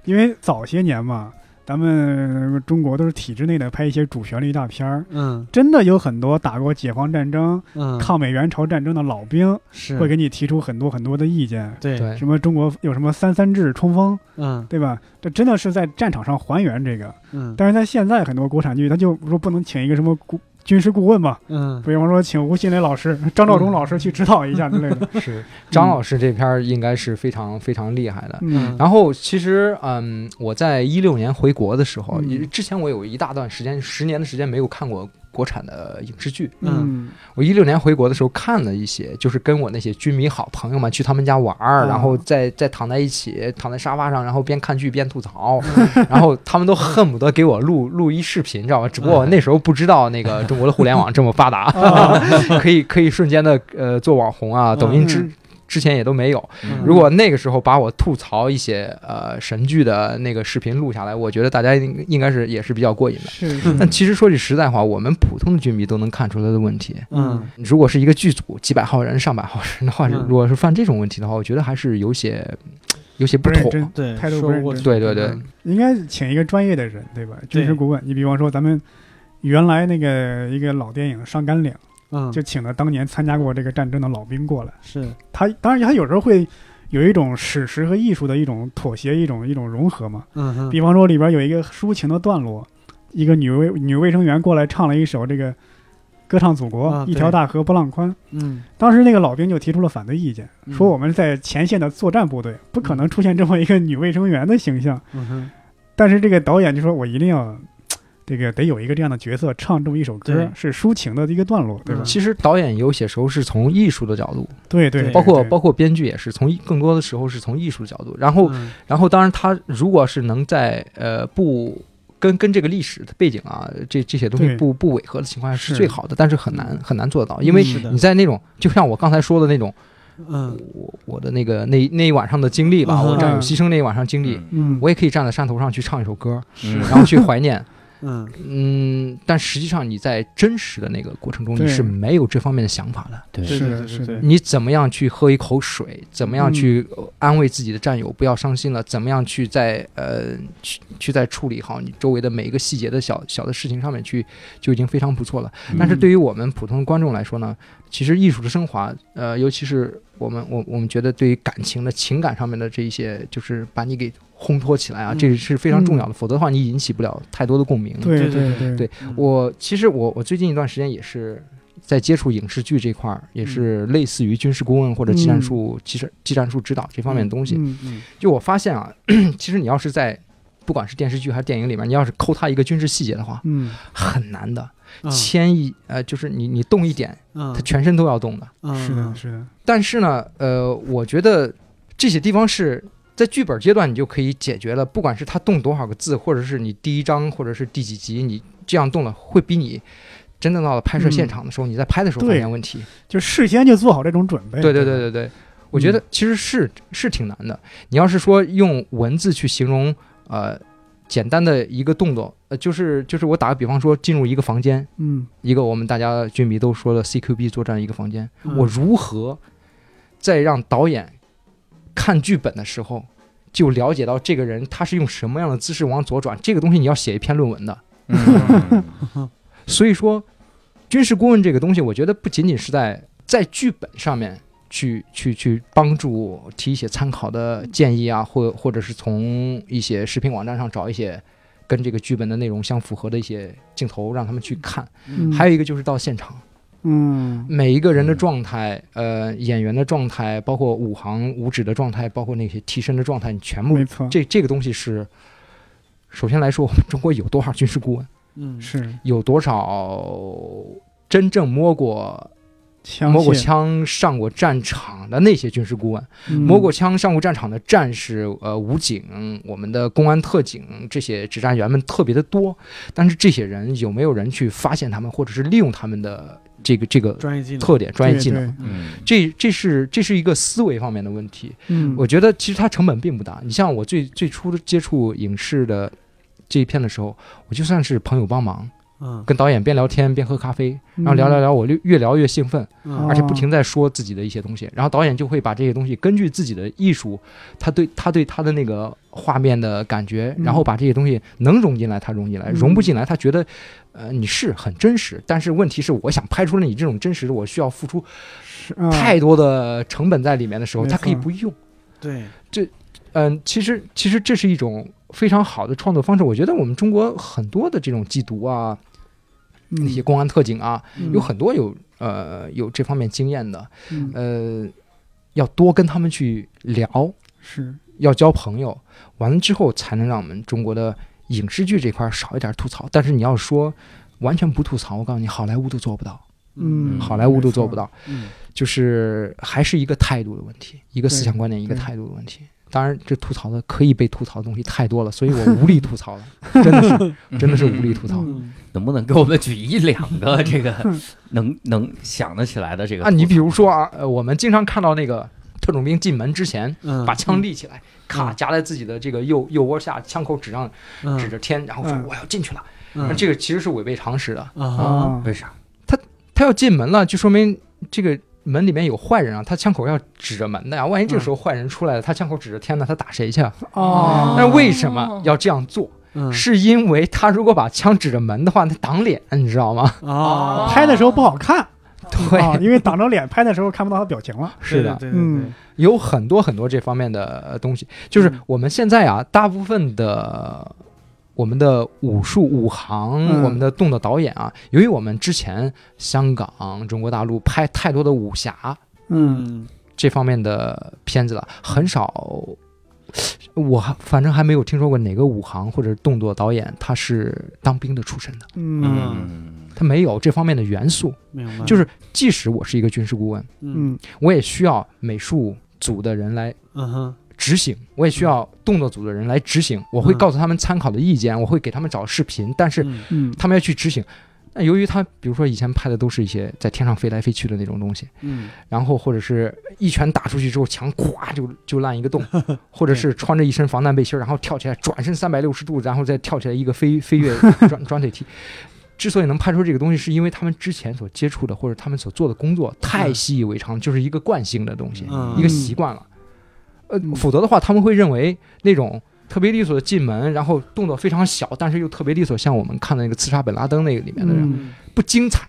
C: 因为早些年嘛，咱们中国都是体制内的拍一些主旋律大片儿，
B: 嗯
C: 真的有很多打过解放战争、
B: 嗯，
C: 抗美援朝战争的老兵
B: 是
C: 会给你提出很多很多的意见。
B: 对
D: 对，
C: 什么中国有什么三三制冲锋，
B: 嗯
C: 对吧？这真的是在战场上还原这个。
B: 嗯
C: 但是在现在很多国产剧，他就说不能请一个什么顾军事顾问嘛，
B: 嗯
C: 比方说请吴新磊老师、张召忠老师去指导一下之类 的。
D: 是张老师这片儿应该是非常非常厉害的。
C: 嗯
D: 然后其实，嗯，我在一六年回国的时候，
C: 嗯
D: 也之前我有一大段时间，十年的时间没有看过国产的影视剧。
C: 嗯
D: 我一六年回国的时候看了一些，就是跟我那些军迷好朋友们去他们家玩儿，
C: 啊
D: 然后再再躺在一起，躺在沙发上，然后边看剧边吐槽，
C: 嗯
D: 然后他们都恨不得给我录录一视频，你知道吧？只不过
C: 嗯
D: 我那时候不知道那个中国的互联网这么发达，
B: 嗯
D: 可以可以瞬间的呃做网红啊，抖音之。
C: 啊嗯
D: 之前也都没有。
B: 嗯
D: 如果那个时候把我吐槽一些呃神剧的那个视频录下来，我觉得大家应应该是也是比较过瘾的。
C: 是
B: 嗯
D: 但其实说句实在话，我们普通的军迷都能看出来的问题。
B: 嗯
D: 如果是一个剧组几百号人、上百号人的话，
B: 嗯
D: 如果是犯这种问题的话，我觉得还是有些有些
C: 不
D: 不
C: 认
D: 妥。
C: 真，
B: 对，
C: 态度
B: 说
C: 不认
B: 过
C: 真
D: 对对
B: 嗯
D: 对，
C: 应该请一个专业的人，对吧？
B: 对
C: 军事顾问。你比方说咱们原来那个一个老电影《上甘岭》，
B: 嗯
C: 就请了当年参加过这个战争的老兵过来。
B: 是
C: 他当然他有时候会有一种史实和艺术的一种妥协，一种一种融合嘛。
B: 嗯哼
C: 比方说里边有一个抒情的段落，一个女卫女卫生员过来唱了一首这个歌唱祖国，
B: 啊
C: 一条
B: 对
C: 大河波浪宽。
B: 嗯
C: 当时那个老兵就提出了反对意见，
B: 嗯
C: 说我们在前线的作战部队不可能出现这么一个女卫生员的形象。
B: 嗯哼
C: 但是这个导演就说，我一定要这个得有一个这样的角色，唱这么一首歌
B: 对，
C: 是抒情的一个段落，对吧
B: 嗯？
D: 其实导演有些时候是从艺术的角度，
C: 对对
B: 对，
D: 包括
C: 对
D: 包括编剧也是从更多的时候是从艺术的角度。然后
B: 嗯
D: 然后当然他如果是能在呃不跟跟这个历史的背景啊这这些东西
C: 对
D: 不不违和的情况下是
C: 是
D: 最好的，但是很难很难做到，因为
B: 是的
D: 你在那种就像我刚才说的那种
B: 嗯
D: 我我的那个那那一晚上的经历吧，
B: 嗯
D: 我战友牺牲那一晚上经历。
C: 嗯，
D: 我也可以站在山头上去唱一首歌，
A: 是
D: 然后去怀念，
B: 嗯
D: 嗯，但实际上你在真实的那个过程中，
C: 对
D: 你是没有这方面的想法的。
A: 对
B: 对
C: 是
B: 对
C: 的是
B: 对
C: 的
B: 对
D: 你怎么样去喝一口水？怎么样
C: 嗯
D: 去呃安慰自己的战友不要伤心了？怎么样去在呃去去在处理好你周围的每一个细节的小小的事情上面去，就已经非常不错了。但
B: 嗯
D: 是对于我们普通观众来说呢，其实艺术的升华，呃，尤其是我们我我们觉得对于感情的情感上面的这一些，就是把你给烘托起来啊，
B: 嗯
D: 这是非常重要的，否则的话你引起不了太多的共鸣。
C: 对
B: 对对
C: 对
D: 对我其实我我最近一段时间也是在接触影视剧这块儿，也是
B: 嗯
D: 类似于军事顾问或者技战术、技战技战术指导这方面的东西。
C: 嗯
B: 嗯
D: 就我发现啊， 其实你要是在不管是电视剧还是电影里面，你要是抠它一个军事细节的话，
C: 嗯
D: 很难的。
B: 嗯
D: 牵一呃，就是你你动一点，
B: 嗯
D: 它全身都要动的。
B: 嗯
C: 是的是的，
D: 但是呢，呃，我觉得这些地方是在剧本阶段你就可以解决了，不管是他动多少个字，或者是你第一章，或者是第几集，你这样动了，会比你真正到了拍摄现场的时候，你在拍的时候发
C: 对
D: 现问题。
C: 就事先就做好这种准备。
D: 对对
C: 吧
D: 对，对嗯对，我觉得其实是是挺难的。你要是说用文字去形容，呃，简单的一个动作，呃，就是就是我打个比方说，进入一个房间，
C: 嗯，
D: 一个我们大家军迷都说的 CQB 作战一个房间，
B: 嗯
D: 我如何在让导演看剧本的时候就了解到这个人他是用什么样的姿势往左转，这个东西你要写一篇论文的。
A: 嗯
D: 所以说，军事顾问这个东西，我觉得不仅仅是在在剧本上面去去去帮助提一些参考的建议啊，或或者是从一些视频网站上找一些跟这个剧本的内容相符合的一些镜头，让他们去看。
C: 嗯
D: 还有一个就是到现场，
C: 嗯
D: 每一个人的
A: 嗯
D: 状态，呃，演员的状态，包括武行武指的状态，包括那些替身的状态，你全部
C: 没错，
D: 嗯这这个东西是，首先来说，我们中国有多少军事顾问？
B: 嗯，
C: 是
D: 有多少真正摸过
C: 枪
D: 摸过
C: 械，
D: 枪、上过战场的那些军事顾问，
C: 嗯
D: 摸过枪、上过战场的战士、呃武警、我们的公安特警这些指战员们特别的多，但是这些人有没有人去发现他们，或者是利用他们的这个这个
B: 专业技能，
D: 特点、专业技能？
C: 对，对
A: 嗯
D: 这这是这是一个思维方面的问题。
C: 嗯，
D: 我觉得其实它成本并不大。你像我最最初的接触影视的这一片的时候，我就算是朋友帮忙，
B: 嗯，
D: 跟导演边聊天边喝咖啡，然
C: 嗯哦
D: 后聊聊聊，我就越聊越兴奋，
B: 嗯
D: 而且不停在说自己的一些东西。然后导演就会把这些东西根据自己的艺术，他对他对他的那个画面的感觉，
C: 嗯
D: 然后把这些东西能融进来，他融进来；
C: 嗯
D: 融不进来，他觉得，呃，你是很真实，但是问题是，我想拍出了你这种真实的，我需要付出
C: 是啊
D: 太多的成本在里面的时候，
C: 没
D: 他可以
C: 错
D: 不用。
B: 对，
D: 嗯，其实其实这是一种非常好的创作方式。我觉得我们中国很多的这种缉毒啊，
C: 嗯
D: 那些公安特警啊，
C: 嗯
D: 有很多有呃有这方面经验的，
C: 嗯
D: 呃，要多跟他们去聊，
C: 是
D: 要交朋友，完了之后才能让我们中国的影视剧这块儿少一点吐槽。但是你要说完全不吐槽，我告诉你，好莱坞都做不到，
C: 嗯
D: 好莱坞都做不
C: 没错
D: 到。
B: 嗯，
D: 就是还是一个态度的问题，一个思想观念，一个
C: 对
D: 态度的问题。当然，这吐槽的可以被吐槽的东西太多了，所以我无力吐 槽了，真的是，真的是无力吐槽
B: 嗯
A: 能不能给我们举一两个这个能能想得起来的这个
D: 嗯啊！你比如说啊，呃，我们经常看到那个特种兵进门之前
B: 嗯，
D: 把枪立起来，咔
B: 嗯
D: 夹在自己的这个右右窝下，枪口指上
B: 嗯
D: 指着天，然后说
C: 嗯
D: 我要进去了。
B: 嗯
D: 这个其实是违背常识的，
B: 啊，
C: 啊，
A: 为啥？
D: 他要进门了，就说明这个。门里面有坏人啊，他枪口要指着门的呀、万一这个时候坏人出来了，他枪口指着天呢，他打谁去啊？
C: 哦，
D: 那为什么要这样做？
B: 嗯
D: 是因为他如果把枪指着门的话，他挡脸，你知道 吗？
B: 啊，
C: 拍的时候不好看，
D: 对，
C: 啊，因为挡着脸拍的时候看不到他表情 了。
D: 是
B: 的，
D: 的，
B: 对对对
C: 嗯
B: 对，
D: 有很多很多这方面的呃东西。就是
C: 嗯
D: 我们现在啊，大部分的我们的武术、武行、
C: 嗯
D: 我们的动作导演啊，由于我们之前香港、中国大陆拍太多的武侠
C: 嗯，
D: 这方面的片子了，很少。我还反正还没有听说过哪个武行或者动作导演他是当兵的出身的，
C: 嗯
D: 他没有这方面的元素。
B: 明白，
D: 就是即使我是一个军事顾问，
B: 嗯
C: 嗯
D: 我也需要美术组的人来
B: 嗯哼，
D: 执行，我也需要动作组的人来执行。我会
B: 嗯
D: 告诉他们参考的意见，我会给他们找视频，但是
B: 嗯
C: 嗯
D: 他们要去执行。那由于他，比如说以前拍的都是一些在天上飞来飞去的那种东西，
B: 嗯
D: 然后或者是一拳打出去之后，墙咵就就烂一 个洞，或者是穿着一身防弹背心儿，然后跳起来转身三百六十度，然后再跳起来一个飞飞 跃转转腿踢。之所以能拍出这个东西，是因为他们之前所接触的或者他们所做的工作太
B: 嗯
D: 习以为常，就是一个惯性的东西，
B: 嗯
D: 一个习惯了。呃，
C: 嗯
D: 否则的话，他们会认为那种特别利索的进门，然后动作非常小，但是又特别利索，像我们看的那个刺杀本拉登那个里面的人、
C: 嗯
D: 不精彩。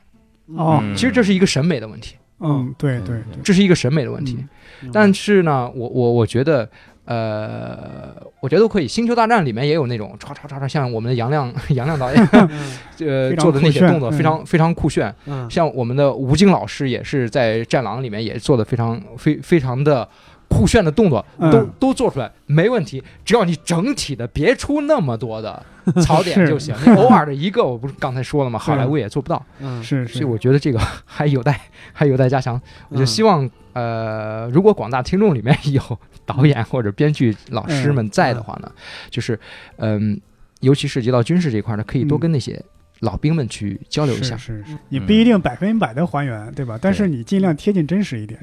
B: 嗯
C: 哦
D: 其实这是一个审美的问题，
C: 嗯，对对对，
D: 这是一个审美的问题。
C: 嗯
D: 但是呢，我我我觉得，呃，我觉得可以。星球大战里面也有那种唰唰唰唰，像我们的杨亮杨亮导演 呃
C: 非常
D: 做的那些
C: 酷炫嗯
D: 动作非常非常酷炫。
B: 嗯
D: 像我们的吴京老师也是在《战狼》里面也做的非常非非常的酷炫的动作，
C: 嗯
D: 都都做出来没问题。只要你整体的别出那么多 的槽点
C: 是啊
D: 就行，你偶尔的一个，我不是刚才说了 吗？好莱坞也做不到，
B: 嗯
C: 是
D: 所以
C: 是，
D: 我觉得这个 还有待还有待加强。
B: 嗯
D: 我就
C: 嗯
D: 希望，呃，如果广大听众里面 有
C: 嗯
D: 导演或者编剧老师们在的话呢，就是，嗯、尤其涉及到军事这一块呢，可以多
C: 嗯
D: 跟那些老兵们去交流一下。嗯
C: 是是是，你不一定百分百的还原，对吧？但是你尽量贴近真实一点。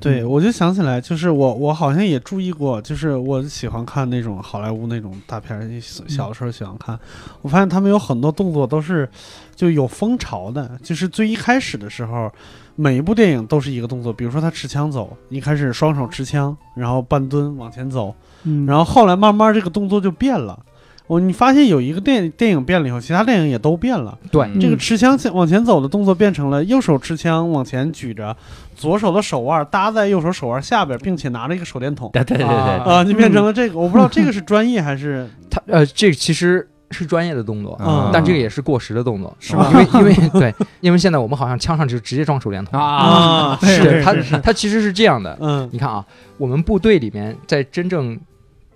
B: 对，我就想起来，就是我我好像也注意过，就是我喜欢看那种好莱坞那种大片儿，小小的时候喜欢看。我发现他们有很多动作都是就有风潮的，就是最一开始的时候，每一部电影都是一个动作，比如说他持枪走，一开始双手持枪，然后半蹲往前走，
C: 嗯，
B: 然后后来慢慢这个动作就变了。我你发现有一个电电影变了以后，其他电影也都变了。
D: 对
C: 嗯
B: 这个持枪前往前走的动作变成了右手持枪往前举着，左手的手腕搭在右手手腕下边，并且拿着一个手电筒。
A: 对对对对，
B: 啊，就变成了这个，我不知道这个是专业还是
D: 他呃，这个其实是专业的动作，
A: 啊
D: 但这个也是过时的动作，
B: 是吧
D: 因为因为对，因为现在我们好像枪上就直接装手电筒，
A: 啊，
C: 对
D: 对
C: 对
D: 他
C: 是是
D: 他其实是嗯这样的。
B: 嗯
D: 你看啊，我们部队里面在真正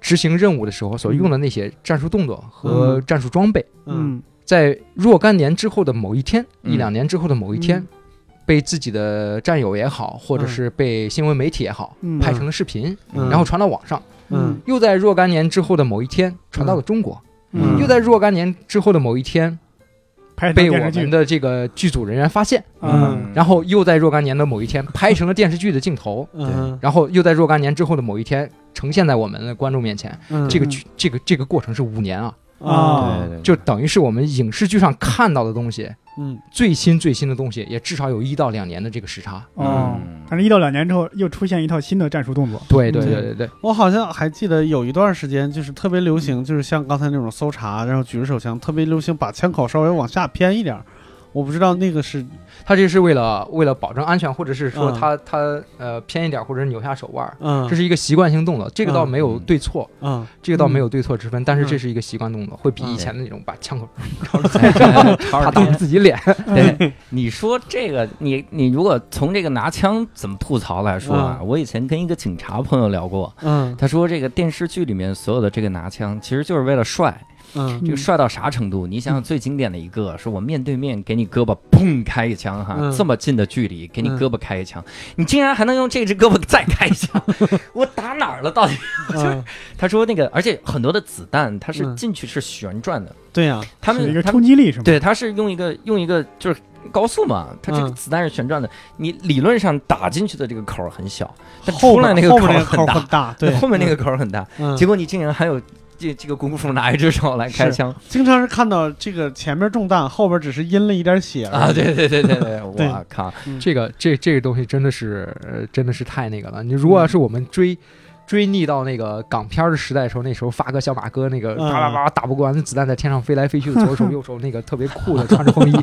D: 执行任务的时候所用的那些战术动作和战术装备，
B: 嗯
C: 嗯
D: 在若干年之后的某一天，
A: 嗯
D: 一两年之后的某一天
C: 嗯，
D: 被自己的战友也好，或者
B: 嗯
D: 是被新闻媒体也好，
C: 嗯
D: 拍成了视频，
B: 嗯
D: 然后传到网上，
B: 嗯
D: 又在若干年之后的某一天传到了中国，
C: 嗯
D: 又在若干年之后的某一天
C: 拍成
D: 被我
C: 电视剧
D: 们的这个剧组人员发现，
C: 嗯
D: 然后又在若干年的某一天拍成了电视剧的镜头，
B: 嗯
D: 然后又在若干年之后的某一天呈现在我们的观众面前。
B: 嗯，
D: 这个剧，这个这个过程是五年啊，
B: 啊
A: 对对对
D: 就等于是我们影视剧上看到的东西，
B: 嗯
D: 最新最新的东西，也至少有一到两年的这个时差。
C: 哦
A: 嗯，
C: 反正一到两年之后又出现一套新的战术动作，
D: 对对
C: 嗯
D: 对对对，
B: 我好像还记得有一段时间，就是特别流行，就是像刚才那种搜查，然后举着手枪，特别流行把枪口稍微往下偏一点儿。我不知道那个是
D: 他这是为了为了保证安全，或者是说
B: 嗯
D: 他他呃偏一点，或者是扭下手腕儿，
B: 嗯
D: 这是一个习惯性动作，这个倒
B: 嗯
D: 没有
A: 嗯
D: 对错，
B: 嗯
D: 这个倒没有对错之分，但是
B: 嗯
D: 这是一个习惯动作，会比
B: 嗯
D: 以前的那种把枪口
A: 他
D: 啪打着自己脸，
A: 对， 你说这个，你你如果从这个拿枪怎么吐槽来说
D: 嗯
A: 啊，我以前跟一个警察朋友聊过，
B: 嗯
A: 他说这个电视剧里面所有的这个拿枪，其实就是为了帅，
B: 嗯
A: 这个
C: 嗯
A: 帅到啥程度？
D: 嗯
A: 你想想最经典的一个，是我面对面给你胳膊砰开一枪哈，
B: 嗯
A: 这么近的距离给
D: 嗯
A: 你胳膊开一枪，你竟然还能用这只胳膊再开一枪， 我打哪儿了？到底？
B: 嗯，
A: 他说那个，而且很多的子弹它是
B: 嗯
A: 进去是旋转的，
B: 对呀，
A: 他
C: 是一
A: 们
C: 个
A: 他们。
C: 冲击力是吗？
A: 对，它是用一个用一个就是高速嘛，它这个
B: 嗯
A: 子弹是旋转的，你理论上打进去的这个口儿很小，但
B: 后
A: 出来那
B: 面
A: 个
B: 后
A: 口
B: 面那
A: 儿
B: 个口
A: 很
B: 很
A: 大，
B: 大，对，
A: 后面那个口儿很大，
B: 嗯
A: 结果你竟然还有这这个功夫拿一只手来开
B: 是
A: 枪
B: 经常是看到这个前面中弹，后边只是阴了一点血
A: 啊！对对对对对，我
B: 对
A: 靠，
B: 嗯
D: 这个这这个东西真的是、呃、真的是太那个了。你如
B: 嗯
D: 果要是我们追、追逆到那个港片儿的时代的时候，那时候发哥小马哥那个
B: 嗯
D: 啪啦啪啦打不过完，那子弹在天上飞来飞去的，左 手右手那个特别酷的穿着风衣，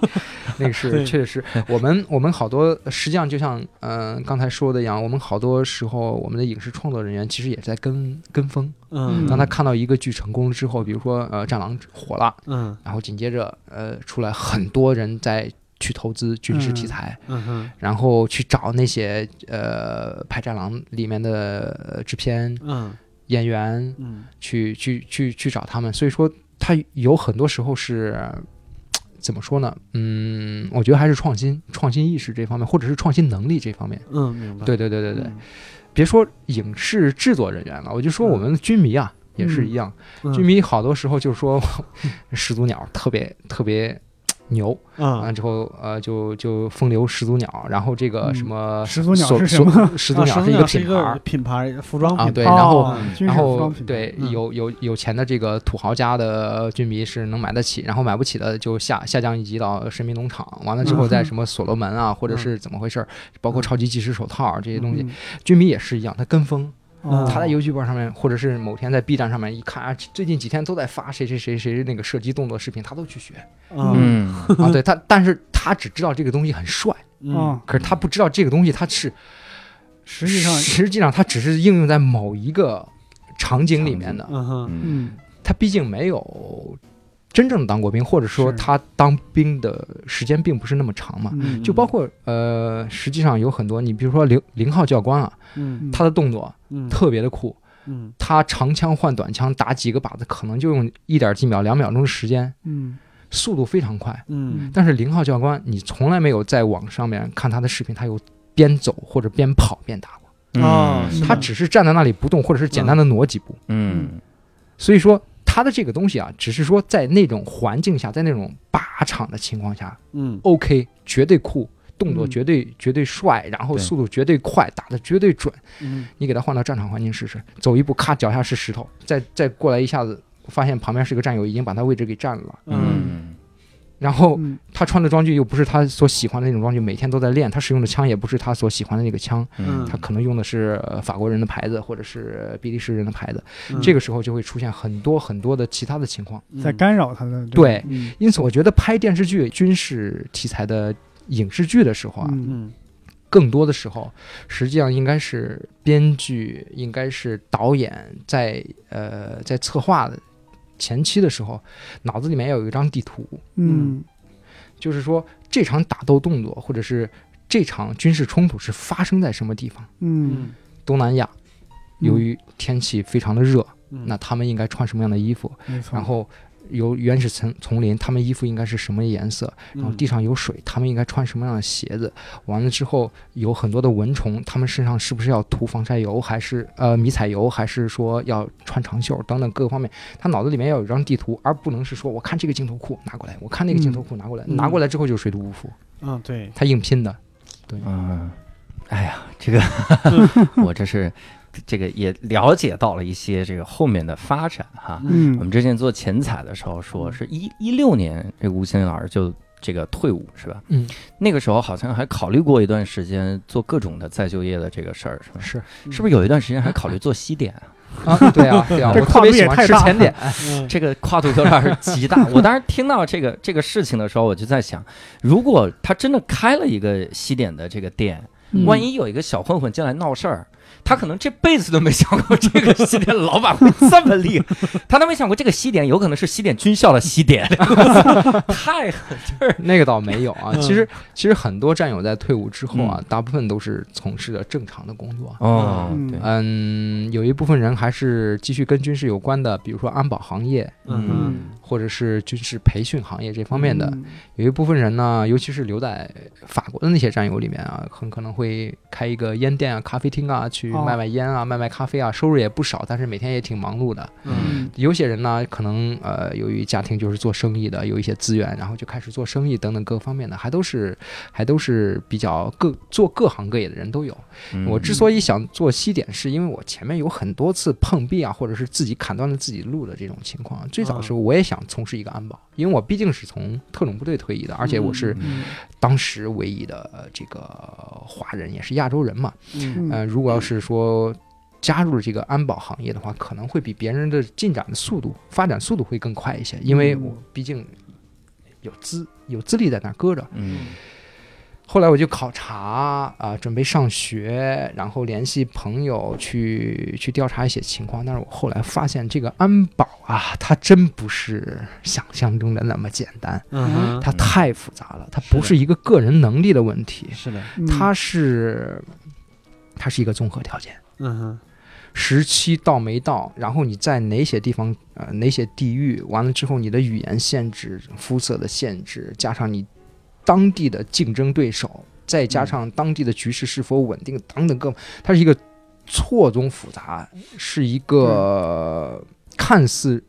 D: 那个是
B: 对
D: 确实是我们我们好多实际上就像嗯、呃刚才说的一样，我们好多时候我们的影视创作人员其实也在跟跟风。
B: 嗯
D: 当他看到一个剧成功了之后，比如说呃《战狼》火了，
B: 嗯
D: 然后紧接着呃出来很多人在去投资军事题
C: 嗯
D: 材。
B: 嗯哼
D: 然后去找那些呃拍《战狼》里面的呃制片
B: 嗯
D: 演员，
B: 嗯
D: 去去去去找他们。所以说，他有很多时候是怎么说呢？嗯，我觉得还是创新、创新意识这方面，或者是创新能力这方面。
B: 嗯，明白，
D: 对对对对对，别说影视制作人员了，我就说我们军迷啊。也是一样，
B: 嗯，
D: 军迷好多时候就是说，始祖鸟特别特别牛，完
B: 啊
D: 了之后呃就就风流始祖鸟，然后这个
C: 嗯
D: 什么
C: 始祖鸟
D: 所
C: 是什
D: 所
C: 么？
D: 始祖
B: 啊
D: 鸟
B: 神
D: 是一
B: 鸟
D: 个
B: 是
D: 品
B: 一
D: 牌
B: 个
D: 儿，
B: 品牌服装
D: 啊
B: 品
D: 对
B: 牌
D: 然后
C: 哦军事
D: 然
C: 服装
D: 后
C: 品牌
D: 对
B: 嗯
D: 有有有钱的这个土豪家的军迷是能买得起，然后买不起的就下下降一级到神兵农场，完了之后
C: 嗯
D: 再什么所罗门啊，或者
B: 嗯
D: 是怎么回事儿，包括
B: 嗯
D: 超级计时手套啊这些东西嗯
C: 嗯，
D: 军迷也是一样，他跟风，
C: 哦
D: 他在游戏本上面，或者是某天在 B 站上面一看啊，最近几天都在发谁谁谁谁那个射击动作视频，他都去学
B: 嗯
A: 嗯，
D: 啊，对他，但是他只知道这个东西很帅，
B: 嗯
C: 哦，
D: 可是他不知道这个东西它是。
C: 实际上
D: 实际上它只是应用在某一个场景里面的，
B: 嗯哼
A: 嗯
C: 嗯
D: 他毕竟没有真正当过兵，或者说
C: 是
D: 他当兵的时间并不是那么长嘛。
C: 嗯
D: 就包括呃，实际上有很多，你比如说零零号教官啊，
B: 嗯
D: 他的动作
B: 嗯
D: 特别的酷，
B: 嗯
D: 他长枪换短枪，打几个靶子可能就用一点几秒、两秒钟的时间，
C: 嗯
D: 速度非常快。
B: 嗯
D: 但是零号教官，你从来没有在网上面看他的视频，他有边走或者边跑边打过，
B: 哦
A: 嗯
B: 是
D: 他
B: 的
D: 只是站在那里不动，或者是简单的挪几步。
A: 嗯
D: 所以说他的这个东西啊，只是说在那种环境下，在那种靶场的情况下
B: 嗯
D: ，OK，绝对酷，动作
C: 嗯
D: 绝对、绝对帅，然后
A: 对
D: 速度绝对快，打的绝对准。
B: 嗯
D: 你给他换到战场环境试试，走一步，咔，脚下是石头，再再过来一下子，发现旁边是个战友已经把他位置给占了，
B: 嗯
A: 嗯
D: 然后
C: 嗯
D: 他穿的装具又不是他所喜欢的那种装具，每天都在练，他使用的枪也不是他所喜欢的那个枪，
B: 嗯
D: 他可能用的是呃法国人的牌子或者是呃比利时人的牌子，
B: 嗯
D: 这个时候就会出现很多很多的其他的情况。
C: 在
B: 嗯
C: 干扰他的这个
D: 对，
B: 嗯
D: 因此我觉得拍电视剧、军事题材的影视剧的时候啊，
C: 嗯
B: 嗯
D: 更多的时候实际上应该是编剧、应该是导演在呃在策划的前期的时候，脑子里面要有一张地图，
C: 嗯
D: 就是说这场打斗动作或者是这场军事冲突是发生在什么地方。
C: 嗯
B: 嗯
D: 东南亚由于天气非常的热，
B: 嗯
D: 那他们应该穿什么样的衣服？
C: 没错，
D: 然后有原始丛丛林，他们衣服应该是什么颜色？然
C: 嗯
D: 后地上有水，他们应该穿什么样的鞋子？完了之后有很多的蚊虫，他们身上是不是要涂防晒油，还是呃迷彩油，还是说要穿长袖等等各个方面，他脑子里面要有一张地图，而不能是说我看这个镜头库拿过来，我看那个镜头库拿过来，
B: 嗯
D: 拿过来之后就是水土不服，
B: 啊对，
D: 他硬拼的。
A: 嗯，哎呀，这个 我这是这个也了解到了一些这个后面的发展哈。我
C: 嗯
A: 们之前做前采的时候说，是一一六年这个吴昕老师就这个退伍是吧？
D: 嗯，
A: 那个时候好像还考虑过一段时间做各种的再就业的这个事儿是吧？
D: 是
A: 是不是有一段时间还考虑做西点啊？
D: 啊，对啊，对啊，
C: 这
D: 我特
C: 跨
D: 别
C: 度也
D: 喜欢
C: 太
D: 吃
C: 大
D: 甜
C: 了
D: 点，
B: 嗯
A: 这个跨度有点儿极大。我当时听到这个这个事情的时候，我就在想，如果他真的开了一个西点的这个店，
C: 嗯
A: 万一有一个小混混进来闹事儿，他可能这辈子都没想过这个西点老板会这么厉害，他都没想过这个西点有可能是西点军校的西点， 太狠这儿。
D: 那个倒没有啊。
B: 嗯
D: 其实其实很多战友在退伍之后啊
A: 嗯，
D: 大部分都是从事的正常的工作。啊
A: 哦
C: 嗯
A: 对，
D: 嗯，有一部分人还是继续跟军事有关的，比如说安保行业
B: 嗯
D: 或者是军事培训行业这方面
C: 嗯
D: 的。有一部分人呢，尤其是留在法国的那些战友里面啊，很可能会开一个烟店啊、咖啡厅啊，去
C: 哦
D: 卖卖烟啊、卖卖咖啡啊，收入也不少，但是每天也挺忙碌的。
A: 嗯
D: 有些人呢，可能呃，由于家庭就是做生意的，有一些资源，然后就开始做生意等等各方面的，还都是还都是比较各做各行各业的人都有。
C: 嗯
A: 嗯
D: 我之所以想做西点，是因为我前面有很多次碰壁啊，或者是自己砍断了自己路的这种情况。啊最早的时
C: 啊
D: 候，我也想从事一个安保，因为我毕竟是从特种部队退役的，而且我是
C: 嗯
D: 当时唯一的呃这个华人，也是亚洲人嘛。
B: 嗯
D: 呃，如果要是说加入这个安保行业的话，可能会比别人的进展的速度、发展速度会更快一些，因为
C: 嗯
D: 我毕竟有资有资历在那儿搁着。
A: 嗯
D: 后来我就考察啊、准备上学，然后联系朋友去去调查一些情况。但是我后来发现，这个安保啊，它真不是想象中的那么简单，
B: 嗯
D: 它太复杂了，它
B: 是
D: 不
B: 的
D: 是一个个人能力的问题
B: 哼，是的，
C: 嗯
D: 它是它是一个综合条件。
B: 嗯哼
D: 时期到没到，然后你在哪些地方，呃，哪些地域，完了之后你的语言限制、肤色的限制，加上你当地的竞争对手，再加上当地的局势是否稳定等等各，它是一个错综复杂，是一个看似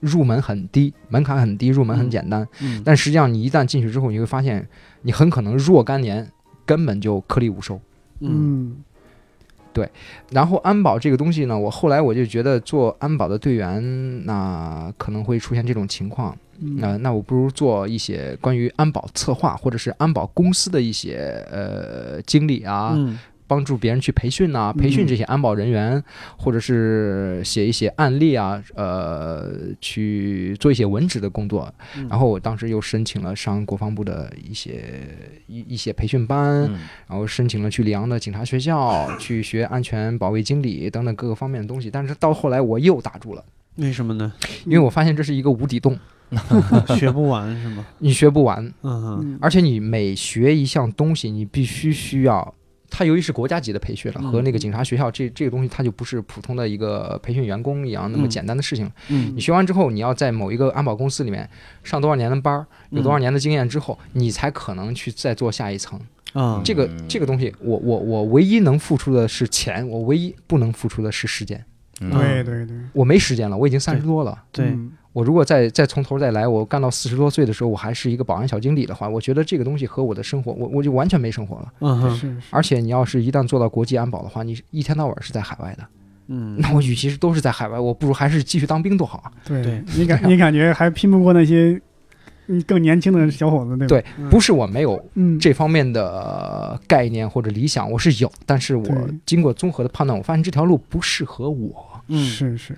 D: 入门很低、门槛很低、入门很简单，
B: 嗯
D: 但实际上你一旦进去之后，你会发现你很可能若干年根本就颗粒无收。
B: 嗯
C: 嗯
D: 然后安保这个东西呢，我后来我就觉得做安保的队员，那可能会出现这种情况。那、
B: 嗯
D: 那我不如做一些关于安保策划或者是安保公司的一些呃经理啊，
B: 嗯
D: 帮助别人去培训呐、培训这些安保人员，或者是写一些案例啊，呃，去做一些文职的工作。
B: 嗯
D: 然后我当时又申请了上国防部的一些一一些培训班，
A: 嗯
D: 然后申请了去里昂的警察学 校去学安全保卫经理等等各个方面的东西，但是到后来我又打住了，
B: 为什么呢？
D: 因为我发现这是一个无底洞，
B: 学不完是吗？
D: 你学不完，
B: 嗯哼，
D: 而且你每学一项东西，你必须需要。它由于是国家级的培训了，
B: 嗯
D: 和那个警察学校这这个东西，它就不是普通的一个培训员工一样那么
B: 嗯
D: 简单的事情了。
B: 嗯
D: 你学完之后，你要在某一个安保公司里面上多少年的班儿，有多少
B: 嗯
D: 年的经验之后，你才可能去再做下一层。
B: 啊
D: 这个
A: 嗯
D: 这个东西，我我我唯一能付出的是钱，我唯一不能付出的是时间。
A: 嗯
C: 对对对
D: 我没时间了，我已经三十多了。
B: 对
C: 嗯
D: 我如果再再从头再来，我干到四十多岁的时候，我还是一个保安小经理的话，我觉得这个东西和我的生活，我我就完全没生活了。
B: 嗯哼
C: 是是
D: 而且你要是一旦做到国际安保的话，你一天到晚是在海外的，
B: 嗯
D: 那我与其是都是在海外，我不如还是继续当兵多好啊。
C: 对
B: 对
C: 你感你感觉还拼不过那些嗯更年轻的小伙子，对吧？
D: 对，
B: 嗯
D: 不是我没有
C: 嗯，
D: 这方面的概念或者理想，我是有，但是我
C: 对
D: 经过综合的判断，我发现这条路不适合我。
B: 嗯
C: 是是，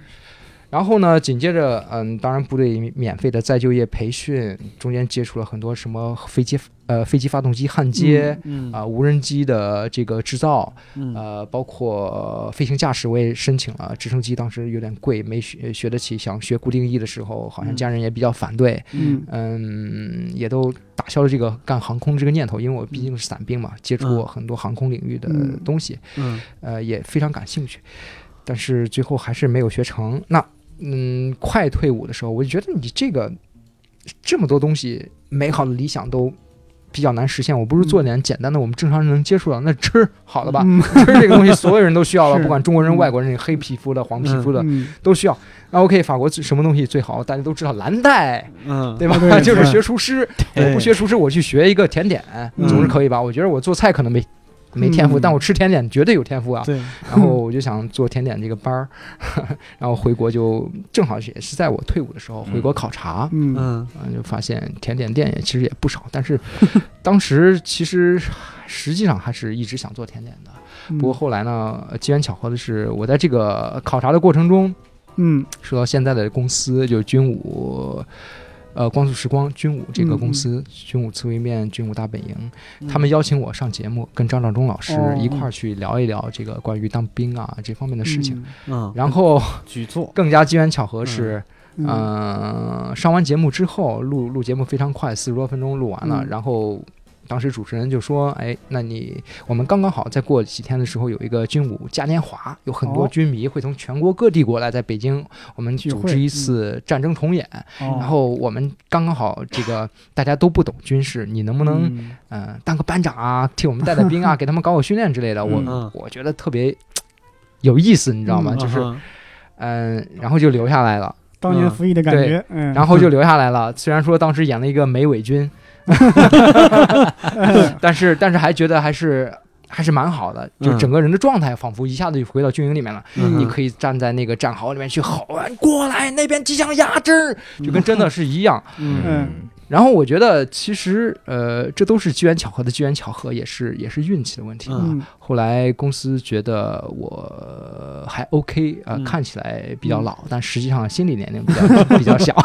D: 然后呢，紧接着，嗯，当然部队免费的再就业培训，中间接触了很多什么飞机，呃，飞机发动机焊接
B: 嗯
D: 啊、无人机的这个制造，
B: 嗯
D: 呃，包括呃飞行驾驶我也申请了，直升机当时有点贵，没学学得起，想学固定翼的时候，好像
B: 嗯
D: 家人也比较反对，
B: 嗯
D: 嗯，也都打消了这个干航空这个念头，因为我毕竟是伞兵嘛，接触过很多航空领域的
C: 嗯
D: 东西，
B: 嗯
D: 呃，也非常感兴趣，但是最后还是没有学成。那嗯，快退伍的时候，我就觉得你这个这么多东西，美好的理想都。比较难实现，我不如做点简单的，我们正常人能接触到。那吃好了吧，
C: 嗯
D: 吃这个东 西所有人都需要了，
C: 是
D: 不管中国人、
C: 嗯
D: 外国人、黑皮肤的、黄皮肤的
C: 嗯，
D: 都需要。那 OK，法国最什么东西最好？大家都知道蓝带，
B: 嗯，
D: 对吧？
C: 啊 对
D: 就是
C: 对
D: 学厨师，
B: 对
D: 我不学厨师，我去学一个甜点，
C: 嗯
D: 总是可以吧？我觉得我做菜可能没没天赋，
C: 嗯
D: 但我吃甜点绝对有天赋啊。
B: 对，
D: 然后我就想做甜点这个班儿， 然后回国就正好也是在我退伍的时候回国考 察，
C: 嗯
B: 嗯
D: 啊，就发现甜点店也其实也不少，但是 当时其实实际上还是一直想做甜点的。
C: 嗯，
D: 不过后来呢，呃机缘巧合的是，我在这个考察的过程中，
C: 嗯
D: 受到现在的公司，就是军武，呃，光速时光军武这个公司，军武刺猬面、军武大本营，
B: 嗯，
D: 他们邀请我上节目，跟张召忠老师
C: 哦
D: 一块儿去聊一聊这个关于当兵啊这方面的事情。
B: 嗯
D: 然后
B: 举措，
D: 更加机缘巧合是，
C: 嗯嗯
D: 呃，上完节目之后录录节目非常快，四十多分钟录完了，
C: 嗯
D: 然后。当时主持人就说：“哎，那你我们刚刚好，再过几天的时候有一个军武嘉年华，有很多
C: 哦
D: 军迷会从全国各地过来，在北京我们
C: 聚
D: 组
C: 会
D: 织一次战争重演。
C: 哦
D: 然后我们刚刚好，这个大家都不懂军事，你能不能
C: 嗯
D: 呃当个班长啊，替我们带带兵 啊，给他们搞搞训练之类的？我、
B: 嗯
D: 我觉得特别有意思，你知道吗？
C: 嗯
D: 就是
B: 嗯
D: 嗯、然后就留下来了，
C: 当年服役的感
D: 对
C: 觉，嗯，
D: 然后就留下来了。虽然说当时演了一个美伪军，
C: 嗯
D: 但是但是还觉得还是。还是蛮好的，就
B: 嗯
D: 整个人的状态仿佛一下子就回到军营里面了。
B: 嗯
D: 你可以站在那个战壕里面去吼啊，过来那边机枪压制儿， 就跟真的是一样。
B: 嗯
D: 然后我觉得其实呃，这都是机缘巧合的机缘巧合，也是也是运气的问题。
B: 嗯
C: 嗯
D: 后来公司觉得我还 OK 啊、呃
B: 嗯
D: 看起来比较老，
C: 嗯
D: 但实际上心理年龄比较比较 小，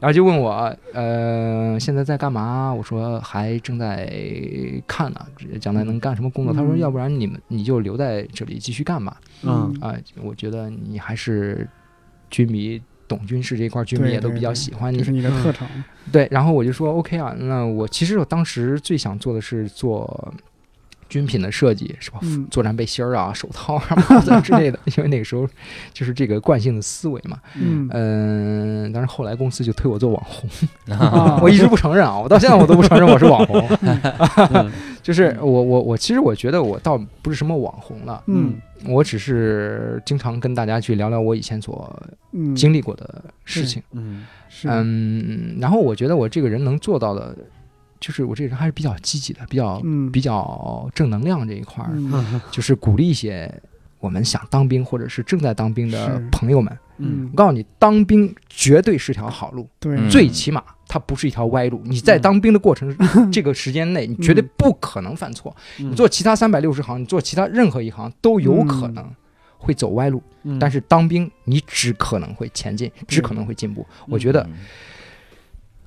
D: 然后就问我呃现在在干嘛？我说还正在看呢、将来能干什么工作？他说
C: 嗯
D: 要不然你们你就留在这里继续干吧。
B: 嗯
D: 啊、我觉得你还是军迷。懂军事这一块儿，军迷
C: 对
D: 也都
C: 对
D: 比较
C: 对
D: 喜欢你
C: 这是。你的特长，
D: 对，然后我就说 OK 啊，那我其实我当时最想做的是做军品的设计，是吧？
C: 嗯
D: 作战背心儿啊、手套啊、帽子啊之 类的，因为那个时候就是这个惯性的思维嘛。
C: 嗯
D: 嗯，但是后来公司就推我做网红，
A: 嗯
C: 啊
D: 我一直不承认啊，我到现在我都不承认我是网红。
B: 嗯
D: 就是我我我，其实我觉得我倒不是什么网红了，
C: 嗯
D: 我只是经常跟大家去聊聊我以前所
C: 嗯，
D: 经历过的事情。
B: 嗯
C: 是
D: 嗯，然后我觉得我这个人能做到的，就是我这个人还是比较积极的，比较、
C: 嗯
D: 比较正能量这一块儿，
C: 嗯
D: 就是鼓励一些我们想当兵或者是正在当兵的
C: 是
D: 朋友们。
B: 嗯
C: 嗯
D: 我告诉你，当兵绝对是条好路，
C: 对
A: 嗯
D: 最起码它不是一条歪路。你在
B: 嗯
D: 当兵的过程、 这个时间内，你绝对
C: 嗯
D: 不可能犯错。
B: 嗯，
D: 你做其他三百六十行，你做其他任何一行都有
C: 嗯
D: 可能。会走歪路，
B: 嗯，
D: 但是当兵你只可能会前进，只可能会进步。我觉得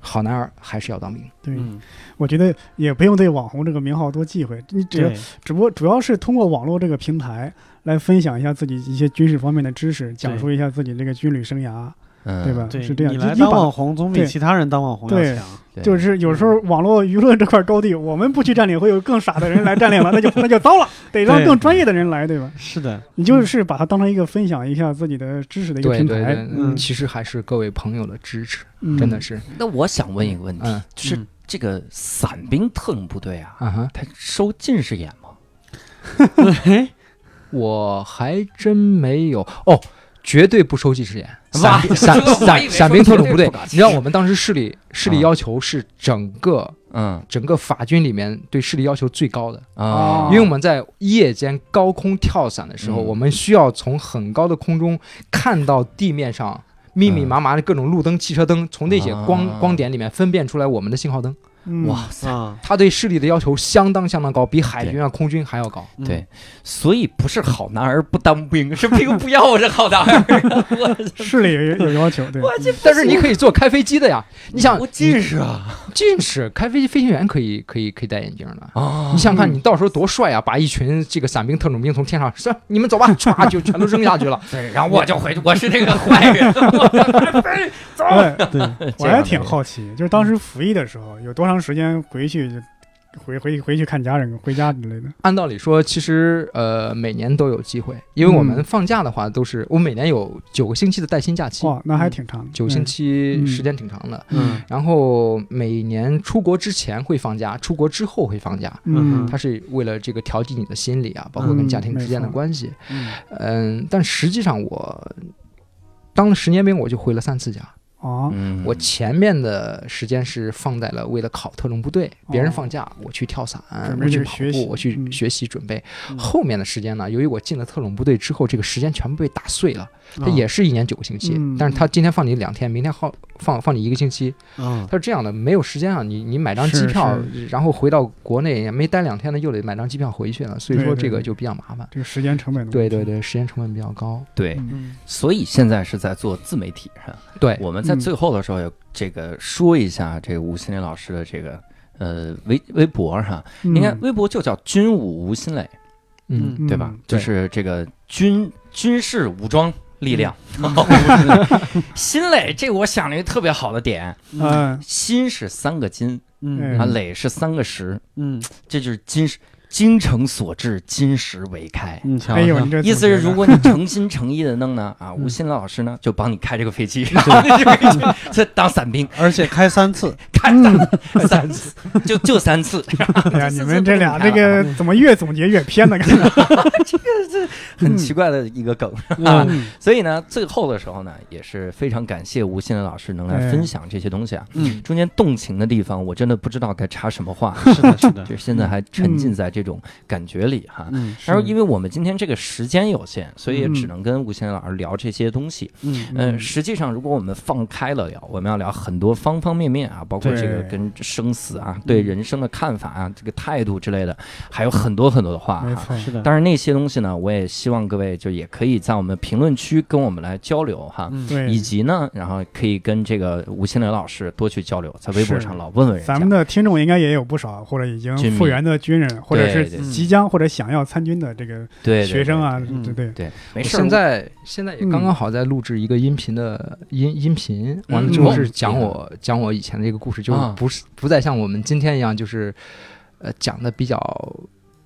D: 好男儿还是要当兵。
C: 对，
B: 嗯，
C: 我觉得也不用对网红这个名号多忌讳，你只要
B: 对，
C: 只不过主要是通过网络这个平台来分享一下自己一些军事方面的知识，讲述一下自己这个军旅生涯，
A: 嗯，
C: 对吧？
B: 对
C: 是这样，
B: 你
C: 你
B: 来
C: 你
B: 当
C: 把
B: 网红总比
C: 对
B: 其他人当网红要
C: 对
B: 强。
A: 对？
C: 就是有时候网络舆论这块高地，我们不去占领，会有更傻的人来占领了，那就那就糟了，得让
B: 对
C: 更专业的人来，对吧？
B: 是的，
C: 你就是把它当成一个分享一下自己的知识的一个
D: 对
C: 平
D: 对
C: 台
D: 对，，
B: 嗯
D: 其实还是各位朋友的支持，
C: 嗯
D: 真的，是，
A: 那我想问一个问题，
D: 嗯
A: 就是
B: 嗯
A: 这个伞兵特种部队啊，
D: 啊哈，
A: 他收近视眼吗？
B: 哎，
D: 我还真没有哦，绝对不收近 视眼，伞
A: 哇
D: 伞
A: 我以为
D: 伞
A: 说
D: 伞兵特种部
A: 绝对
D: 队
A: 不搞，
D: 你知道我们当时市里市里
A: 啊
D: 要求是整个
A: 嗯
D: 整个法军里面对视力要求最高的，
A: 啊，
D: 因为我们在夜间高空跳伞的时候，
A: 嗯
D: 我们需要从很高的空中看到地面上。密密麻麻的各种路灯、汽车灯，从那些光、
A: 啊
D: 光点里面分辨出来我们的信号灯。
C: 嗯
A: 哇塞！
B: 啊，
D: 它对视力的要求相当相当高，比海军啊、空军还要高。
B: 嗯
A: 对，所以不是好男儿不当兵， 是兵不要我是好男儿。 我
C: 视力有有要求，对，
A: 我这，
D: 但是你可以做开飞机的呀，你想
A: 我近视啊
D: 近视开飞机飞行员可以可以可以戴眼镜的。
A: 啊
D: 你！想看
C: 嗯
D: 你到时候多帅啊！把一群这个伞兵、特种兵从天上，说你们走吧，唰就全都扔下去了。
A: 然后我就回去，我是那个坏人。
C: 哎，
B: 对，
C: 我还挺好奇，就是当时服役的时候，有多长时间回去就回回回去看家人、回家之类的？
D: 按道理说，其实呃每年都有机会，因为我们
C: 嗯
D: 放假的话都是我每年有九个星期的带薪假期，
C: 哇，那还挺长的，
D: 九星
C: 嗯，
D: 期
C: 嗯
D: 时间挺长的。
B: 嗯
D: 然后每年出国之前会放假，出国之后会放假。
B: 嗯
C: 嗯，
D: 它是为了这个调剂你的心理啊，包括跟
C: 嗯
D: 家庭之间的关系。
B: 嗯
D: 嗯，但实际上我当了十年兵，我就回了三次家。
C: 啊，
A: 嗯
D: 我前面的时间是放在了为了考特种部队，别人放假我去跳伞，
C: 哦准备
D: 我去
C: 去
D: 跑
C: 学习
D: 步，我去
C: 嗯
D: 学习准备。
B: 嗯
D: 后面的时间呢，由于我进了特种部队之后，这个时间全部被打碎了。它也是一年九个星期，
C: 哦嗯
D: 但是他今天放你两天，明天放放放你一个星期，
B: 啊
D: 他是这样的，没有时间啊，你你买张
C: 是
D: 机票，然后回到国内没待两天呢，又得买张机票回去了，所以
C: 对
D: 说
C: 对
D: 这个
C: 对
D: 就比较麻烦。
C: 这个时间成本的
D: 对
C: 问题，
D: 对对，时间成本比较高。
A: 对，
B: 嗯
A: 所以现在是在做自媒体。
D: 对，
A: 我们在最后的时候也这个说一下这个吴新磊老师的这个呃微微博哈，
C: 嗯，
A: 你看微博就叫军武吴新磊，
D: 嗯，
C: 嗯
A: 对吧？就
D: 对
A: 是这个军军事武装
B: 嗯
A: 力 量。吴新磊新磊，这我想了一个特别好的点，
C: 嗯，
A: 新是三个金
B: 嗯
A: 啊，
C: 嗯
A: 磊是三个十，
B: 嗯
A: 这就是金石。精诚所至，金石为开。
B: 嗯，瞧
C: 哎呦，
B: 瞧
C: 你这
A: 意思是，如
C: 总
A: 果你诚心诚意的弄呢，啊，
B: 嗯
A: 吴新老师呢就帮你开这个飞机，然后 你就可以去去当伞兵，
B: 而且开三次，嗯
A: 开三三次，就就三次。
C: 结 哎呀，你
A: 这
C: 们这俩
A: 这
C: 这个怎么越总结越偏呢？感觉
A: 很奇怪的一个梗。
B: 啊
A: 所以呢，最后的时候呢，也是非常感谢吴新磊老师能来分享这些东西啊。
B: 嗯，
A: 中间动情的地方，我真的不知道该插什么话，
C: 嗯
B: 是的，是的，
A: 就是现在还沉浸在这种感觉里哈。
B: 嗯
A: 然后，因为我们今天这个时间有限，所以也
C: 嗯
A: 只能跟吴新磊老师聊这些东西。
B: 嗯
A: 嗯，实际上，如果我们放开了聊，我们要聊很多方方面面啊，包括这个
C: 对
A: 跟生死啊、对人生的看法啊、这个态度之类的，还有很多很多的话
C: 没
A: 啊。
C: 错，
B: 是的，
A: 当然，那些东西呢，我也希望各位就也可以在我们评论区跟我们来交流哈，
B: 嗯
C: 对
A: 以，及呢，然后可以跟这个吴新磊老师多去交流，在微博
C: 是
A: 上老问问人家。
C: 咱们的听众应该也有不少，或者已经
A: 军迷
C: 复员的军人，或者
A: 对
C: 是
A: 对嗯
B: 对
C: 即将或者想要参军的这个
A: 对对
C: 学生啊，
B: 对
C: 对对，
A: 对，嗯对没
D: 我
A: 事儿。
D: 现在现在也刚
C: 嗯
D: 刚好在录制一个音频的音音频，完了
A: 嗯
D: 之后是讲
A: 嗯
D: 我讲我以前的这个故事，就是
A: 啊
D: 不是不再像我们今天一样，就是呃讲的比较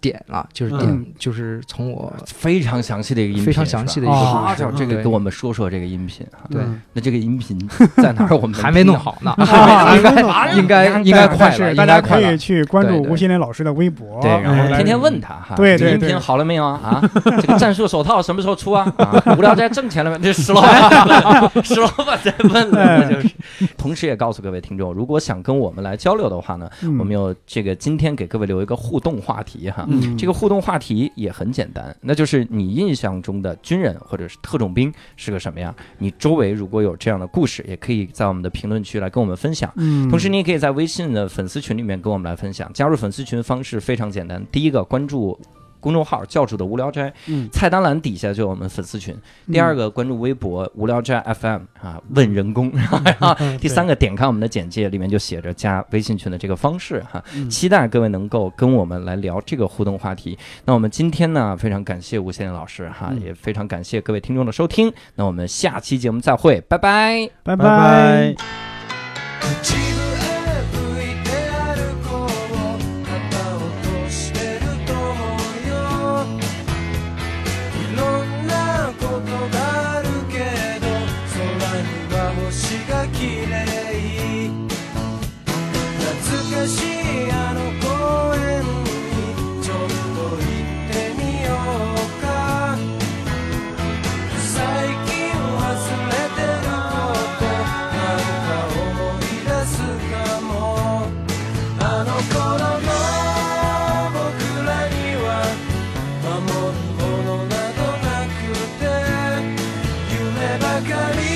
D: 点了，就是
B: 嗯
D: 点就是从我
A: 我非常详细的啊一个音频，
D: 非常详细的一个
A: 是吧
C: 哦
A: 啊
D: 故
A: 就
D: 事，
A: 这个
D: 对
A: 给我们说说这个音频啊。
D: 对
B: 嗯
A: 那这个音频在哪儿？我们
D: 还没弄。好呢，
C: 啊
D: 应该
C: 还没
D: 应该应该快了，
C: 是
D: 应
C: 大
D: 该
C: 家
D: 快
C: 可以
D: 了。
C: 去关注
D: 对对
C: 吴新磊老师的微博，
A: 对，然后
C: 来
A: 天天问他哈，
C: 哦哎对
A: 这个
C: 对
A: 音
C: 对
A: 频好了没 有啊？啊，这个战术手套什么时候出啊？啊，无聊斋挣钱了没？ 这石老板，石老板在问
C: 哎
A: 了，就是。同时也告诉各位听众，如果想跟我们来交流的话呢，
C: 嗯
A: 我们有这个今天给各位留一个互动话题哈。
C: 嗯
A: 这个互动话题也很简单，那就是你印象中的军人或者是特种兵是个什么样？你周围如果有这样的故事，也可以在我们的评论区来跟我们分享。
C: 嗯，
A: 同时，你也可以在微信的粉丝群里面跟我们来分享。加入粉丝群方式非常简单，第一个关注公众号“教主的无聊斋”，
B: 嗯
A: 菜单栏底下就有我们粉丝群。第二个关注微博“无聊斋 FM” 啊，问人工。
C: 嗯，
A: 第三个点开我们的简介，里面就写着加微信群的这个方式哈。
B: 嗯
A: 期待各位能够跟我们来聊这个互动话题。那我们今天呢，非常感谢吴先生老师哈，
B: 嗯
A: 也非常感谢各位听众的收听。那我们下期节目再会，拜拜。
C: 嗯拜
B: 拜拜。
E: 口を叩としてると思うよ」「いろんなことがあるけど空には星がきれい」「懐かしいあの公園にちょっと行ってみようか」最近忘れてることなんか思い出すかもあの頃の僕らには守るものなどなくて夢ばかり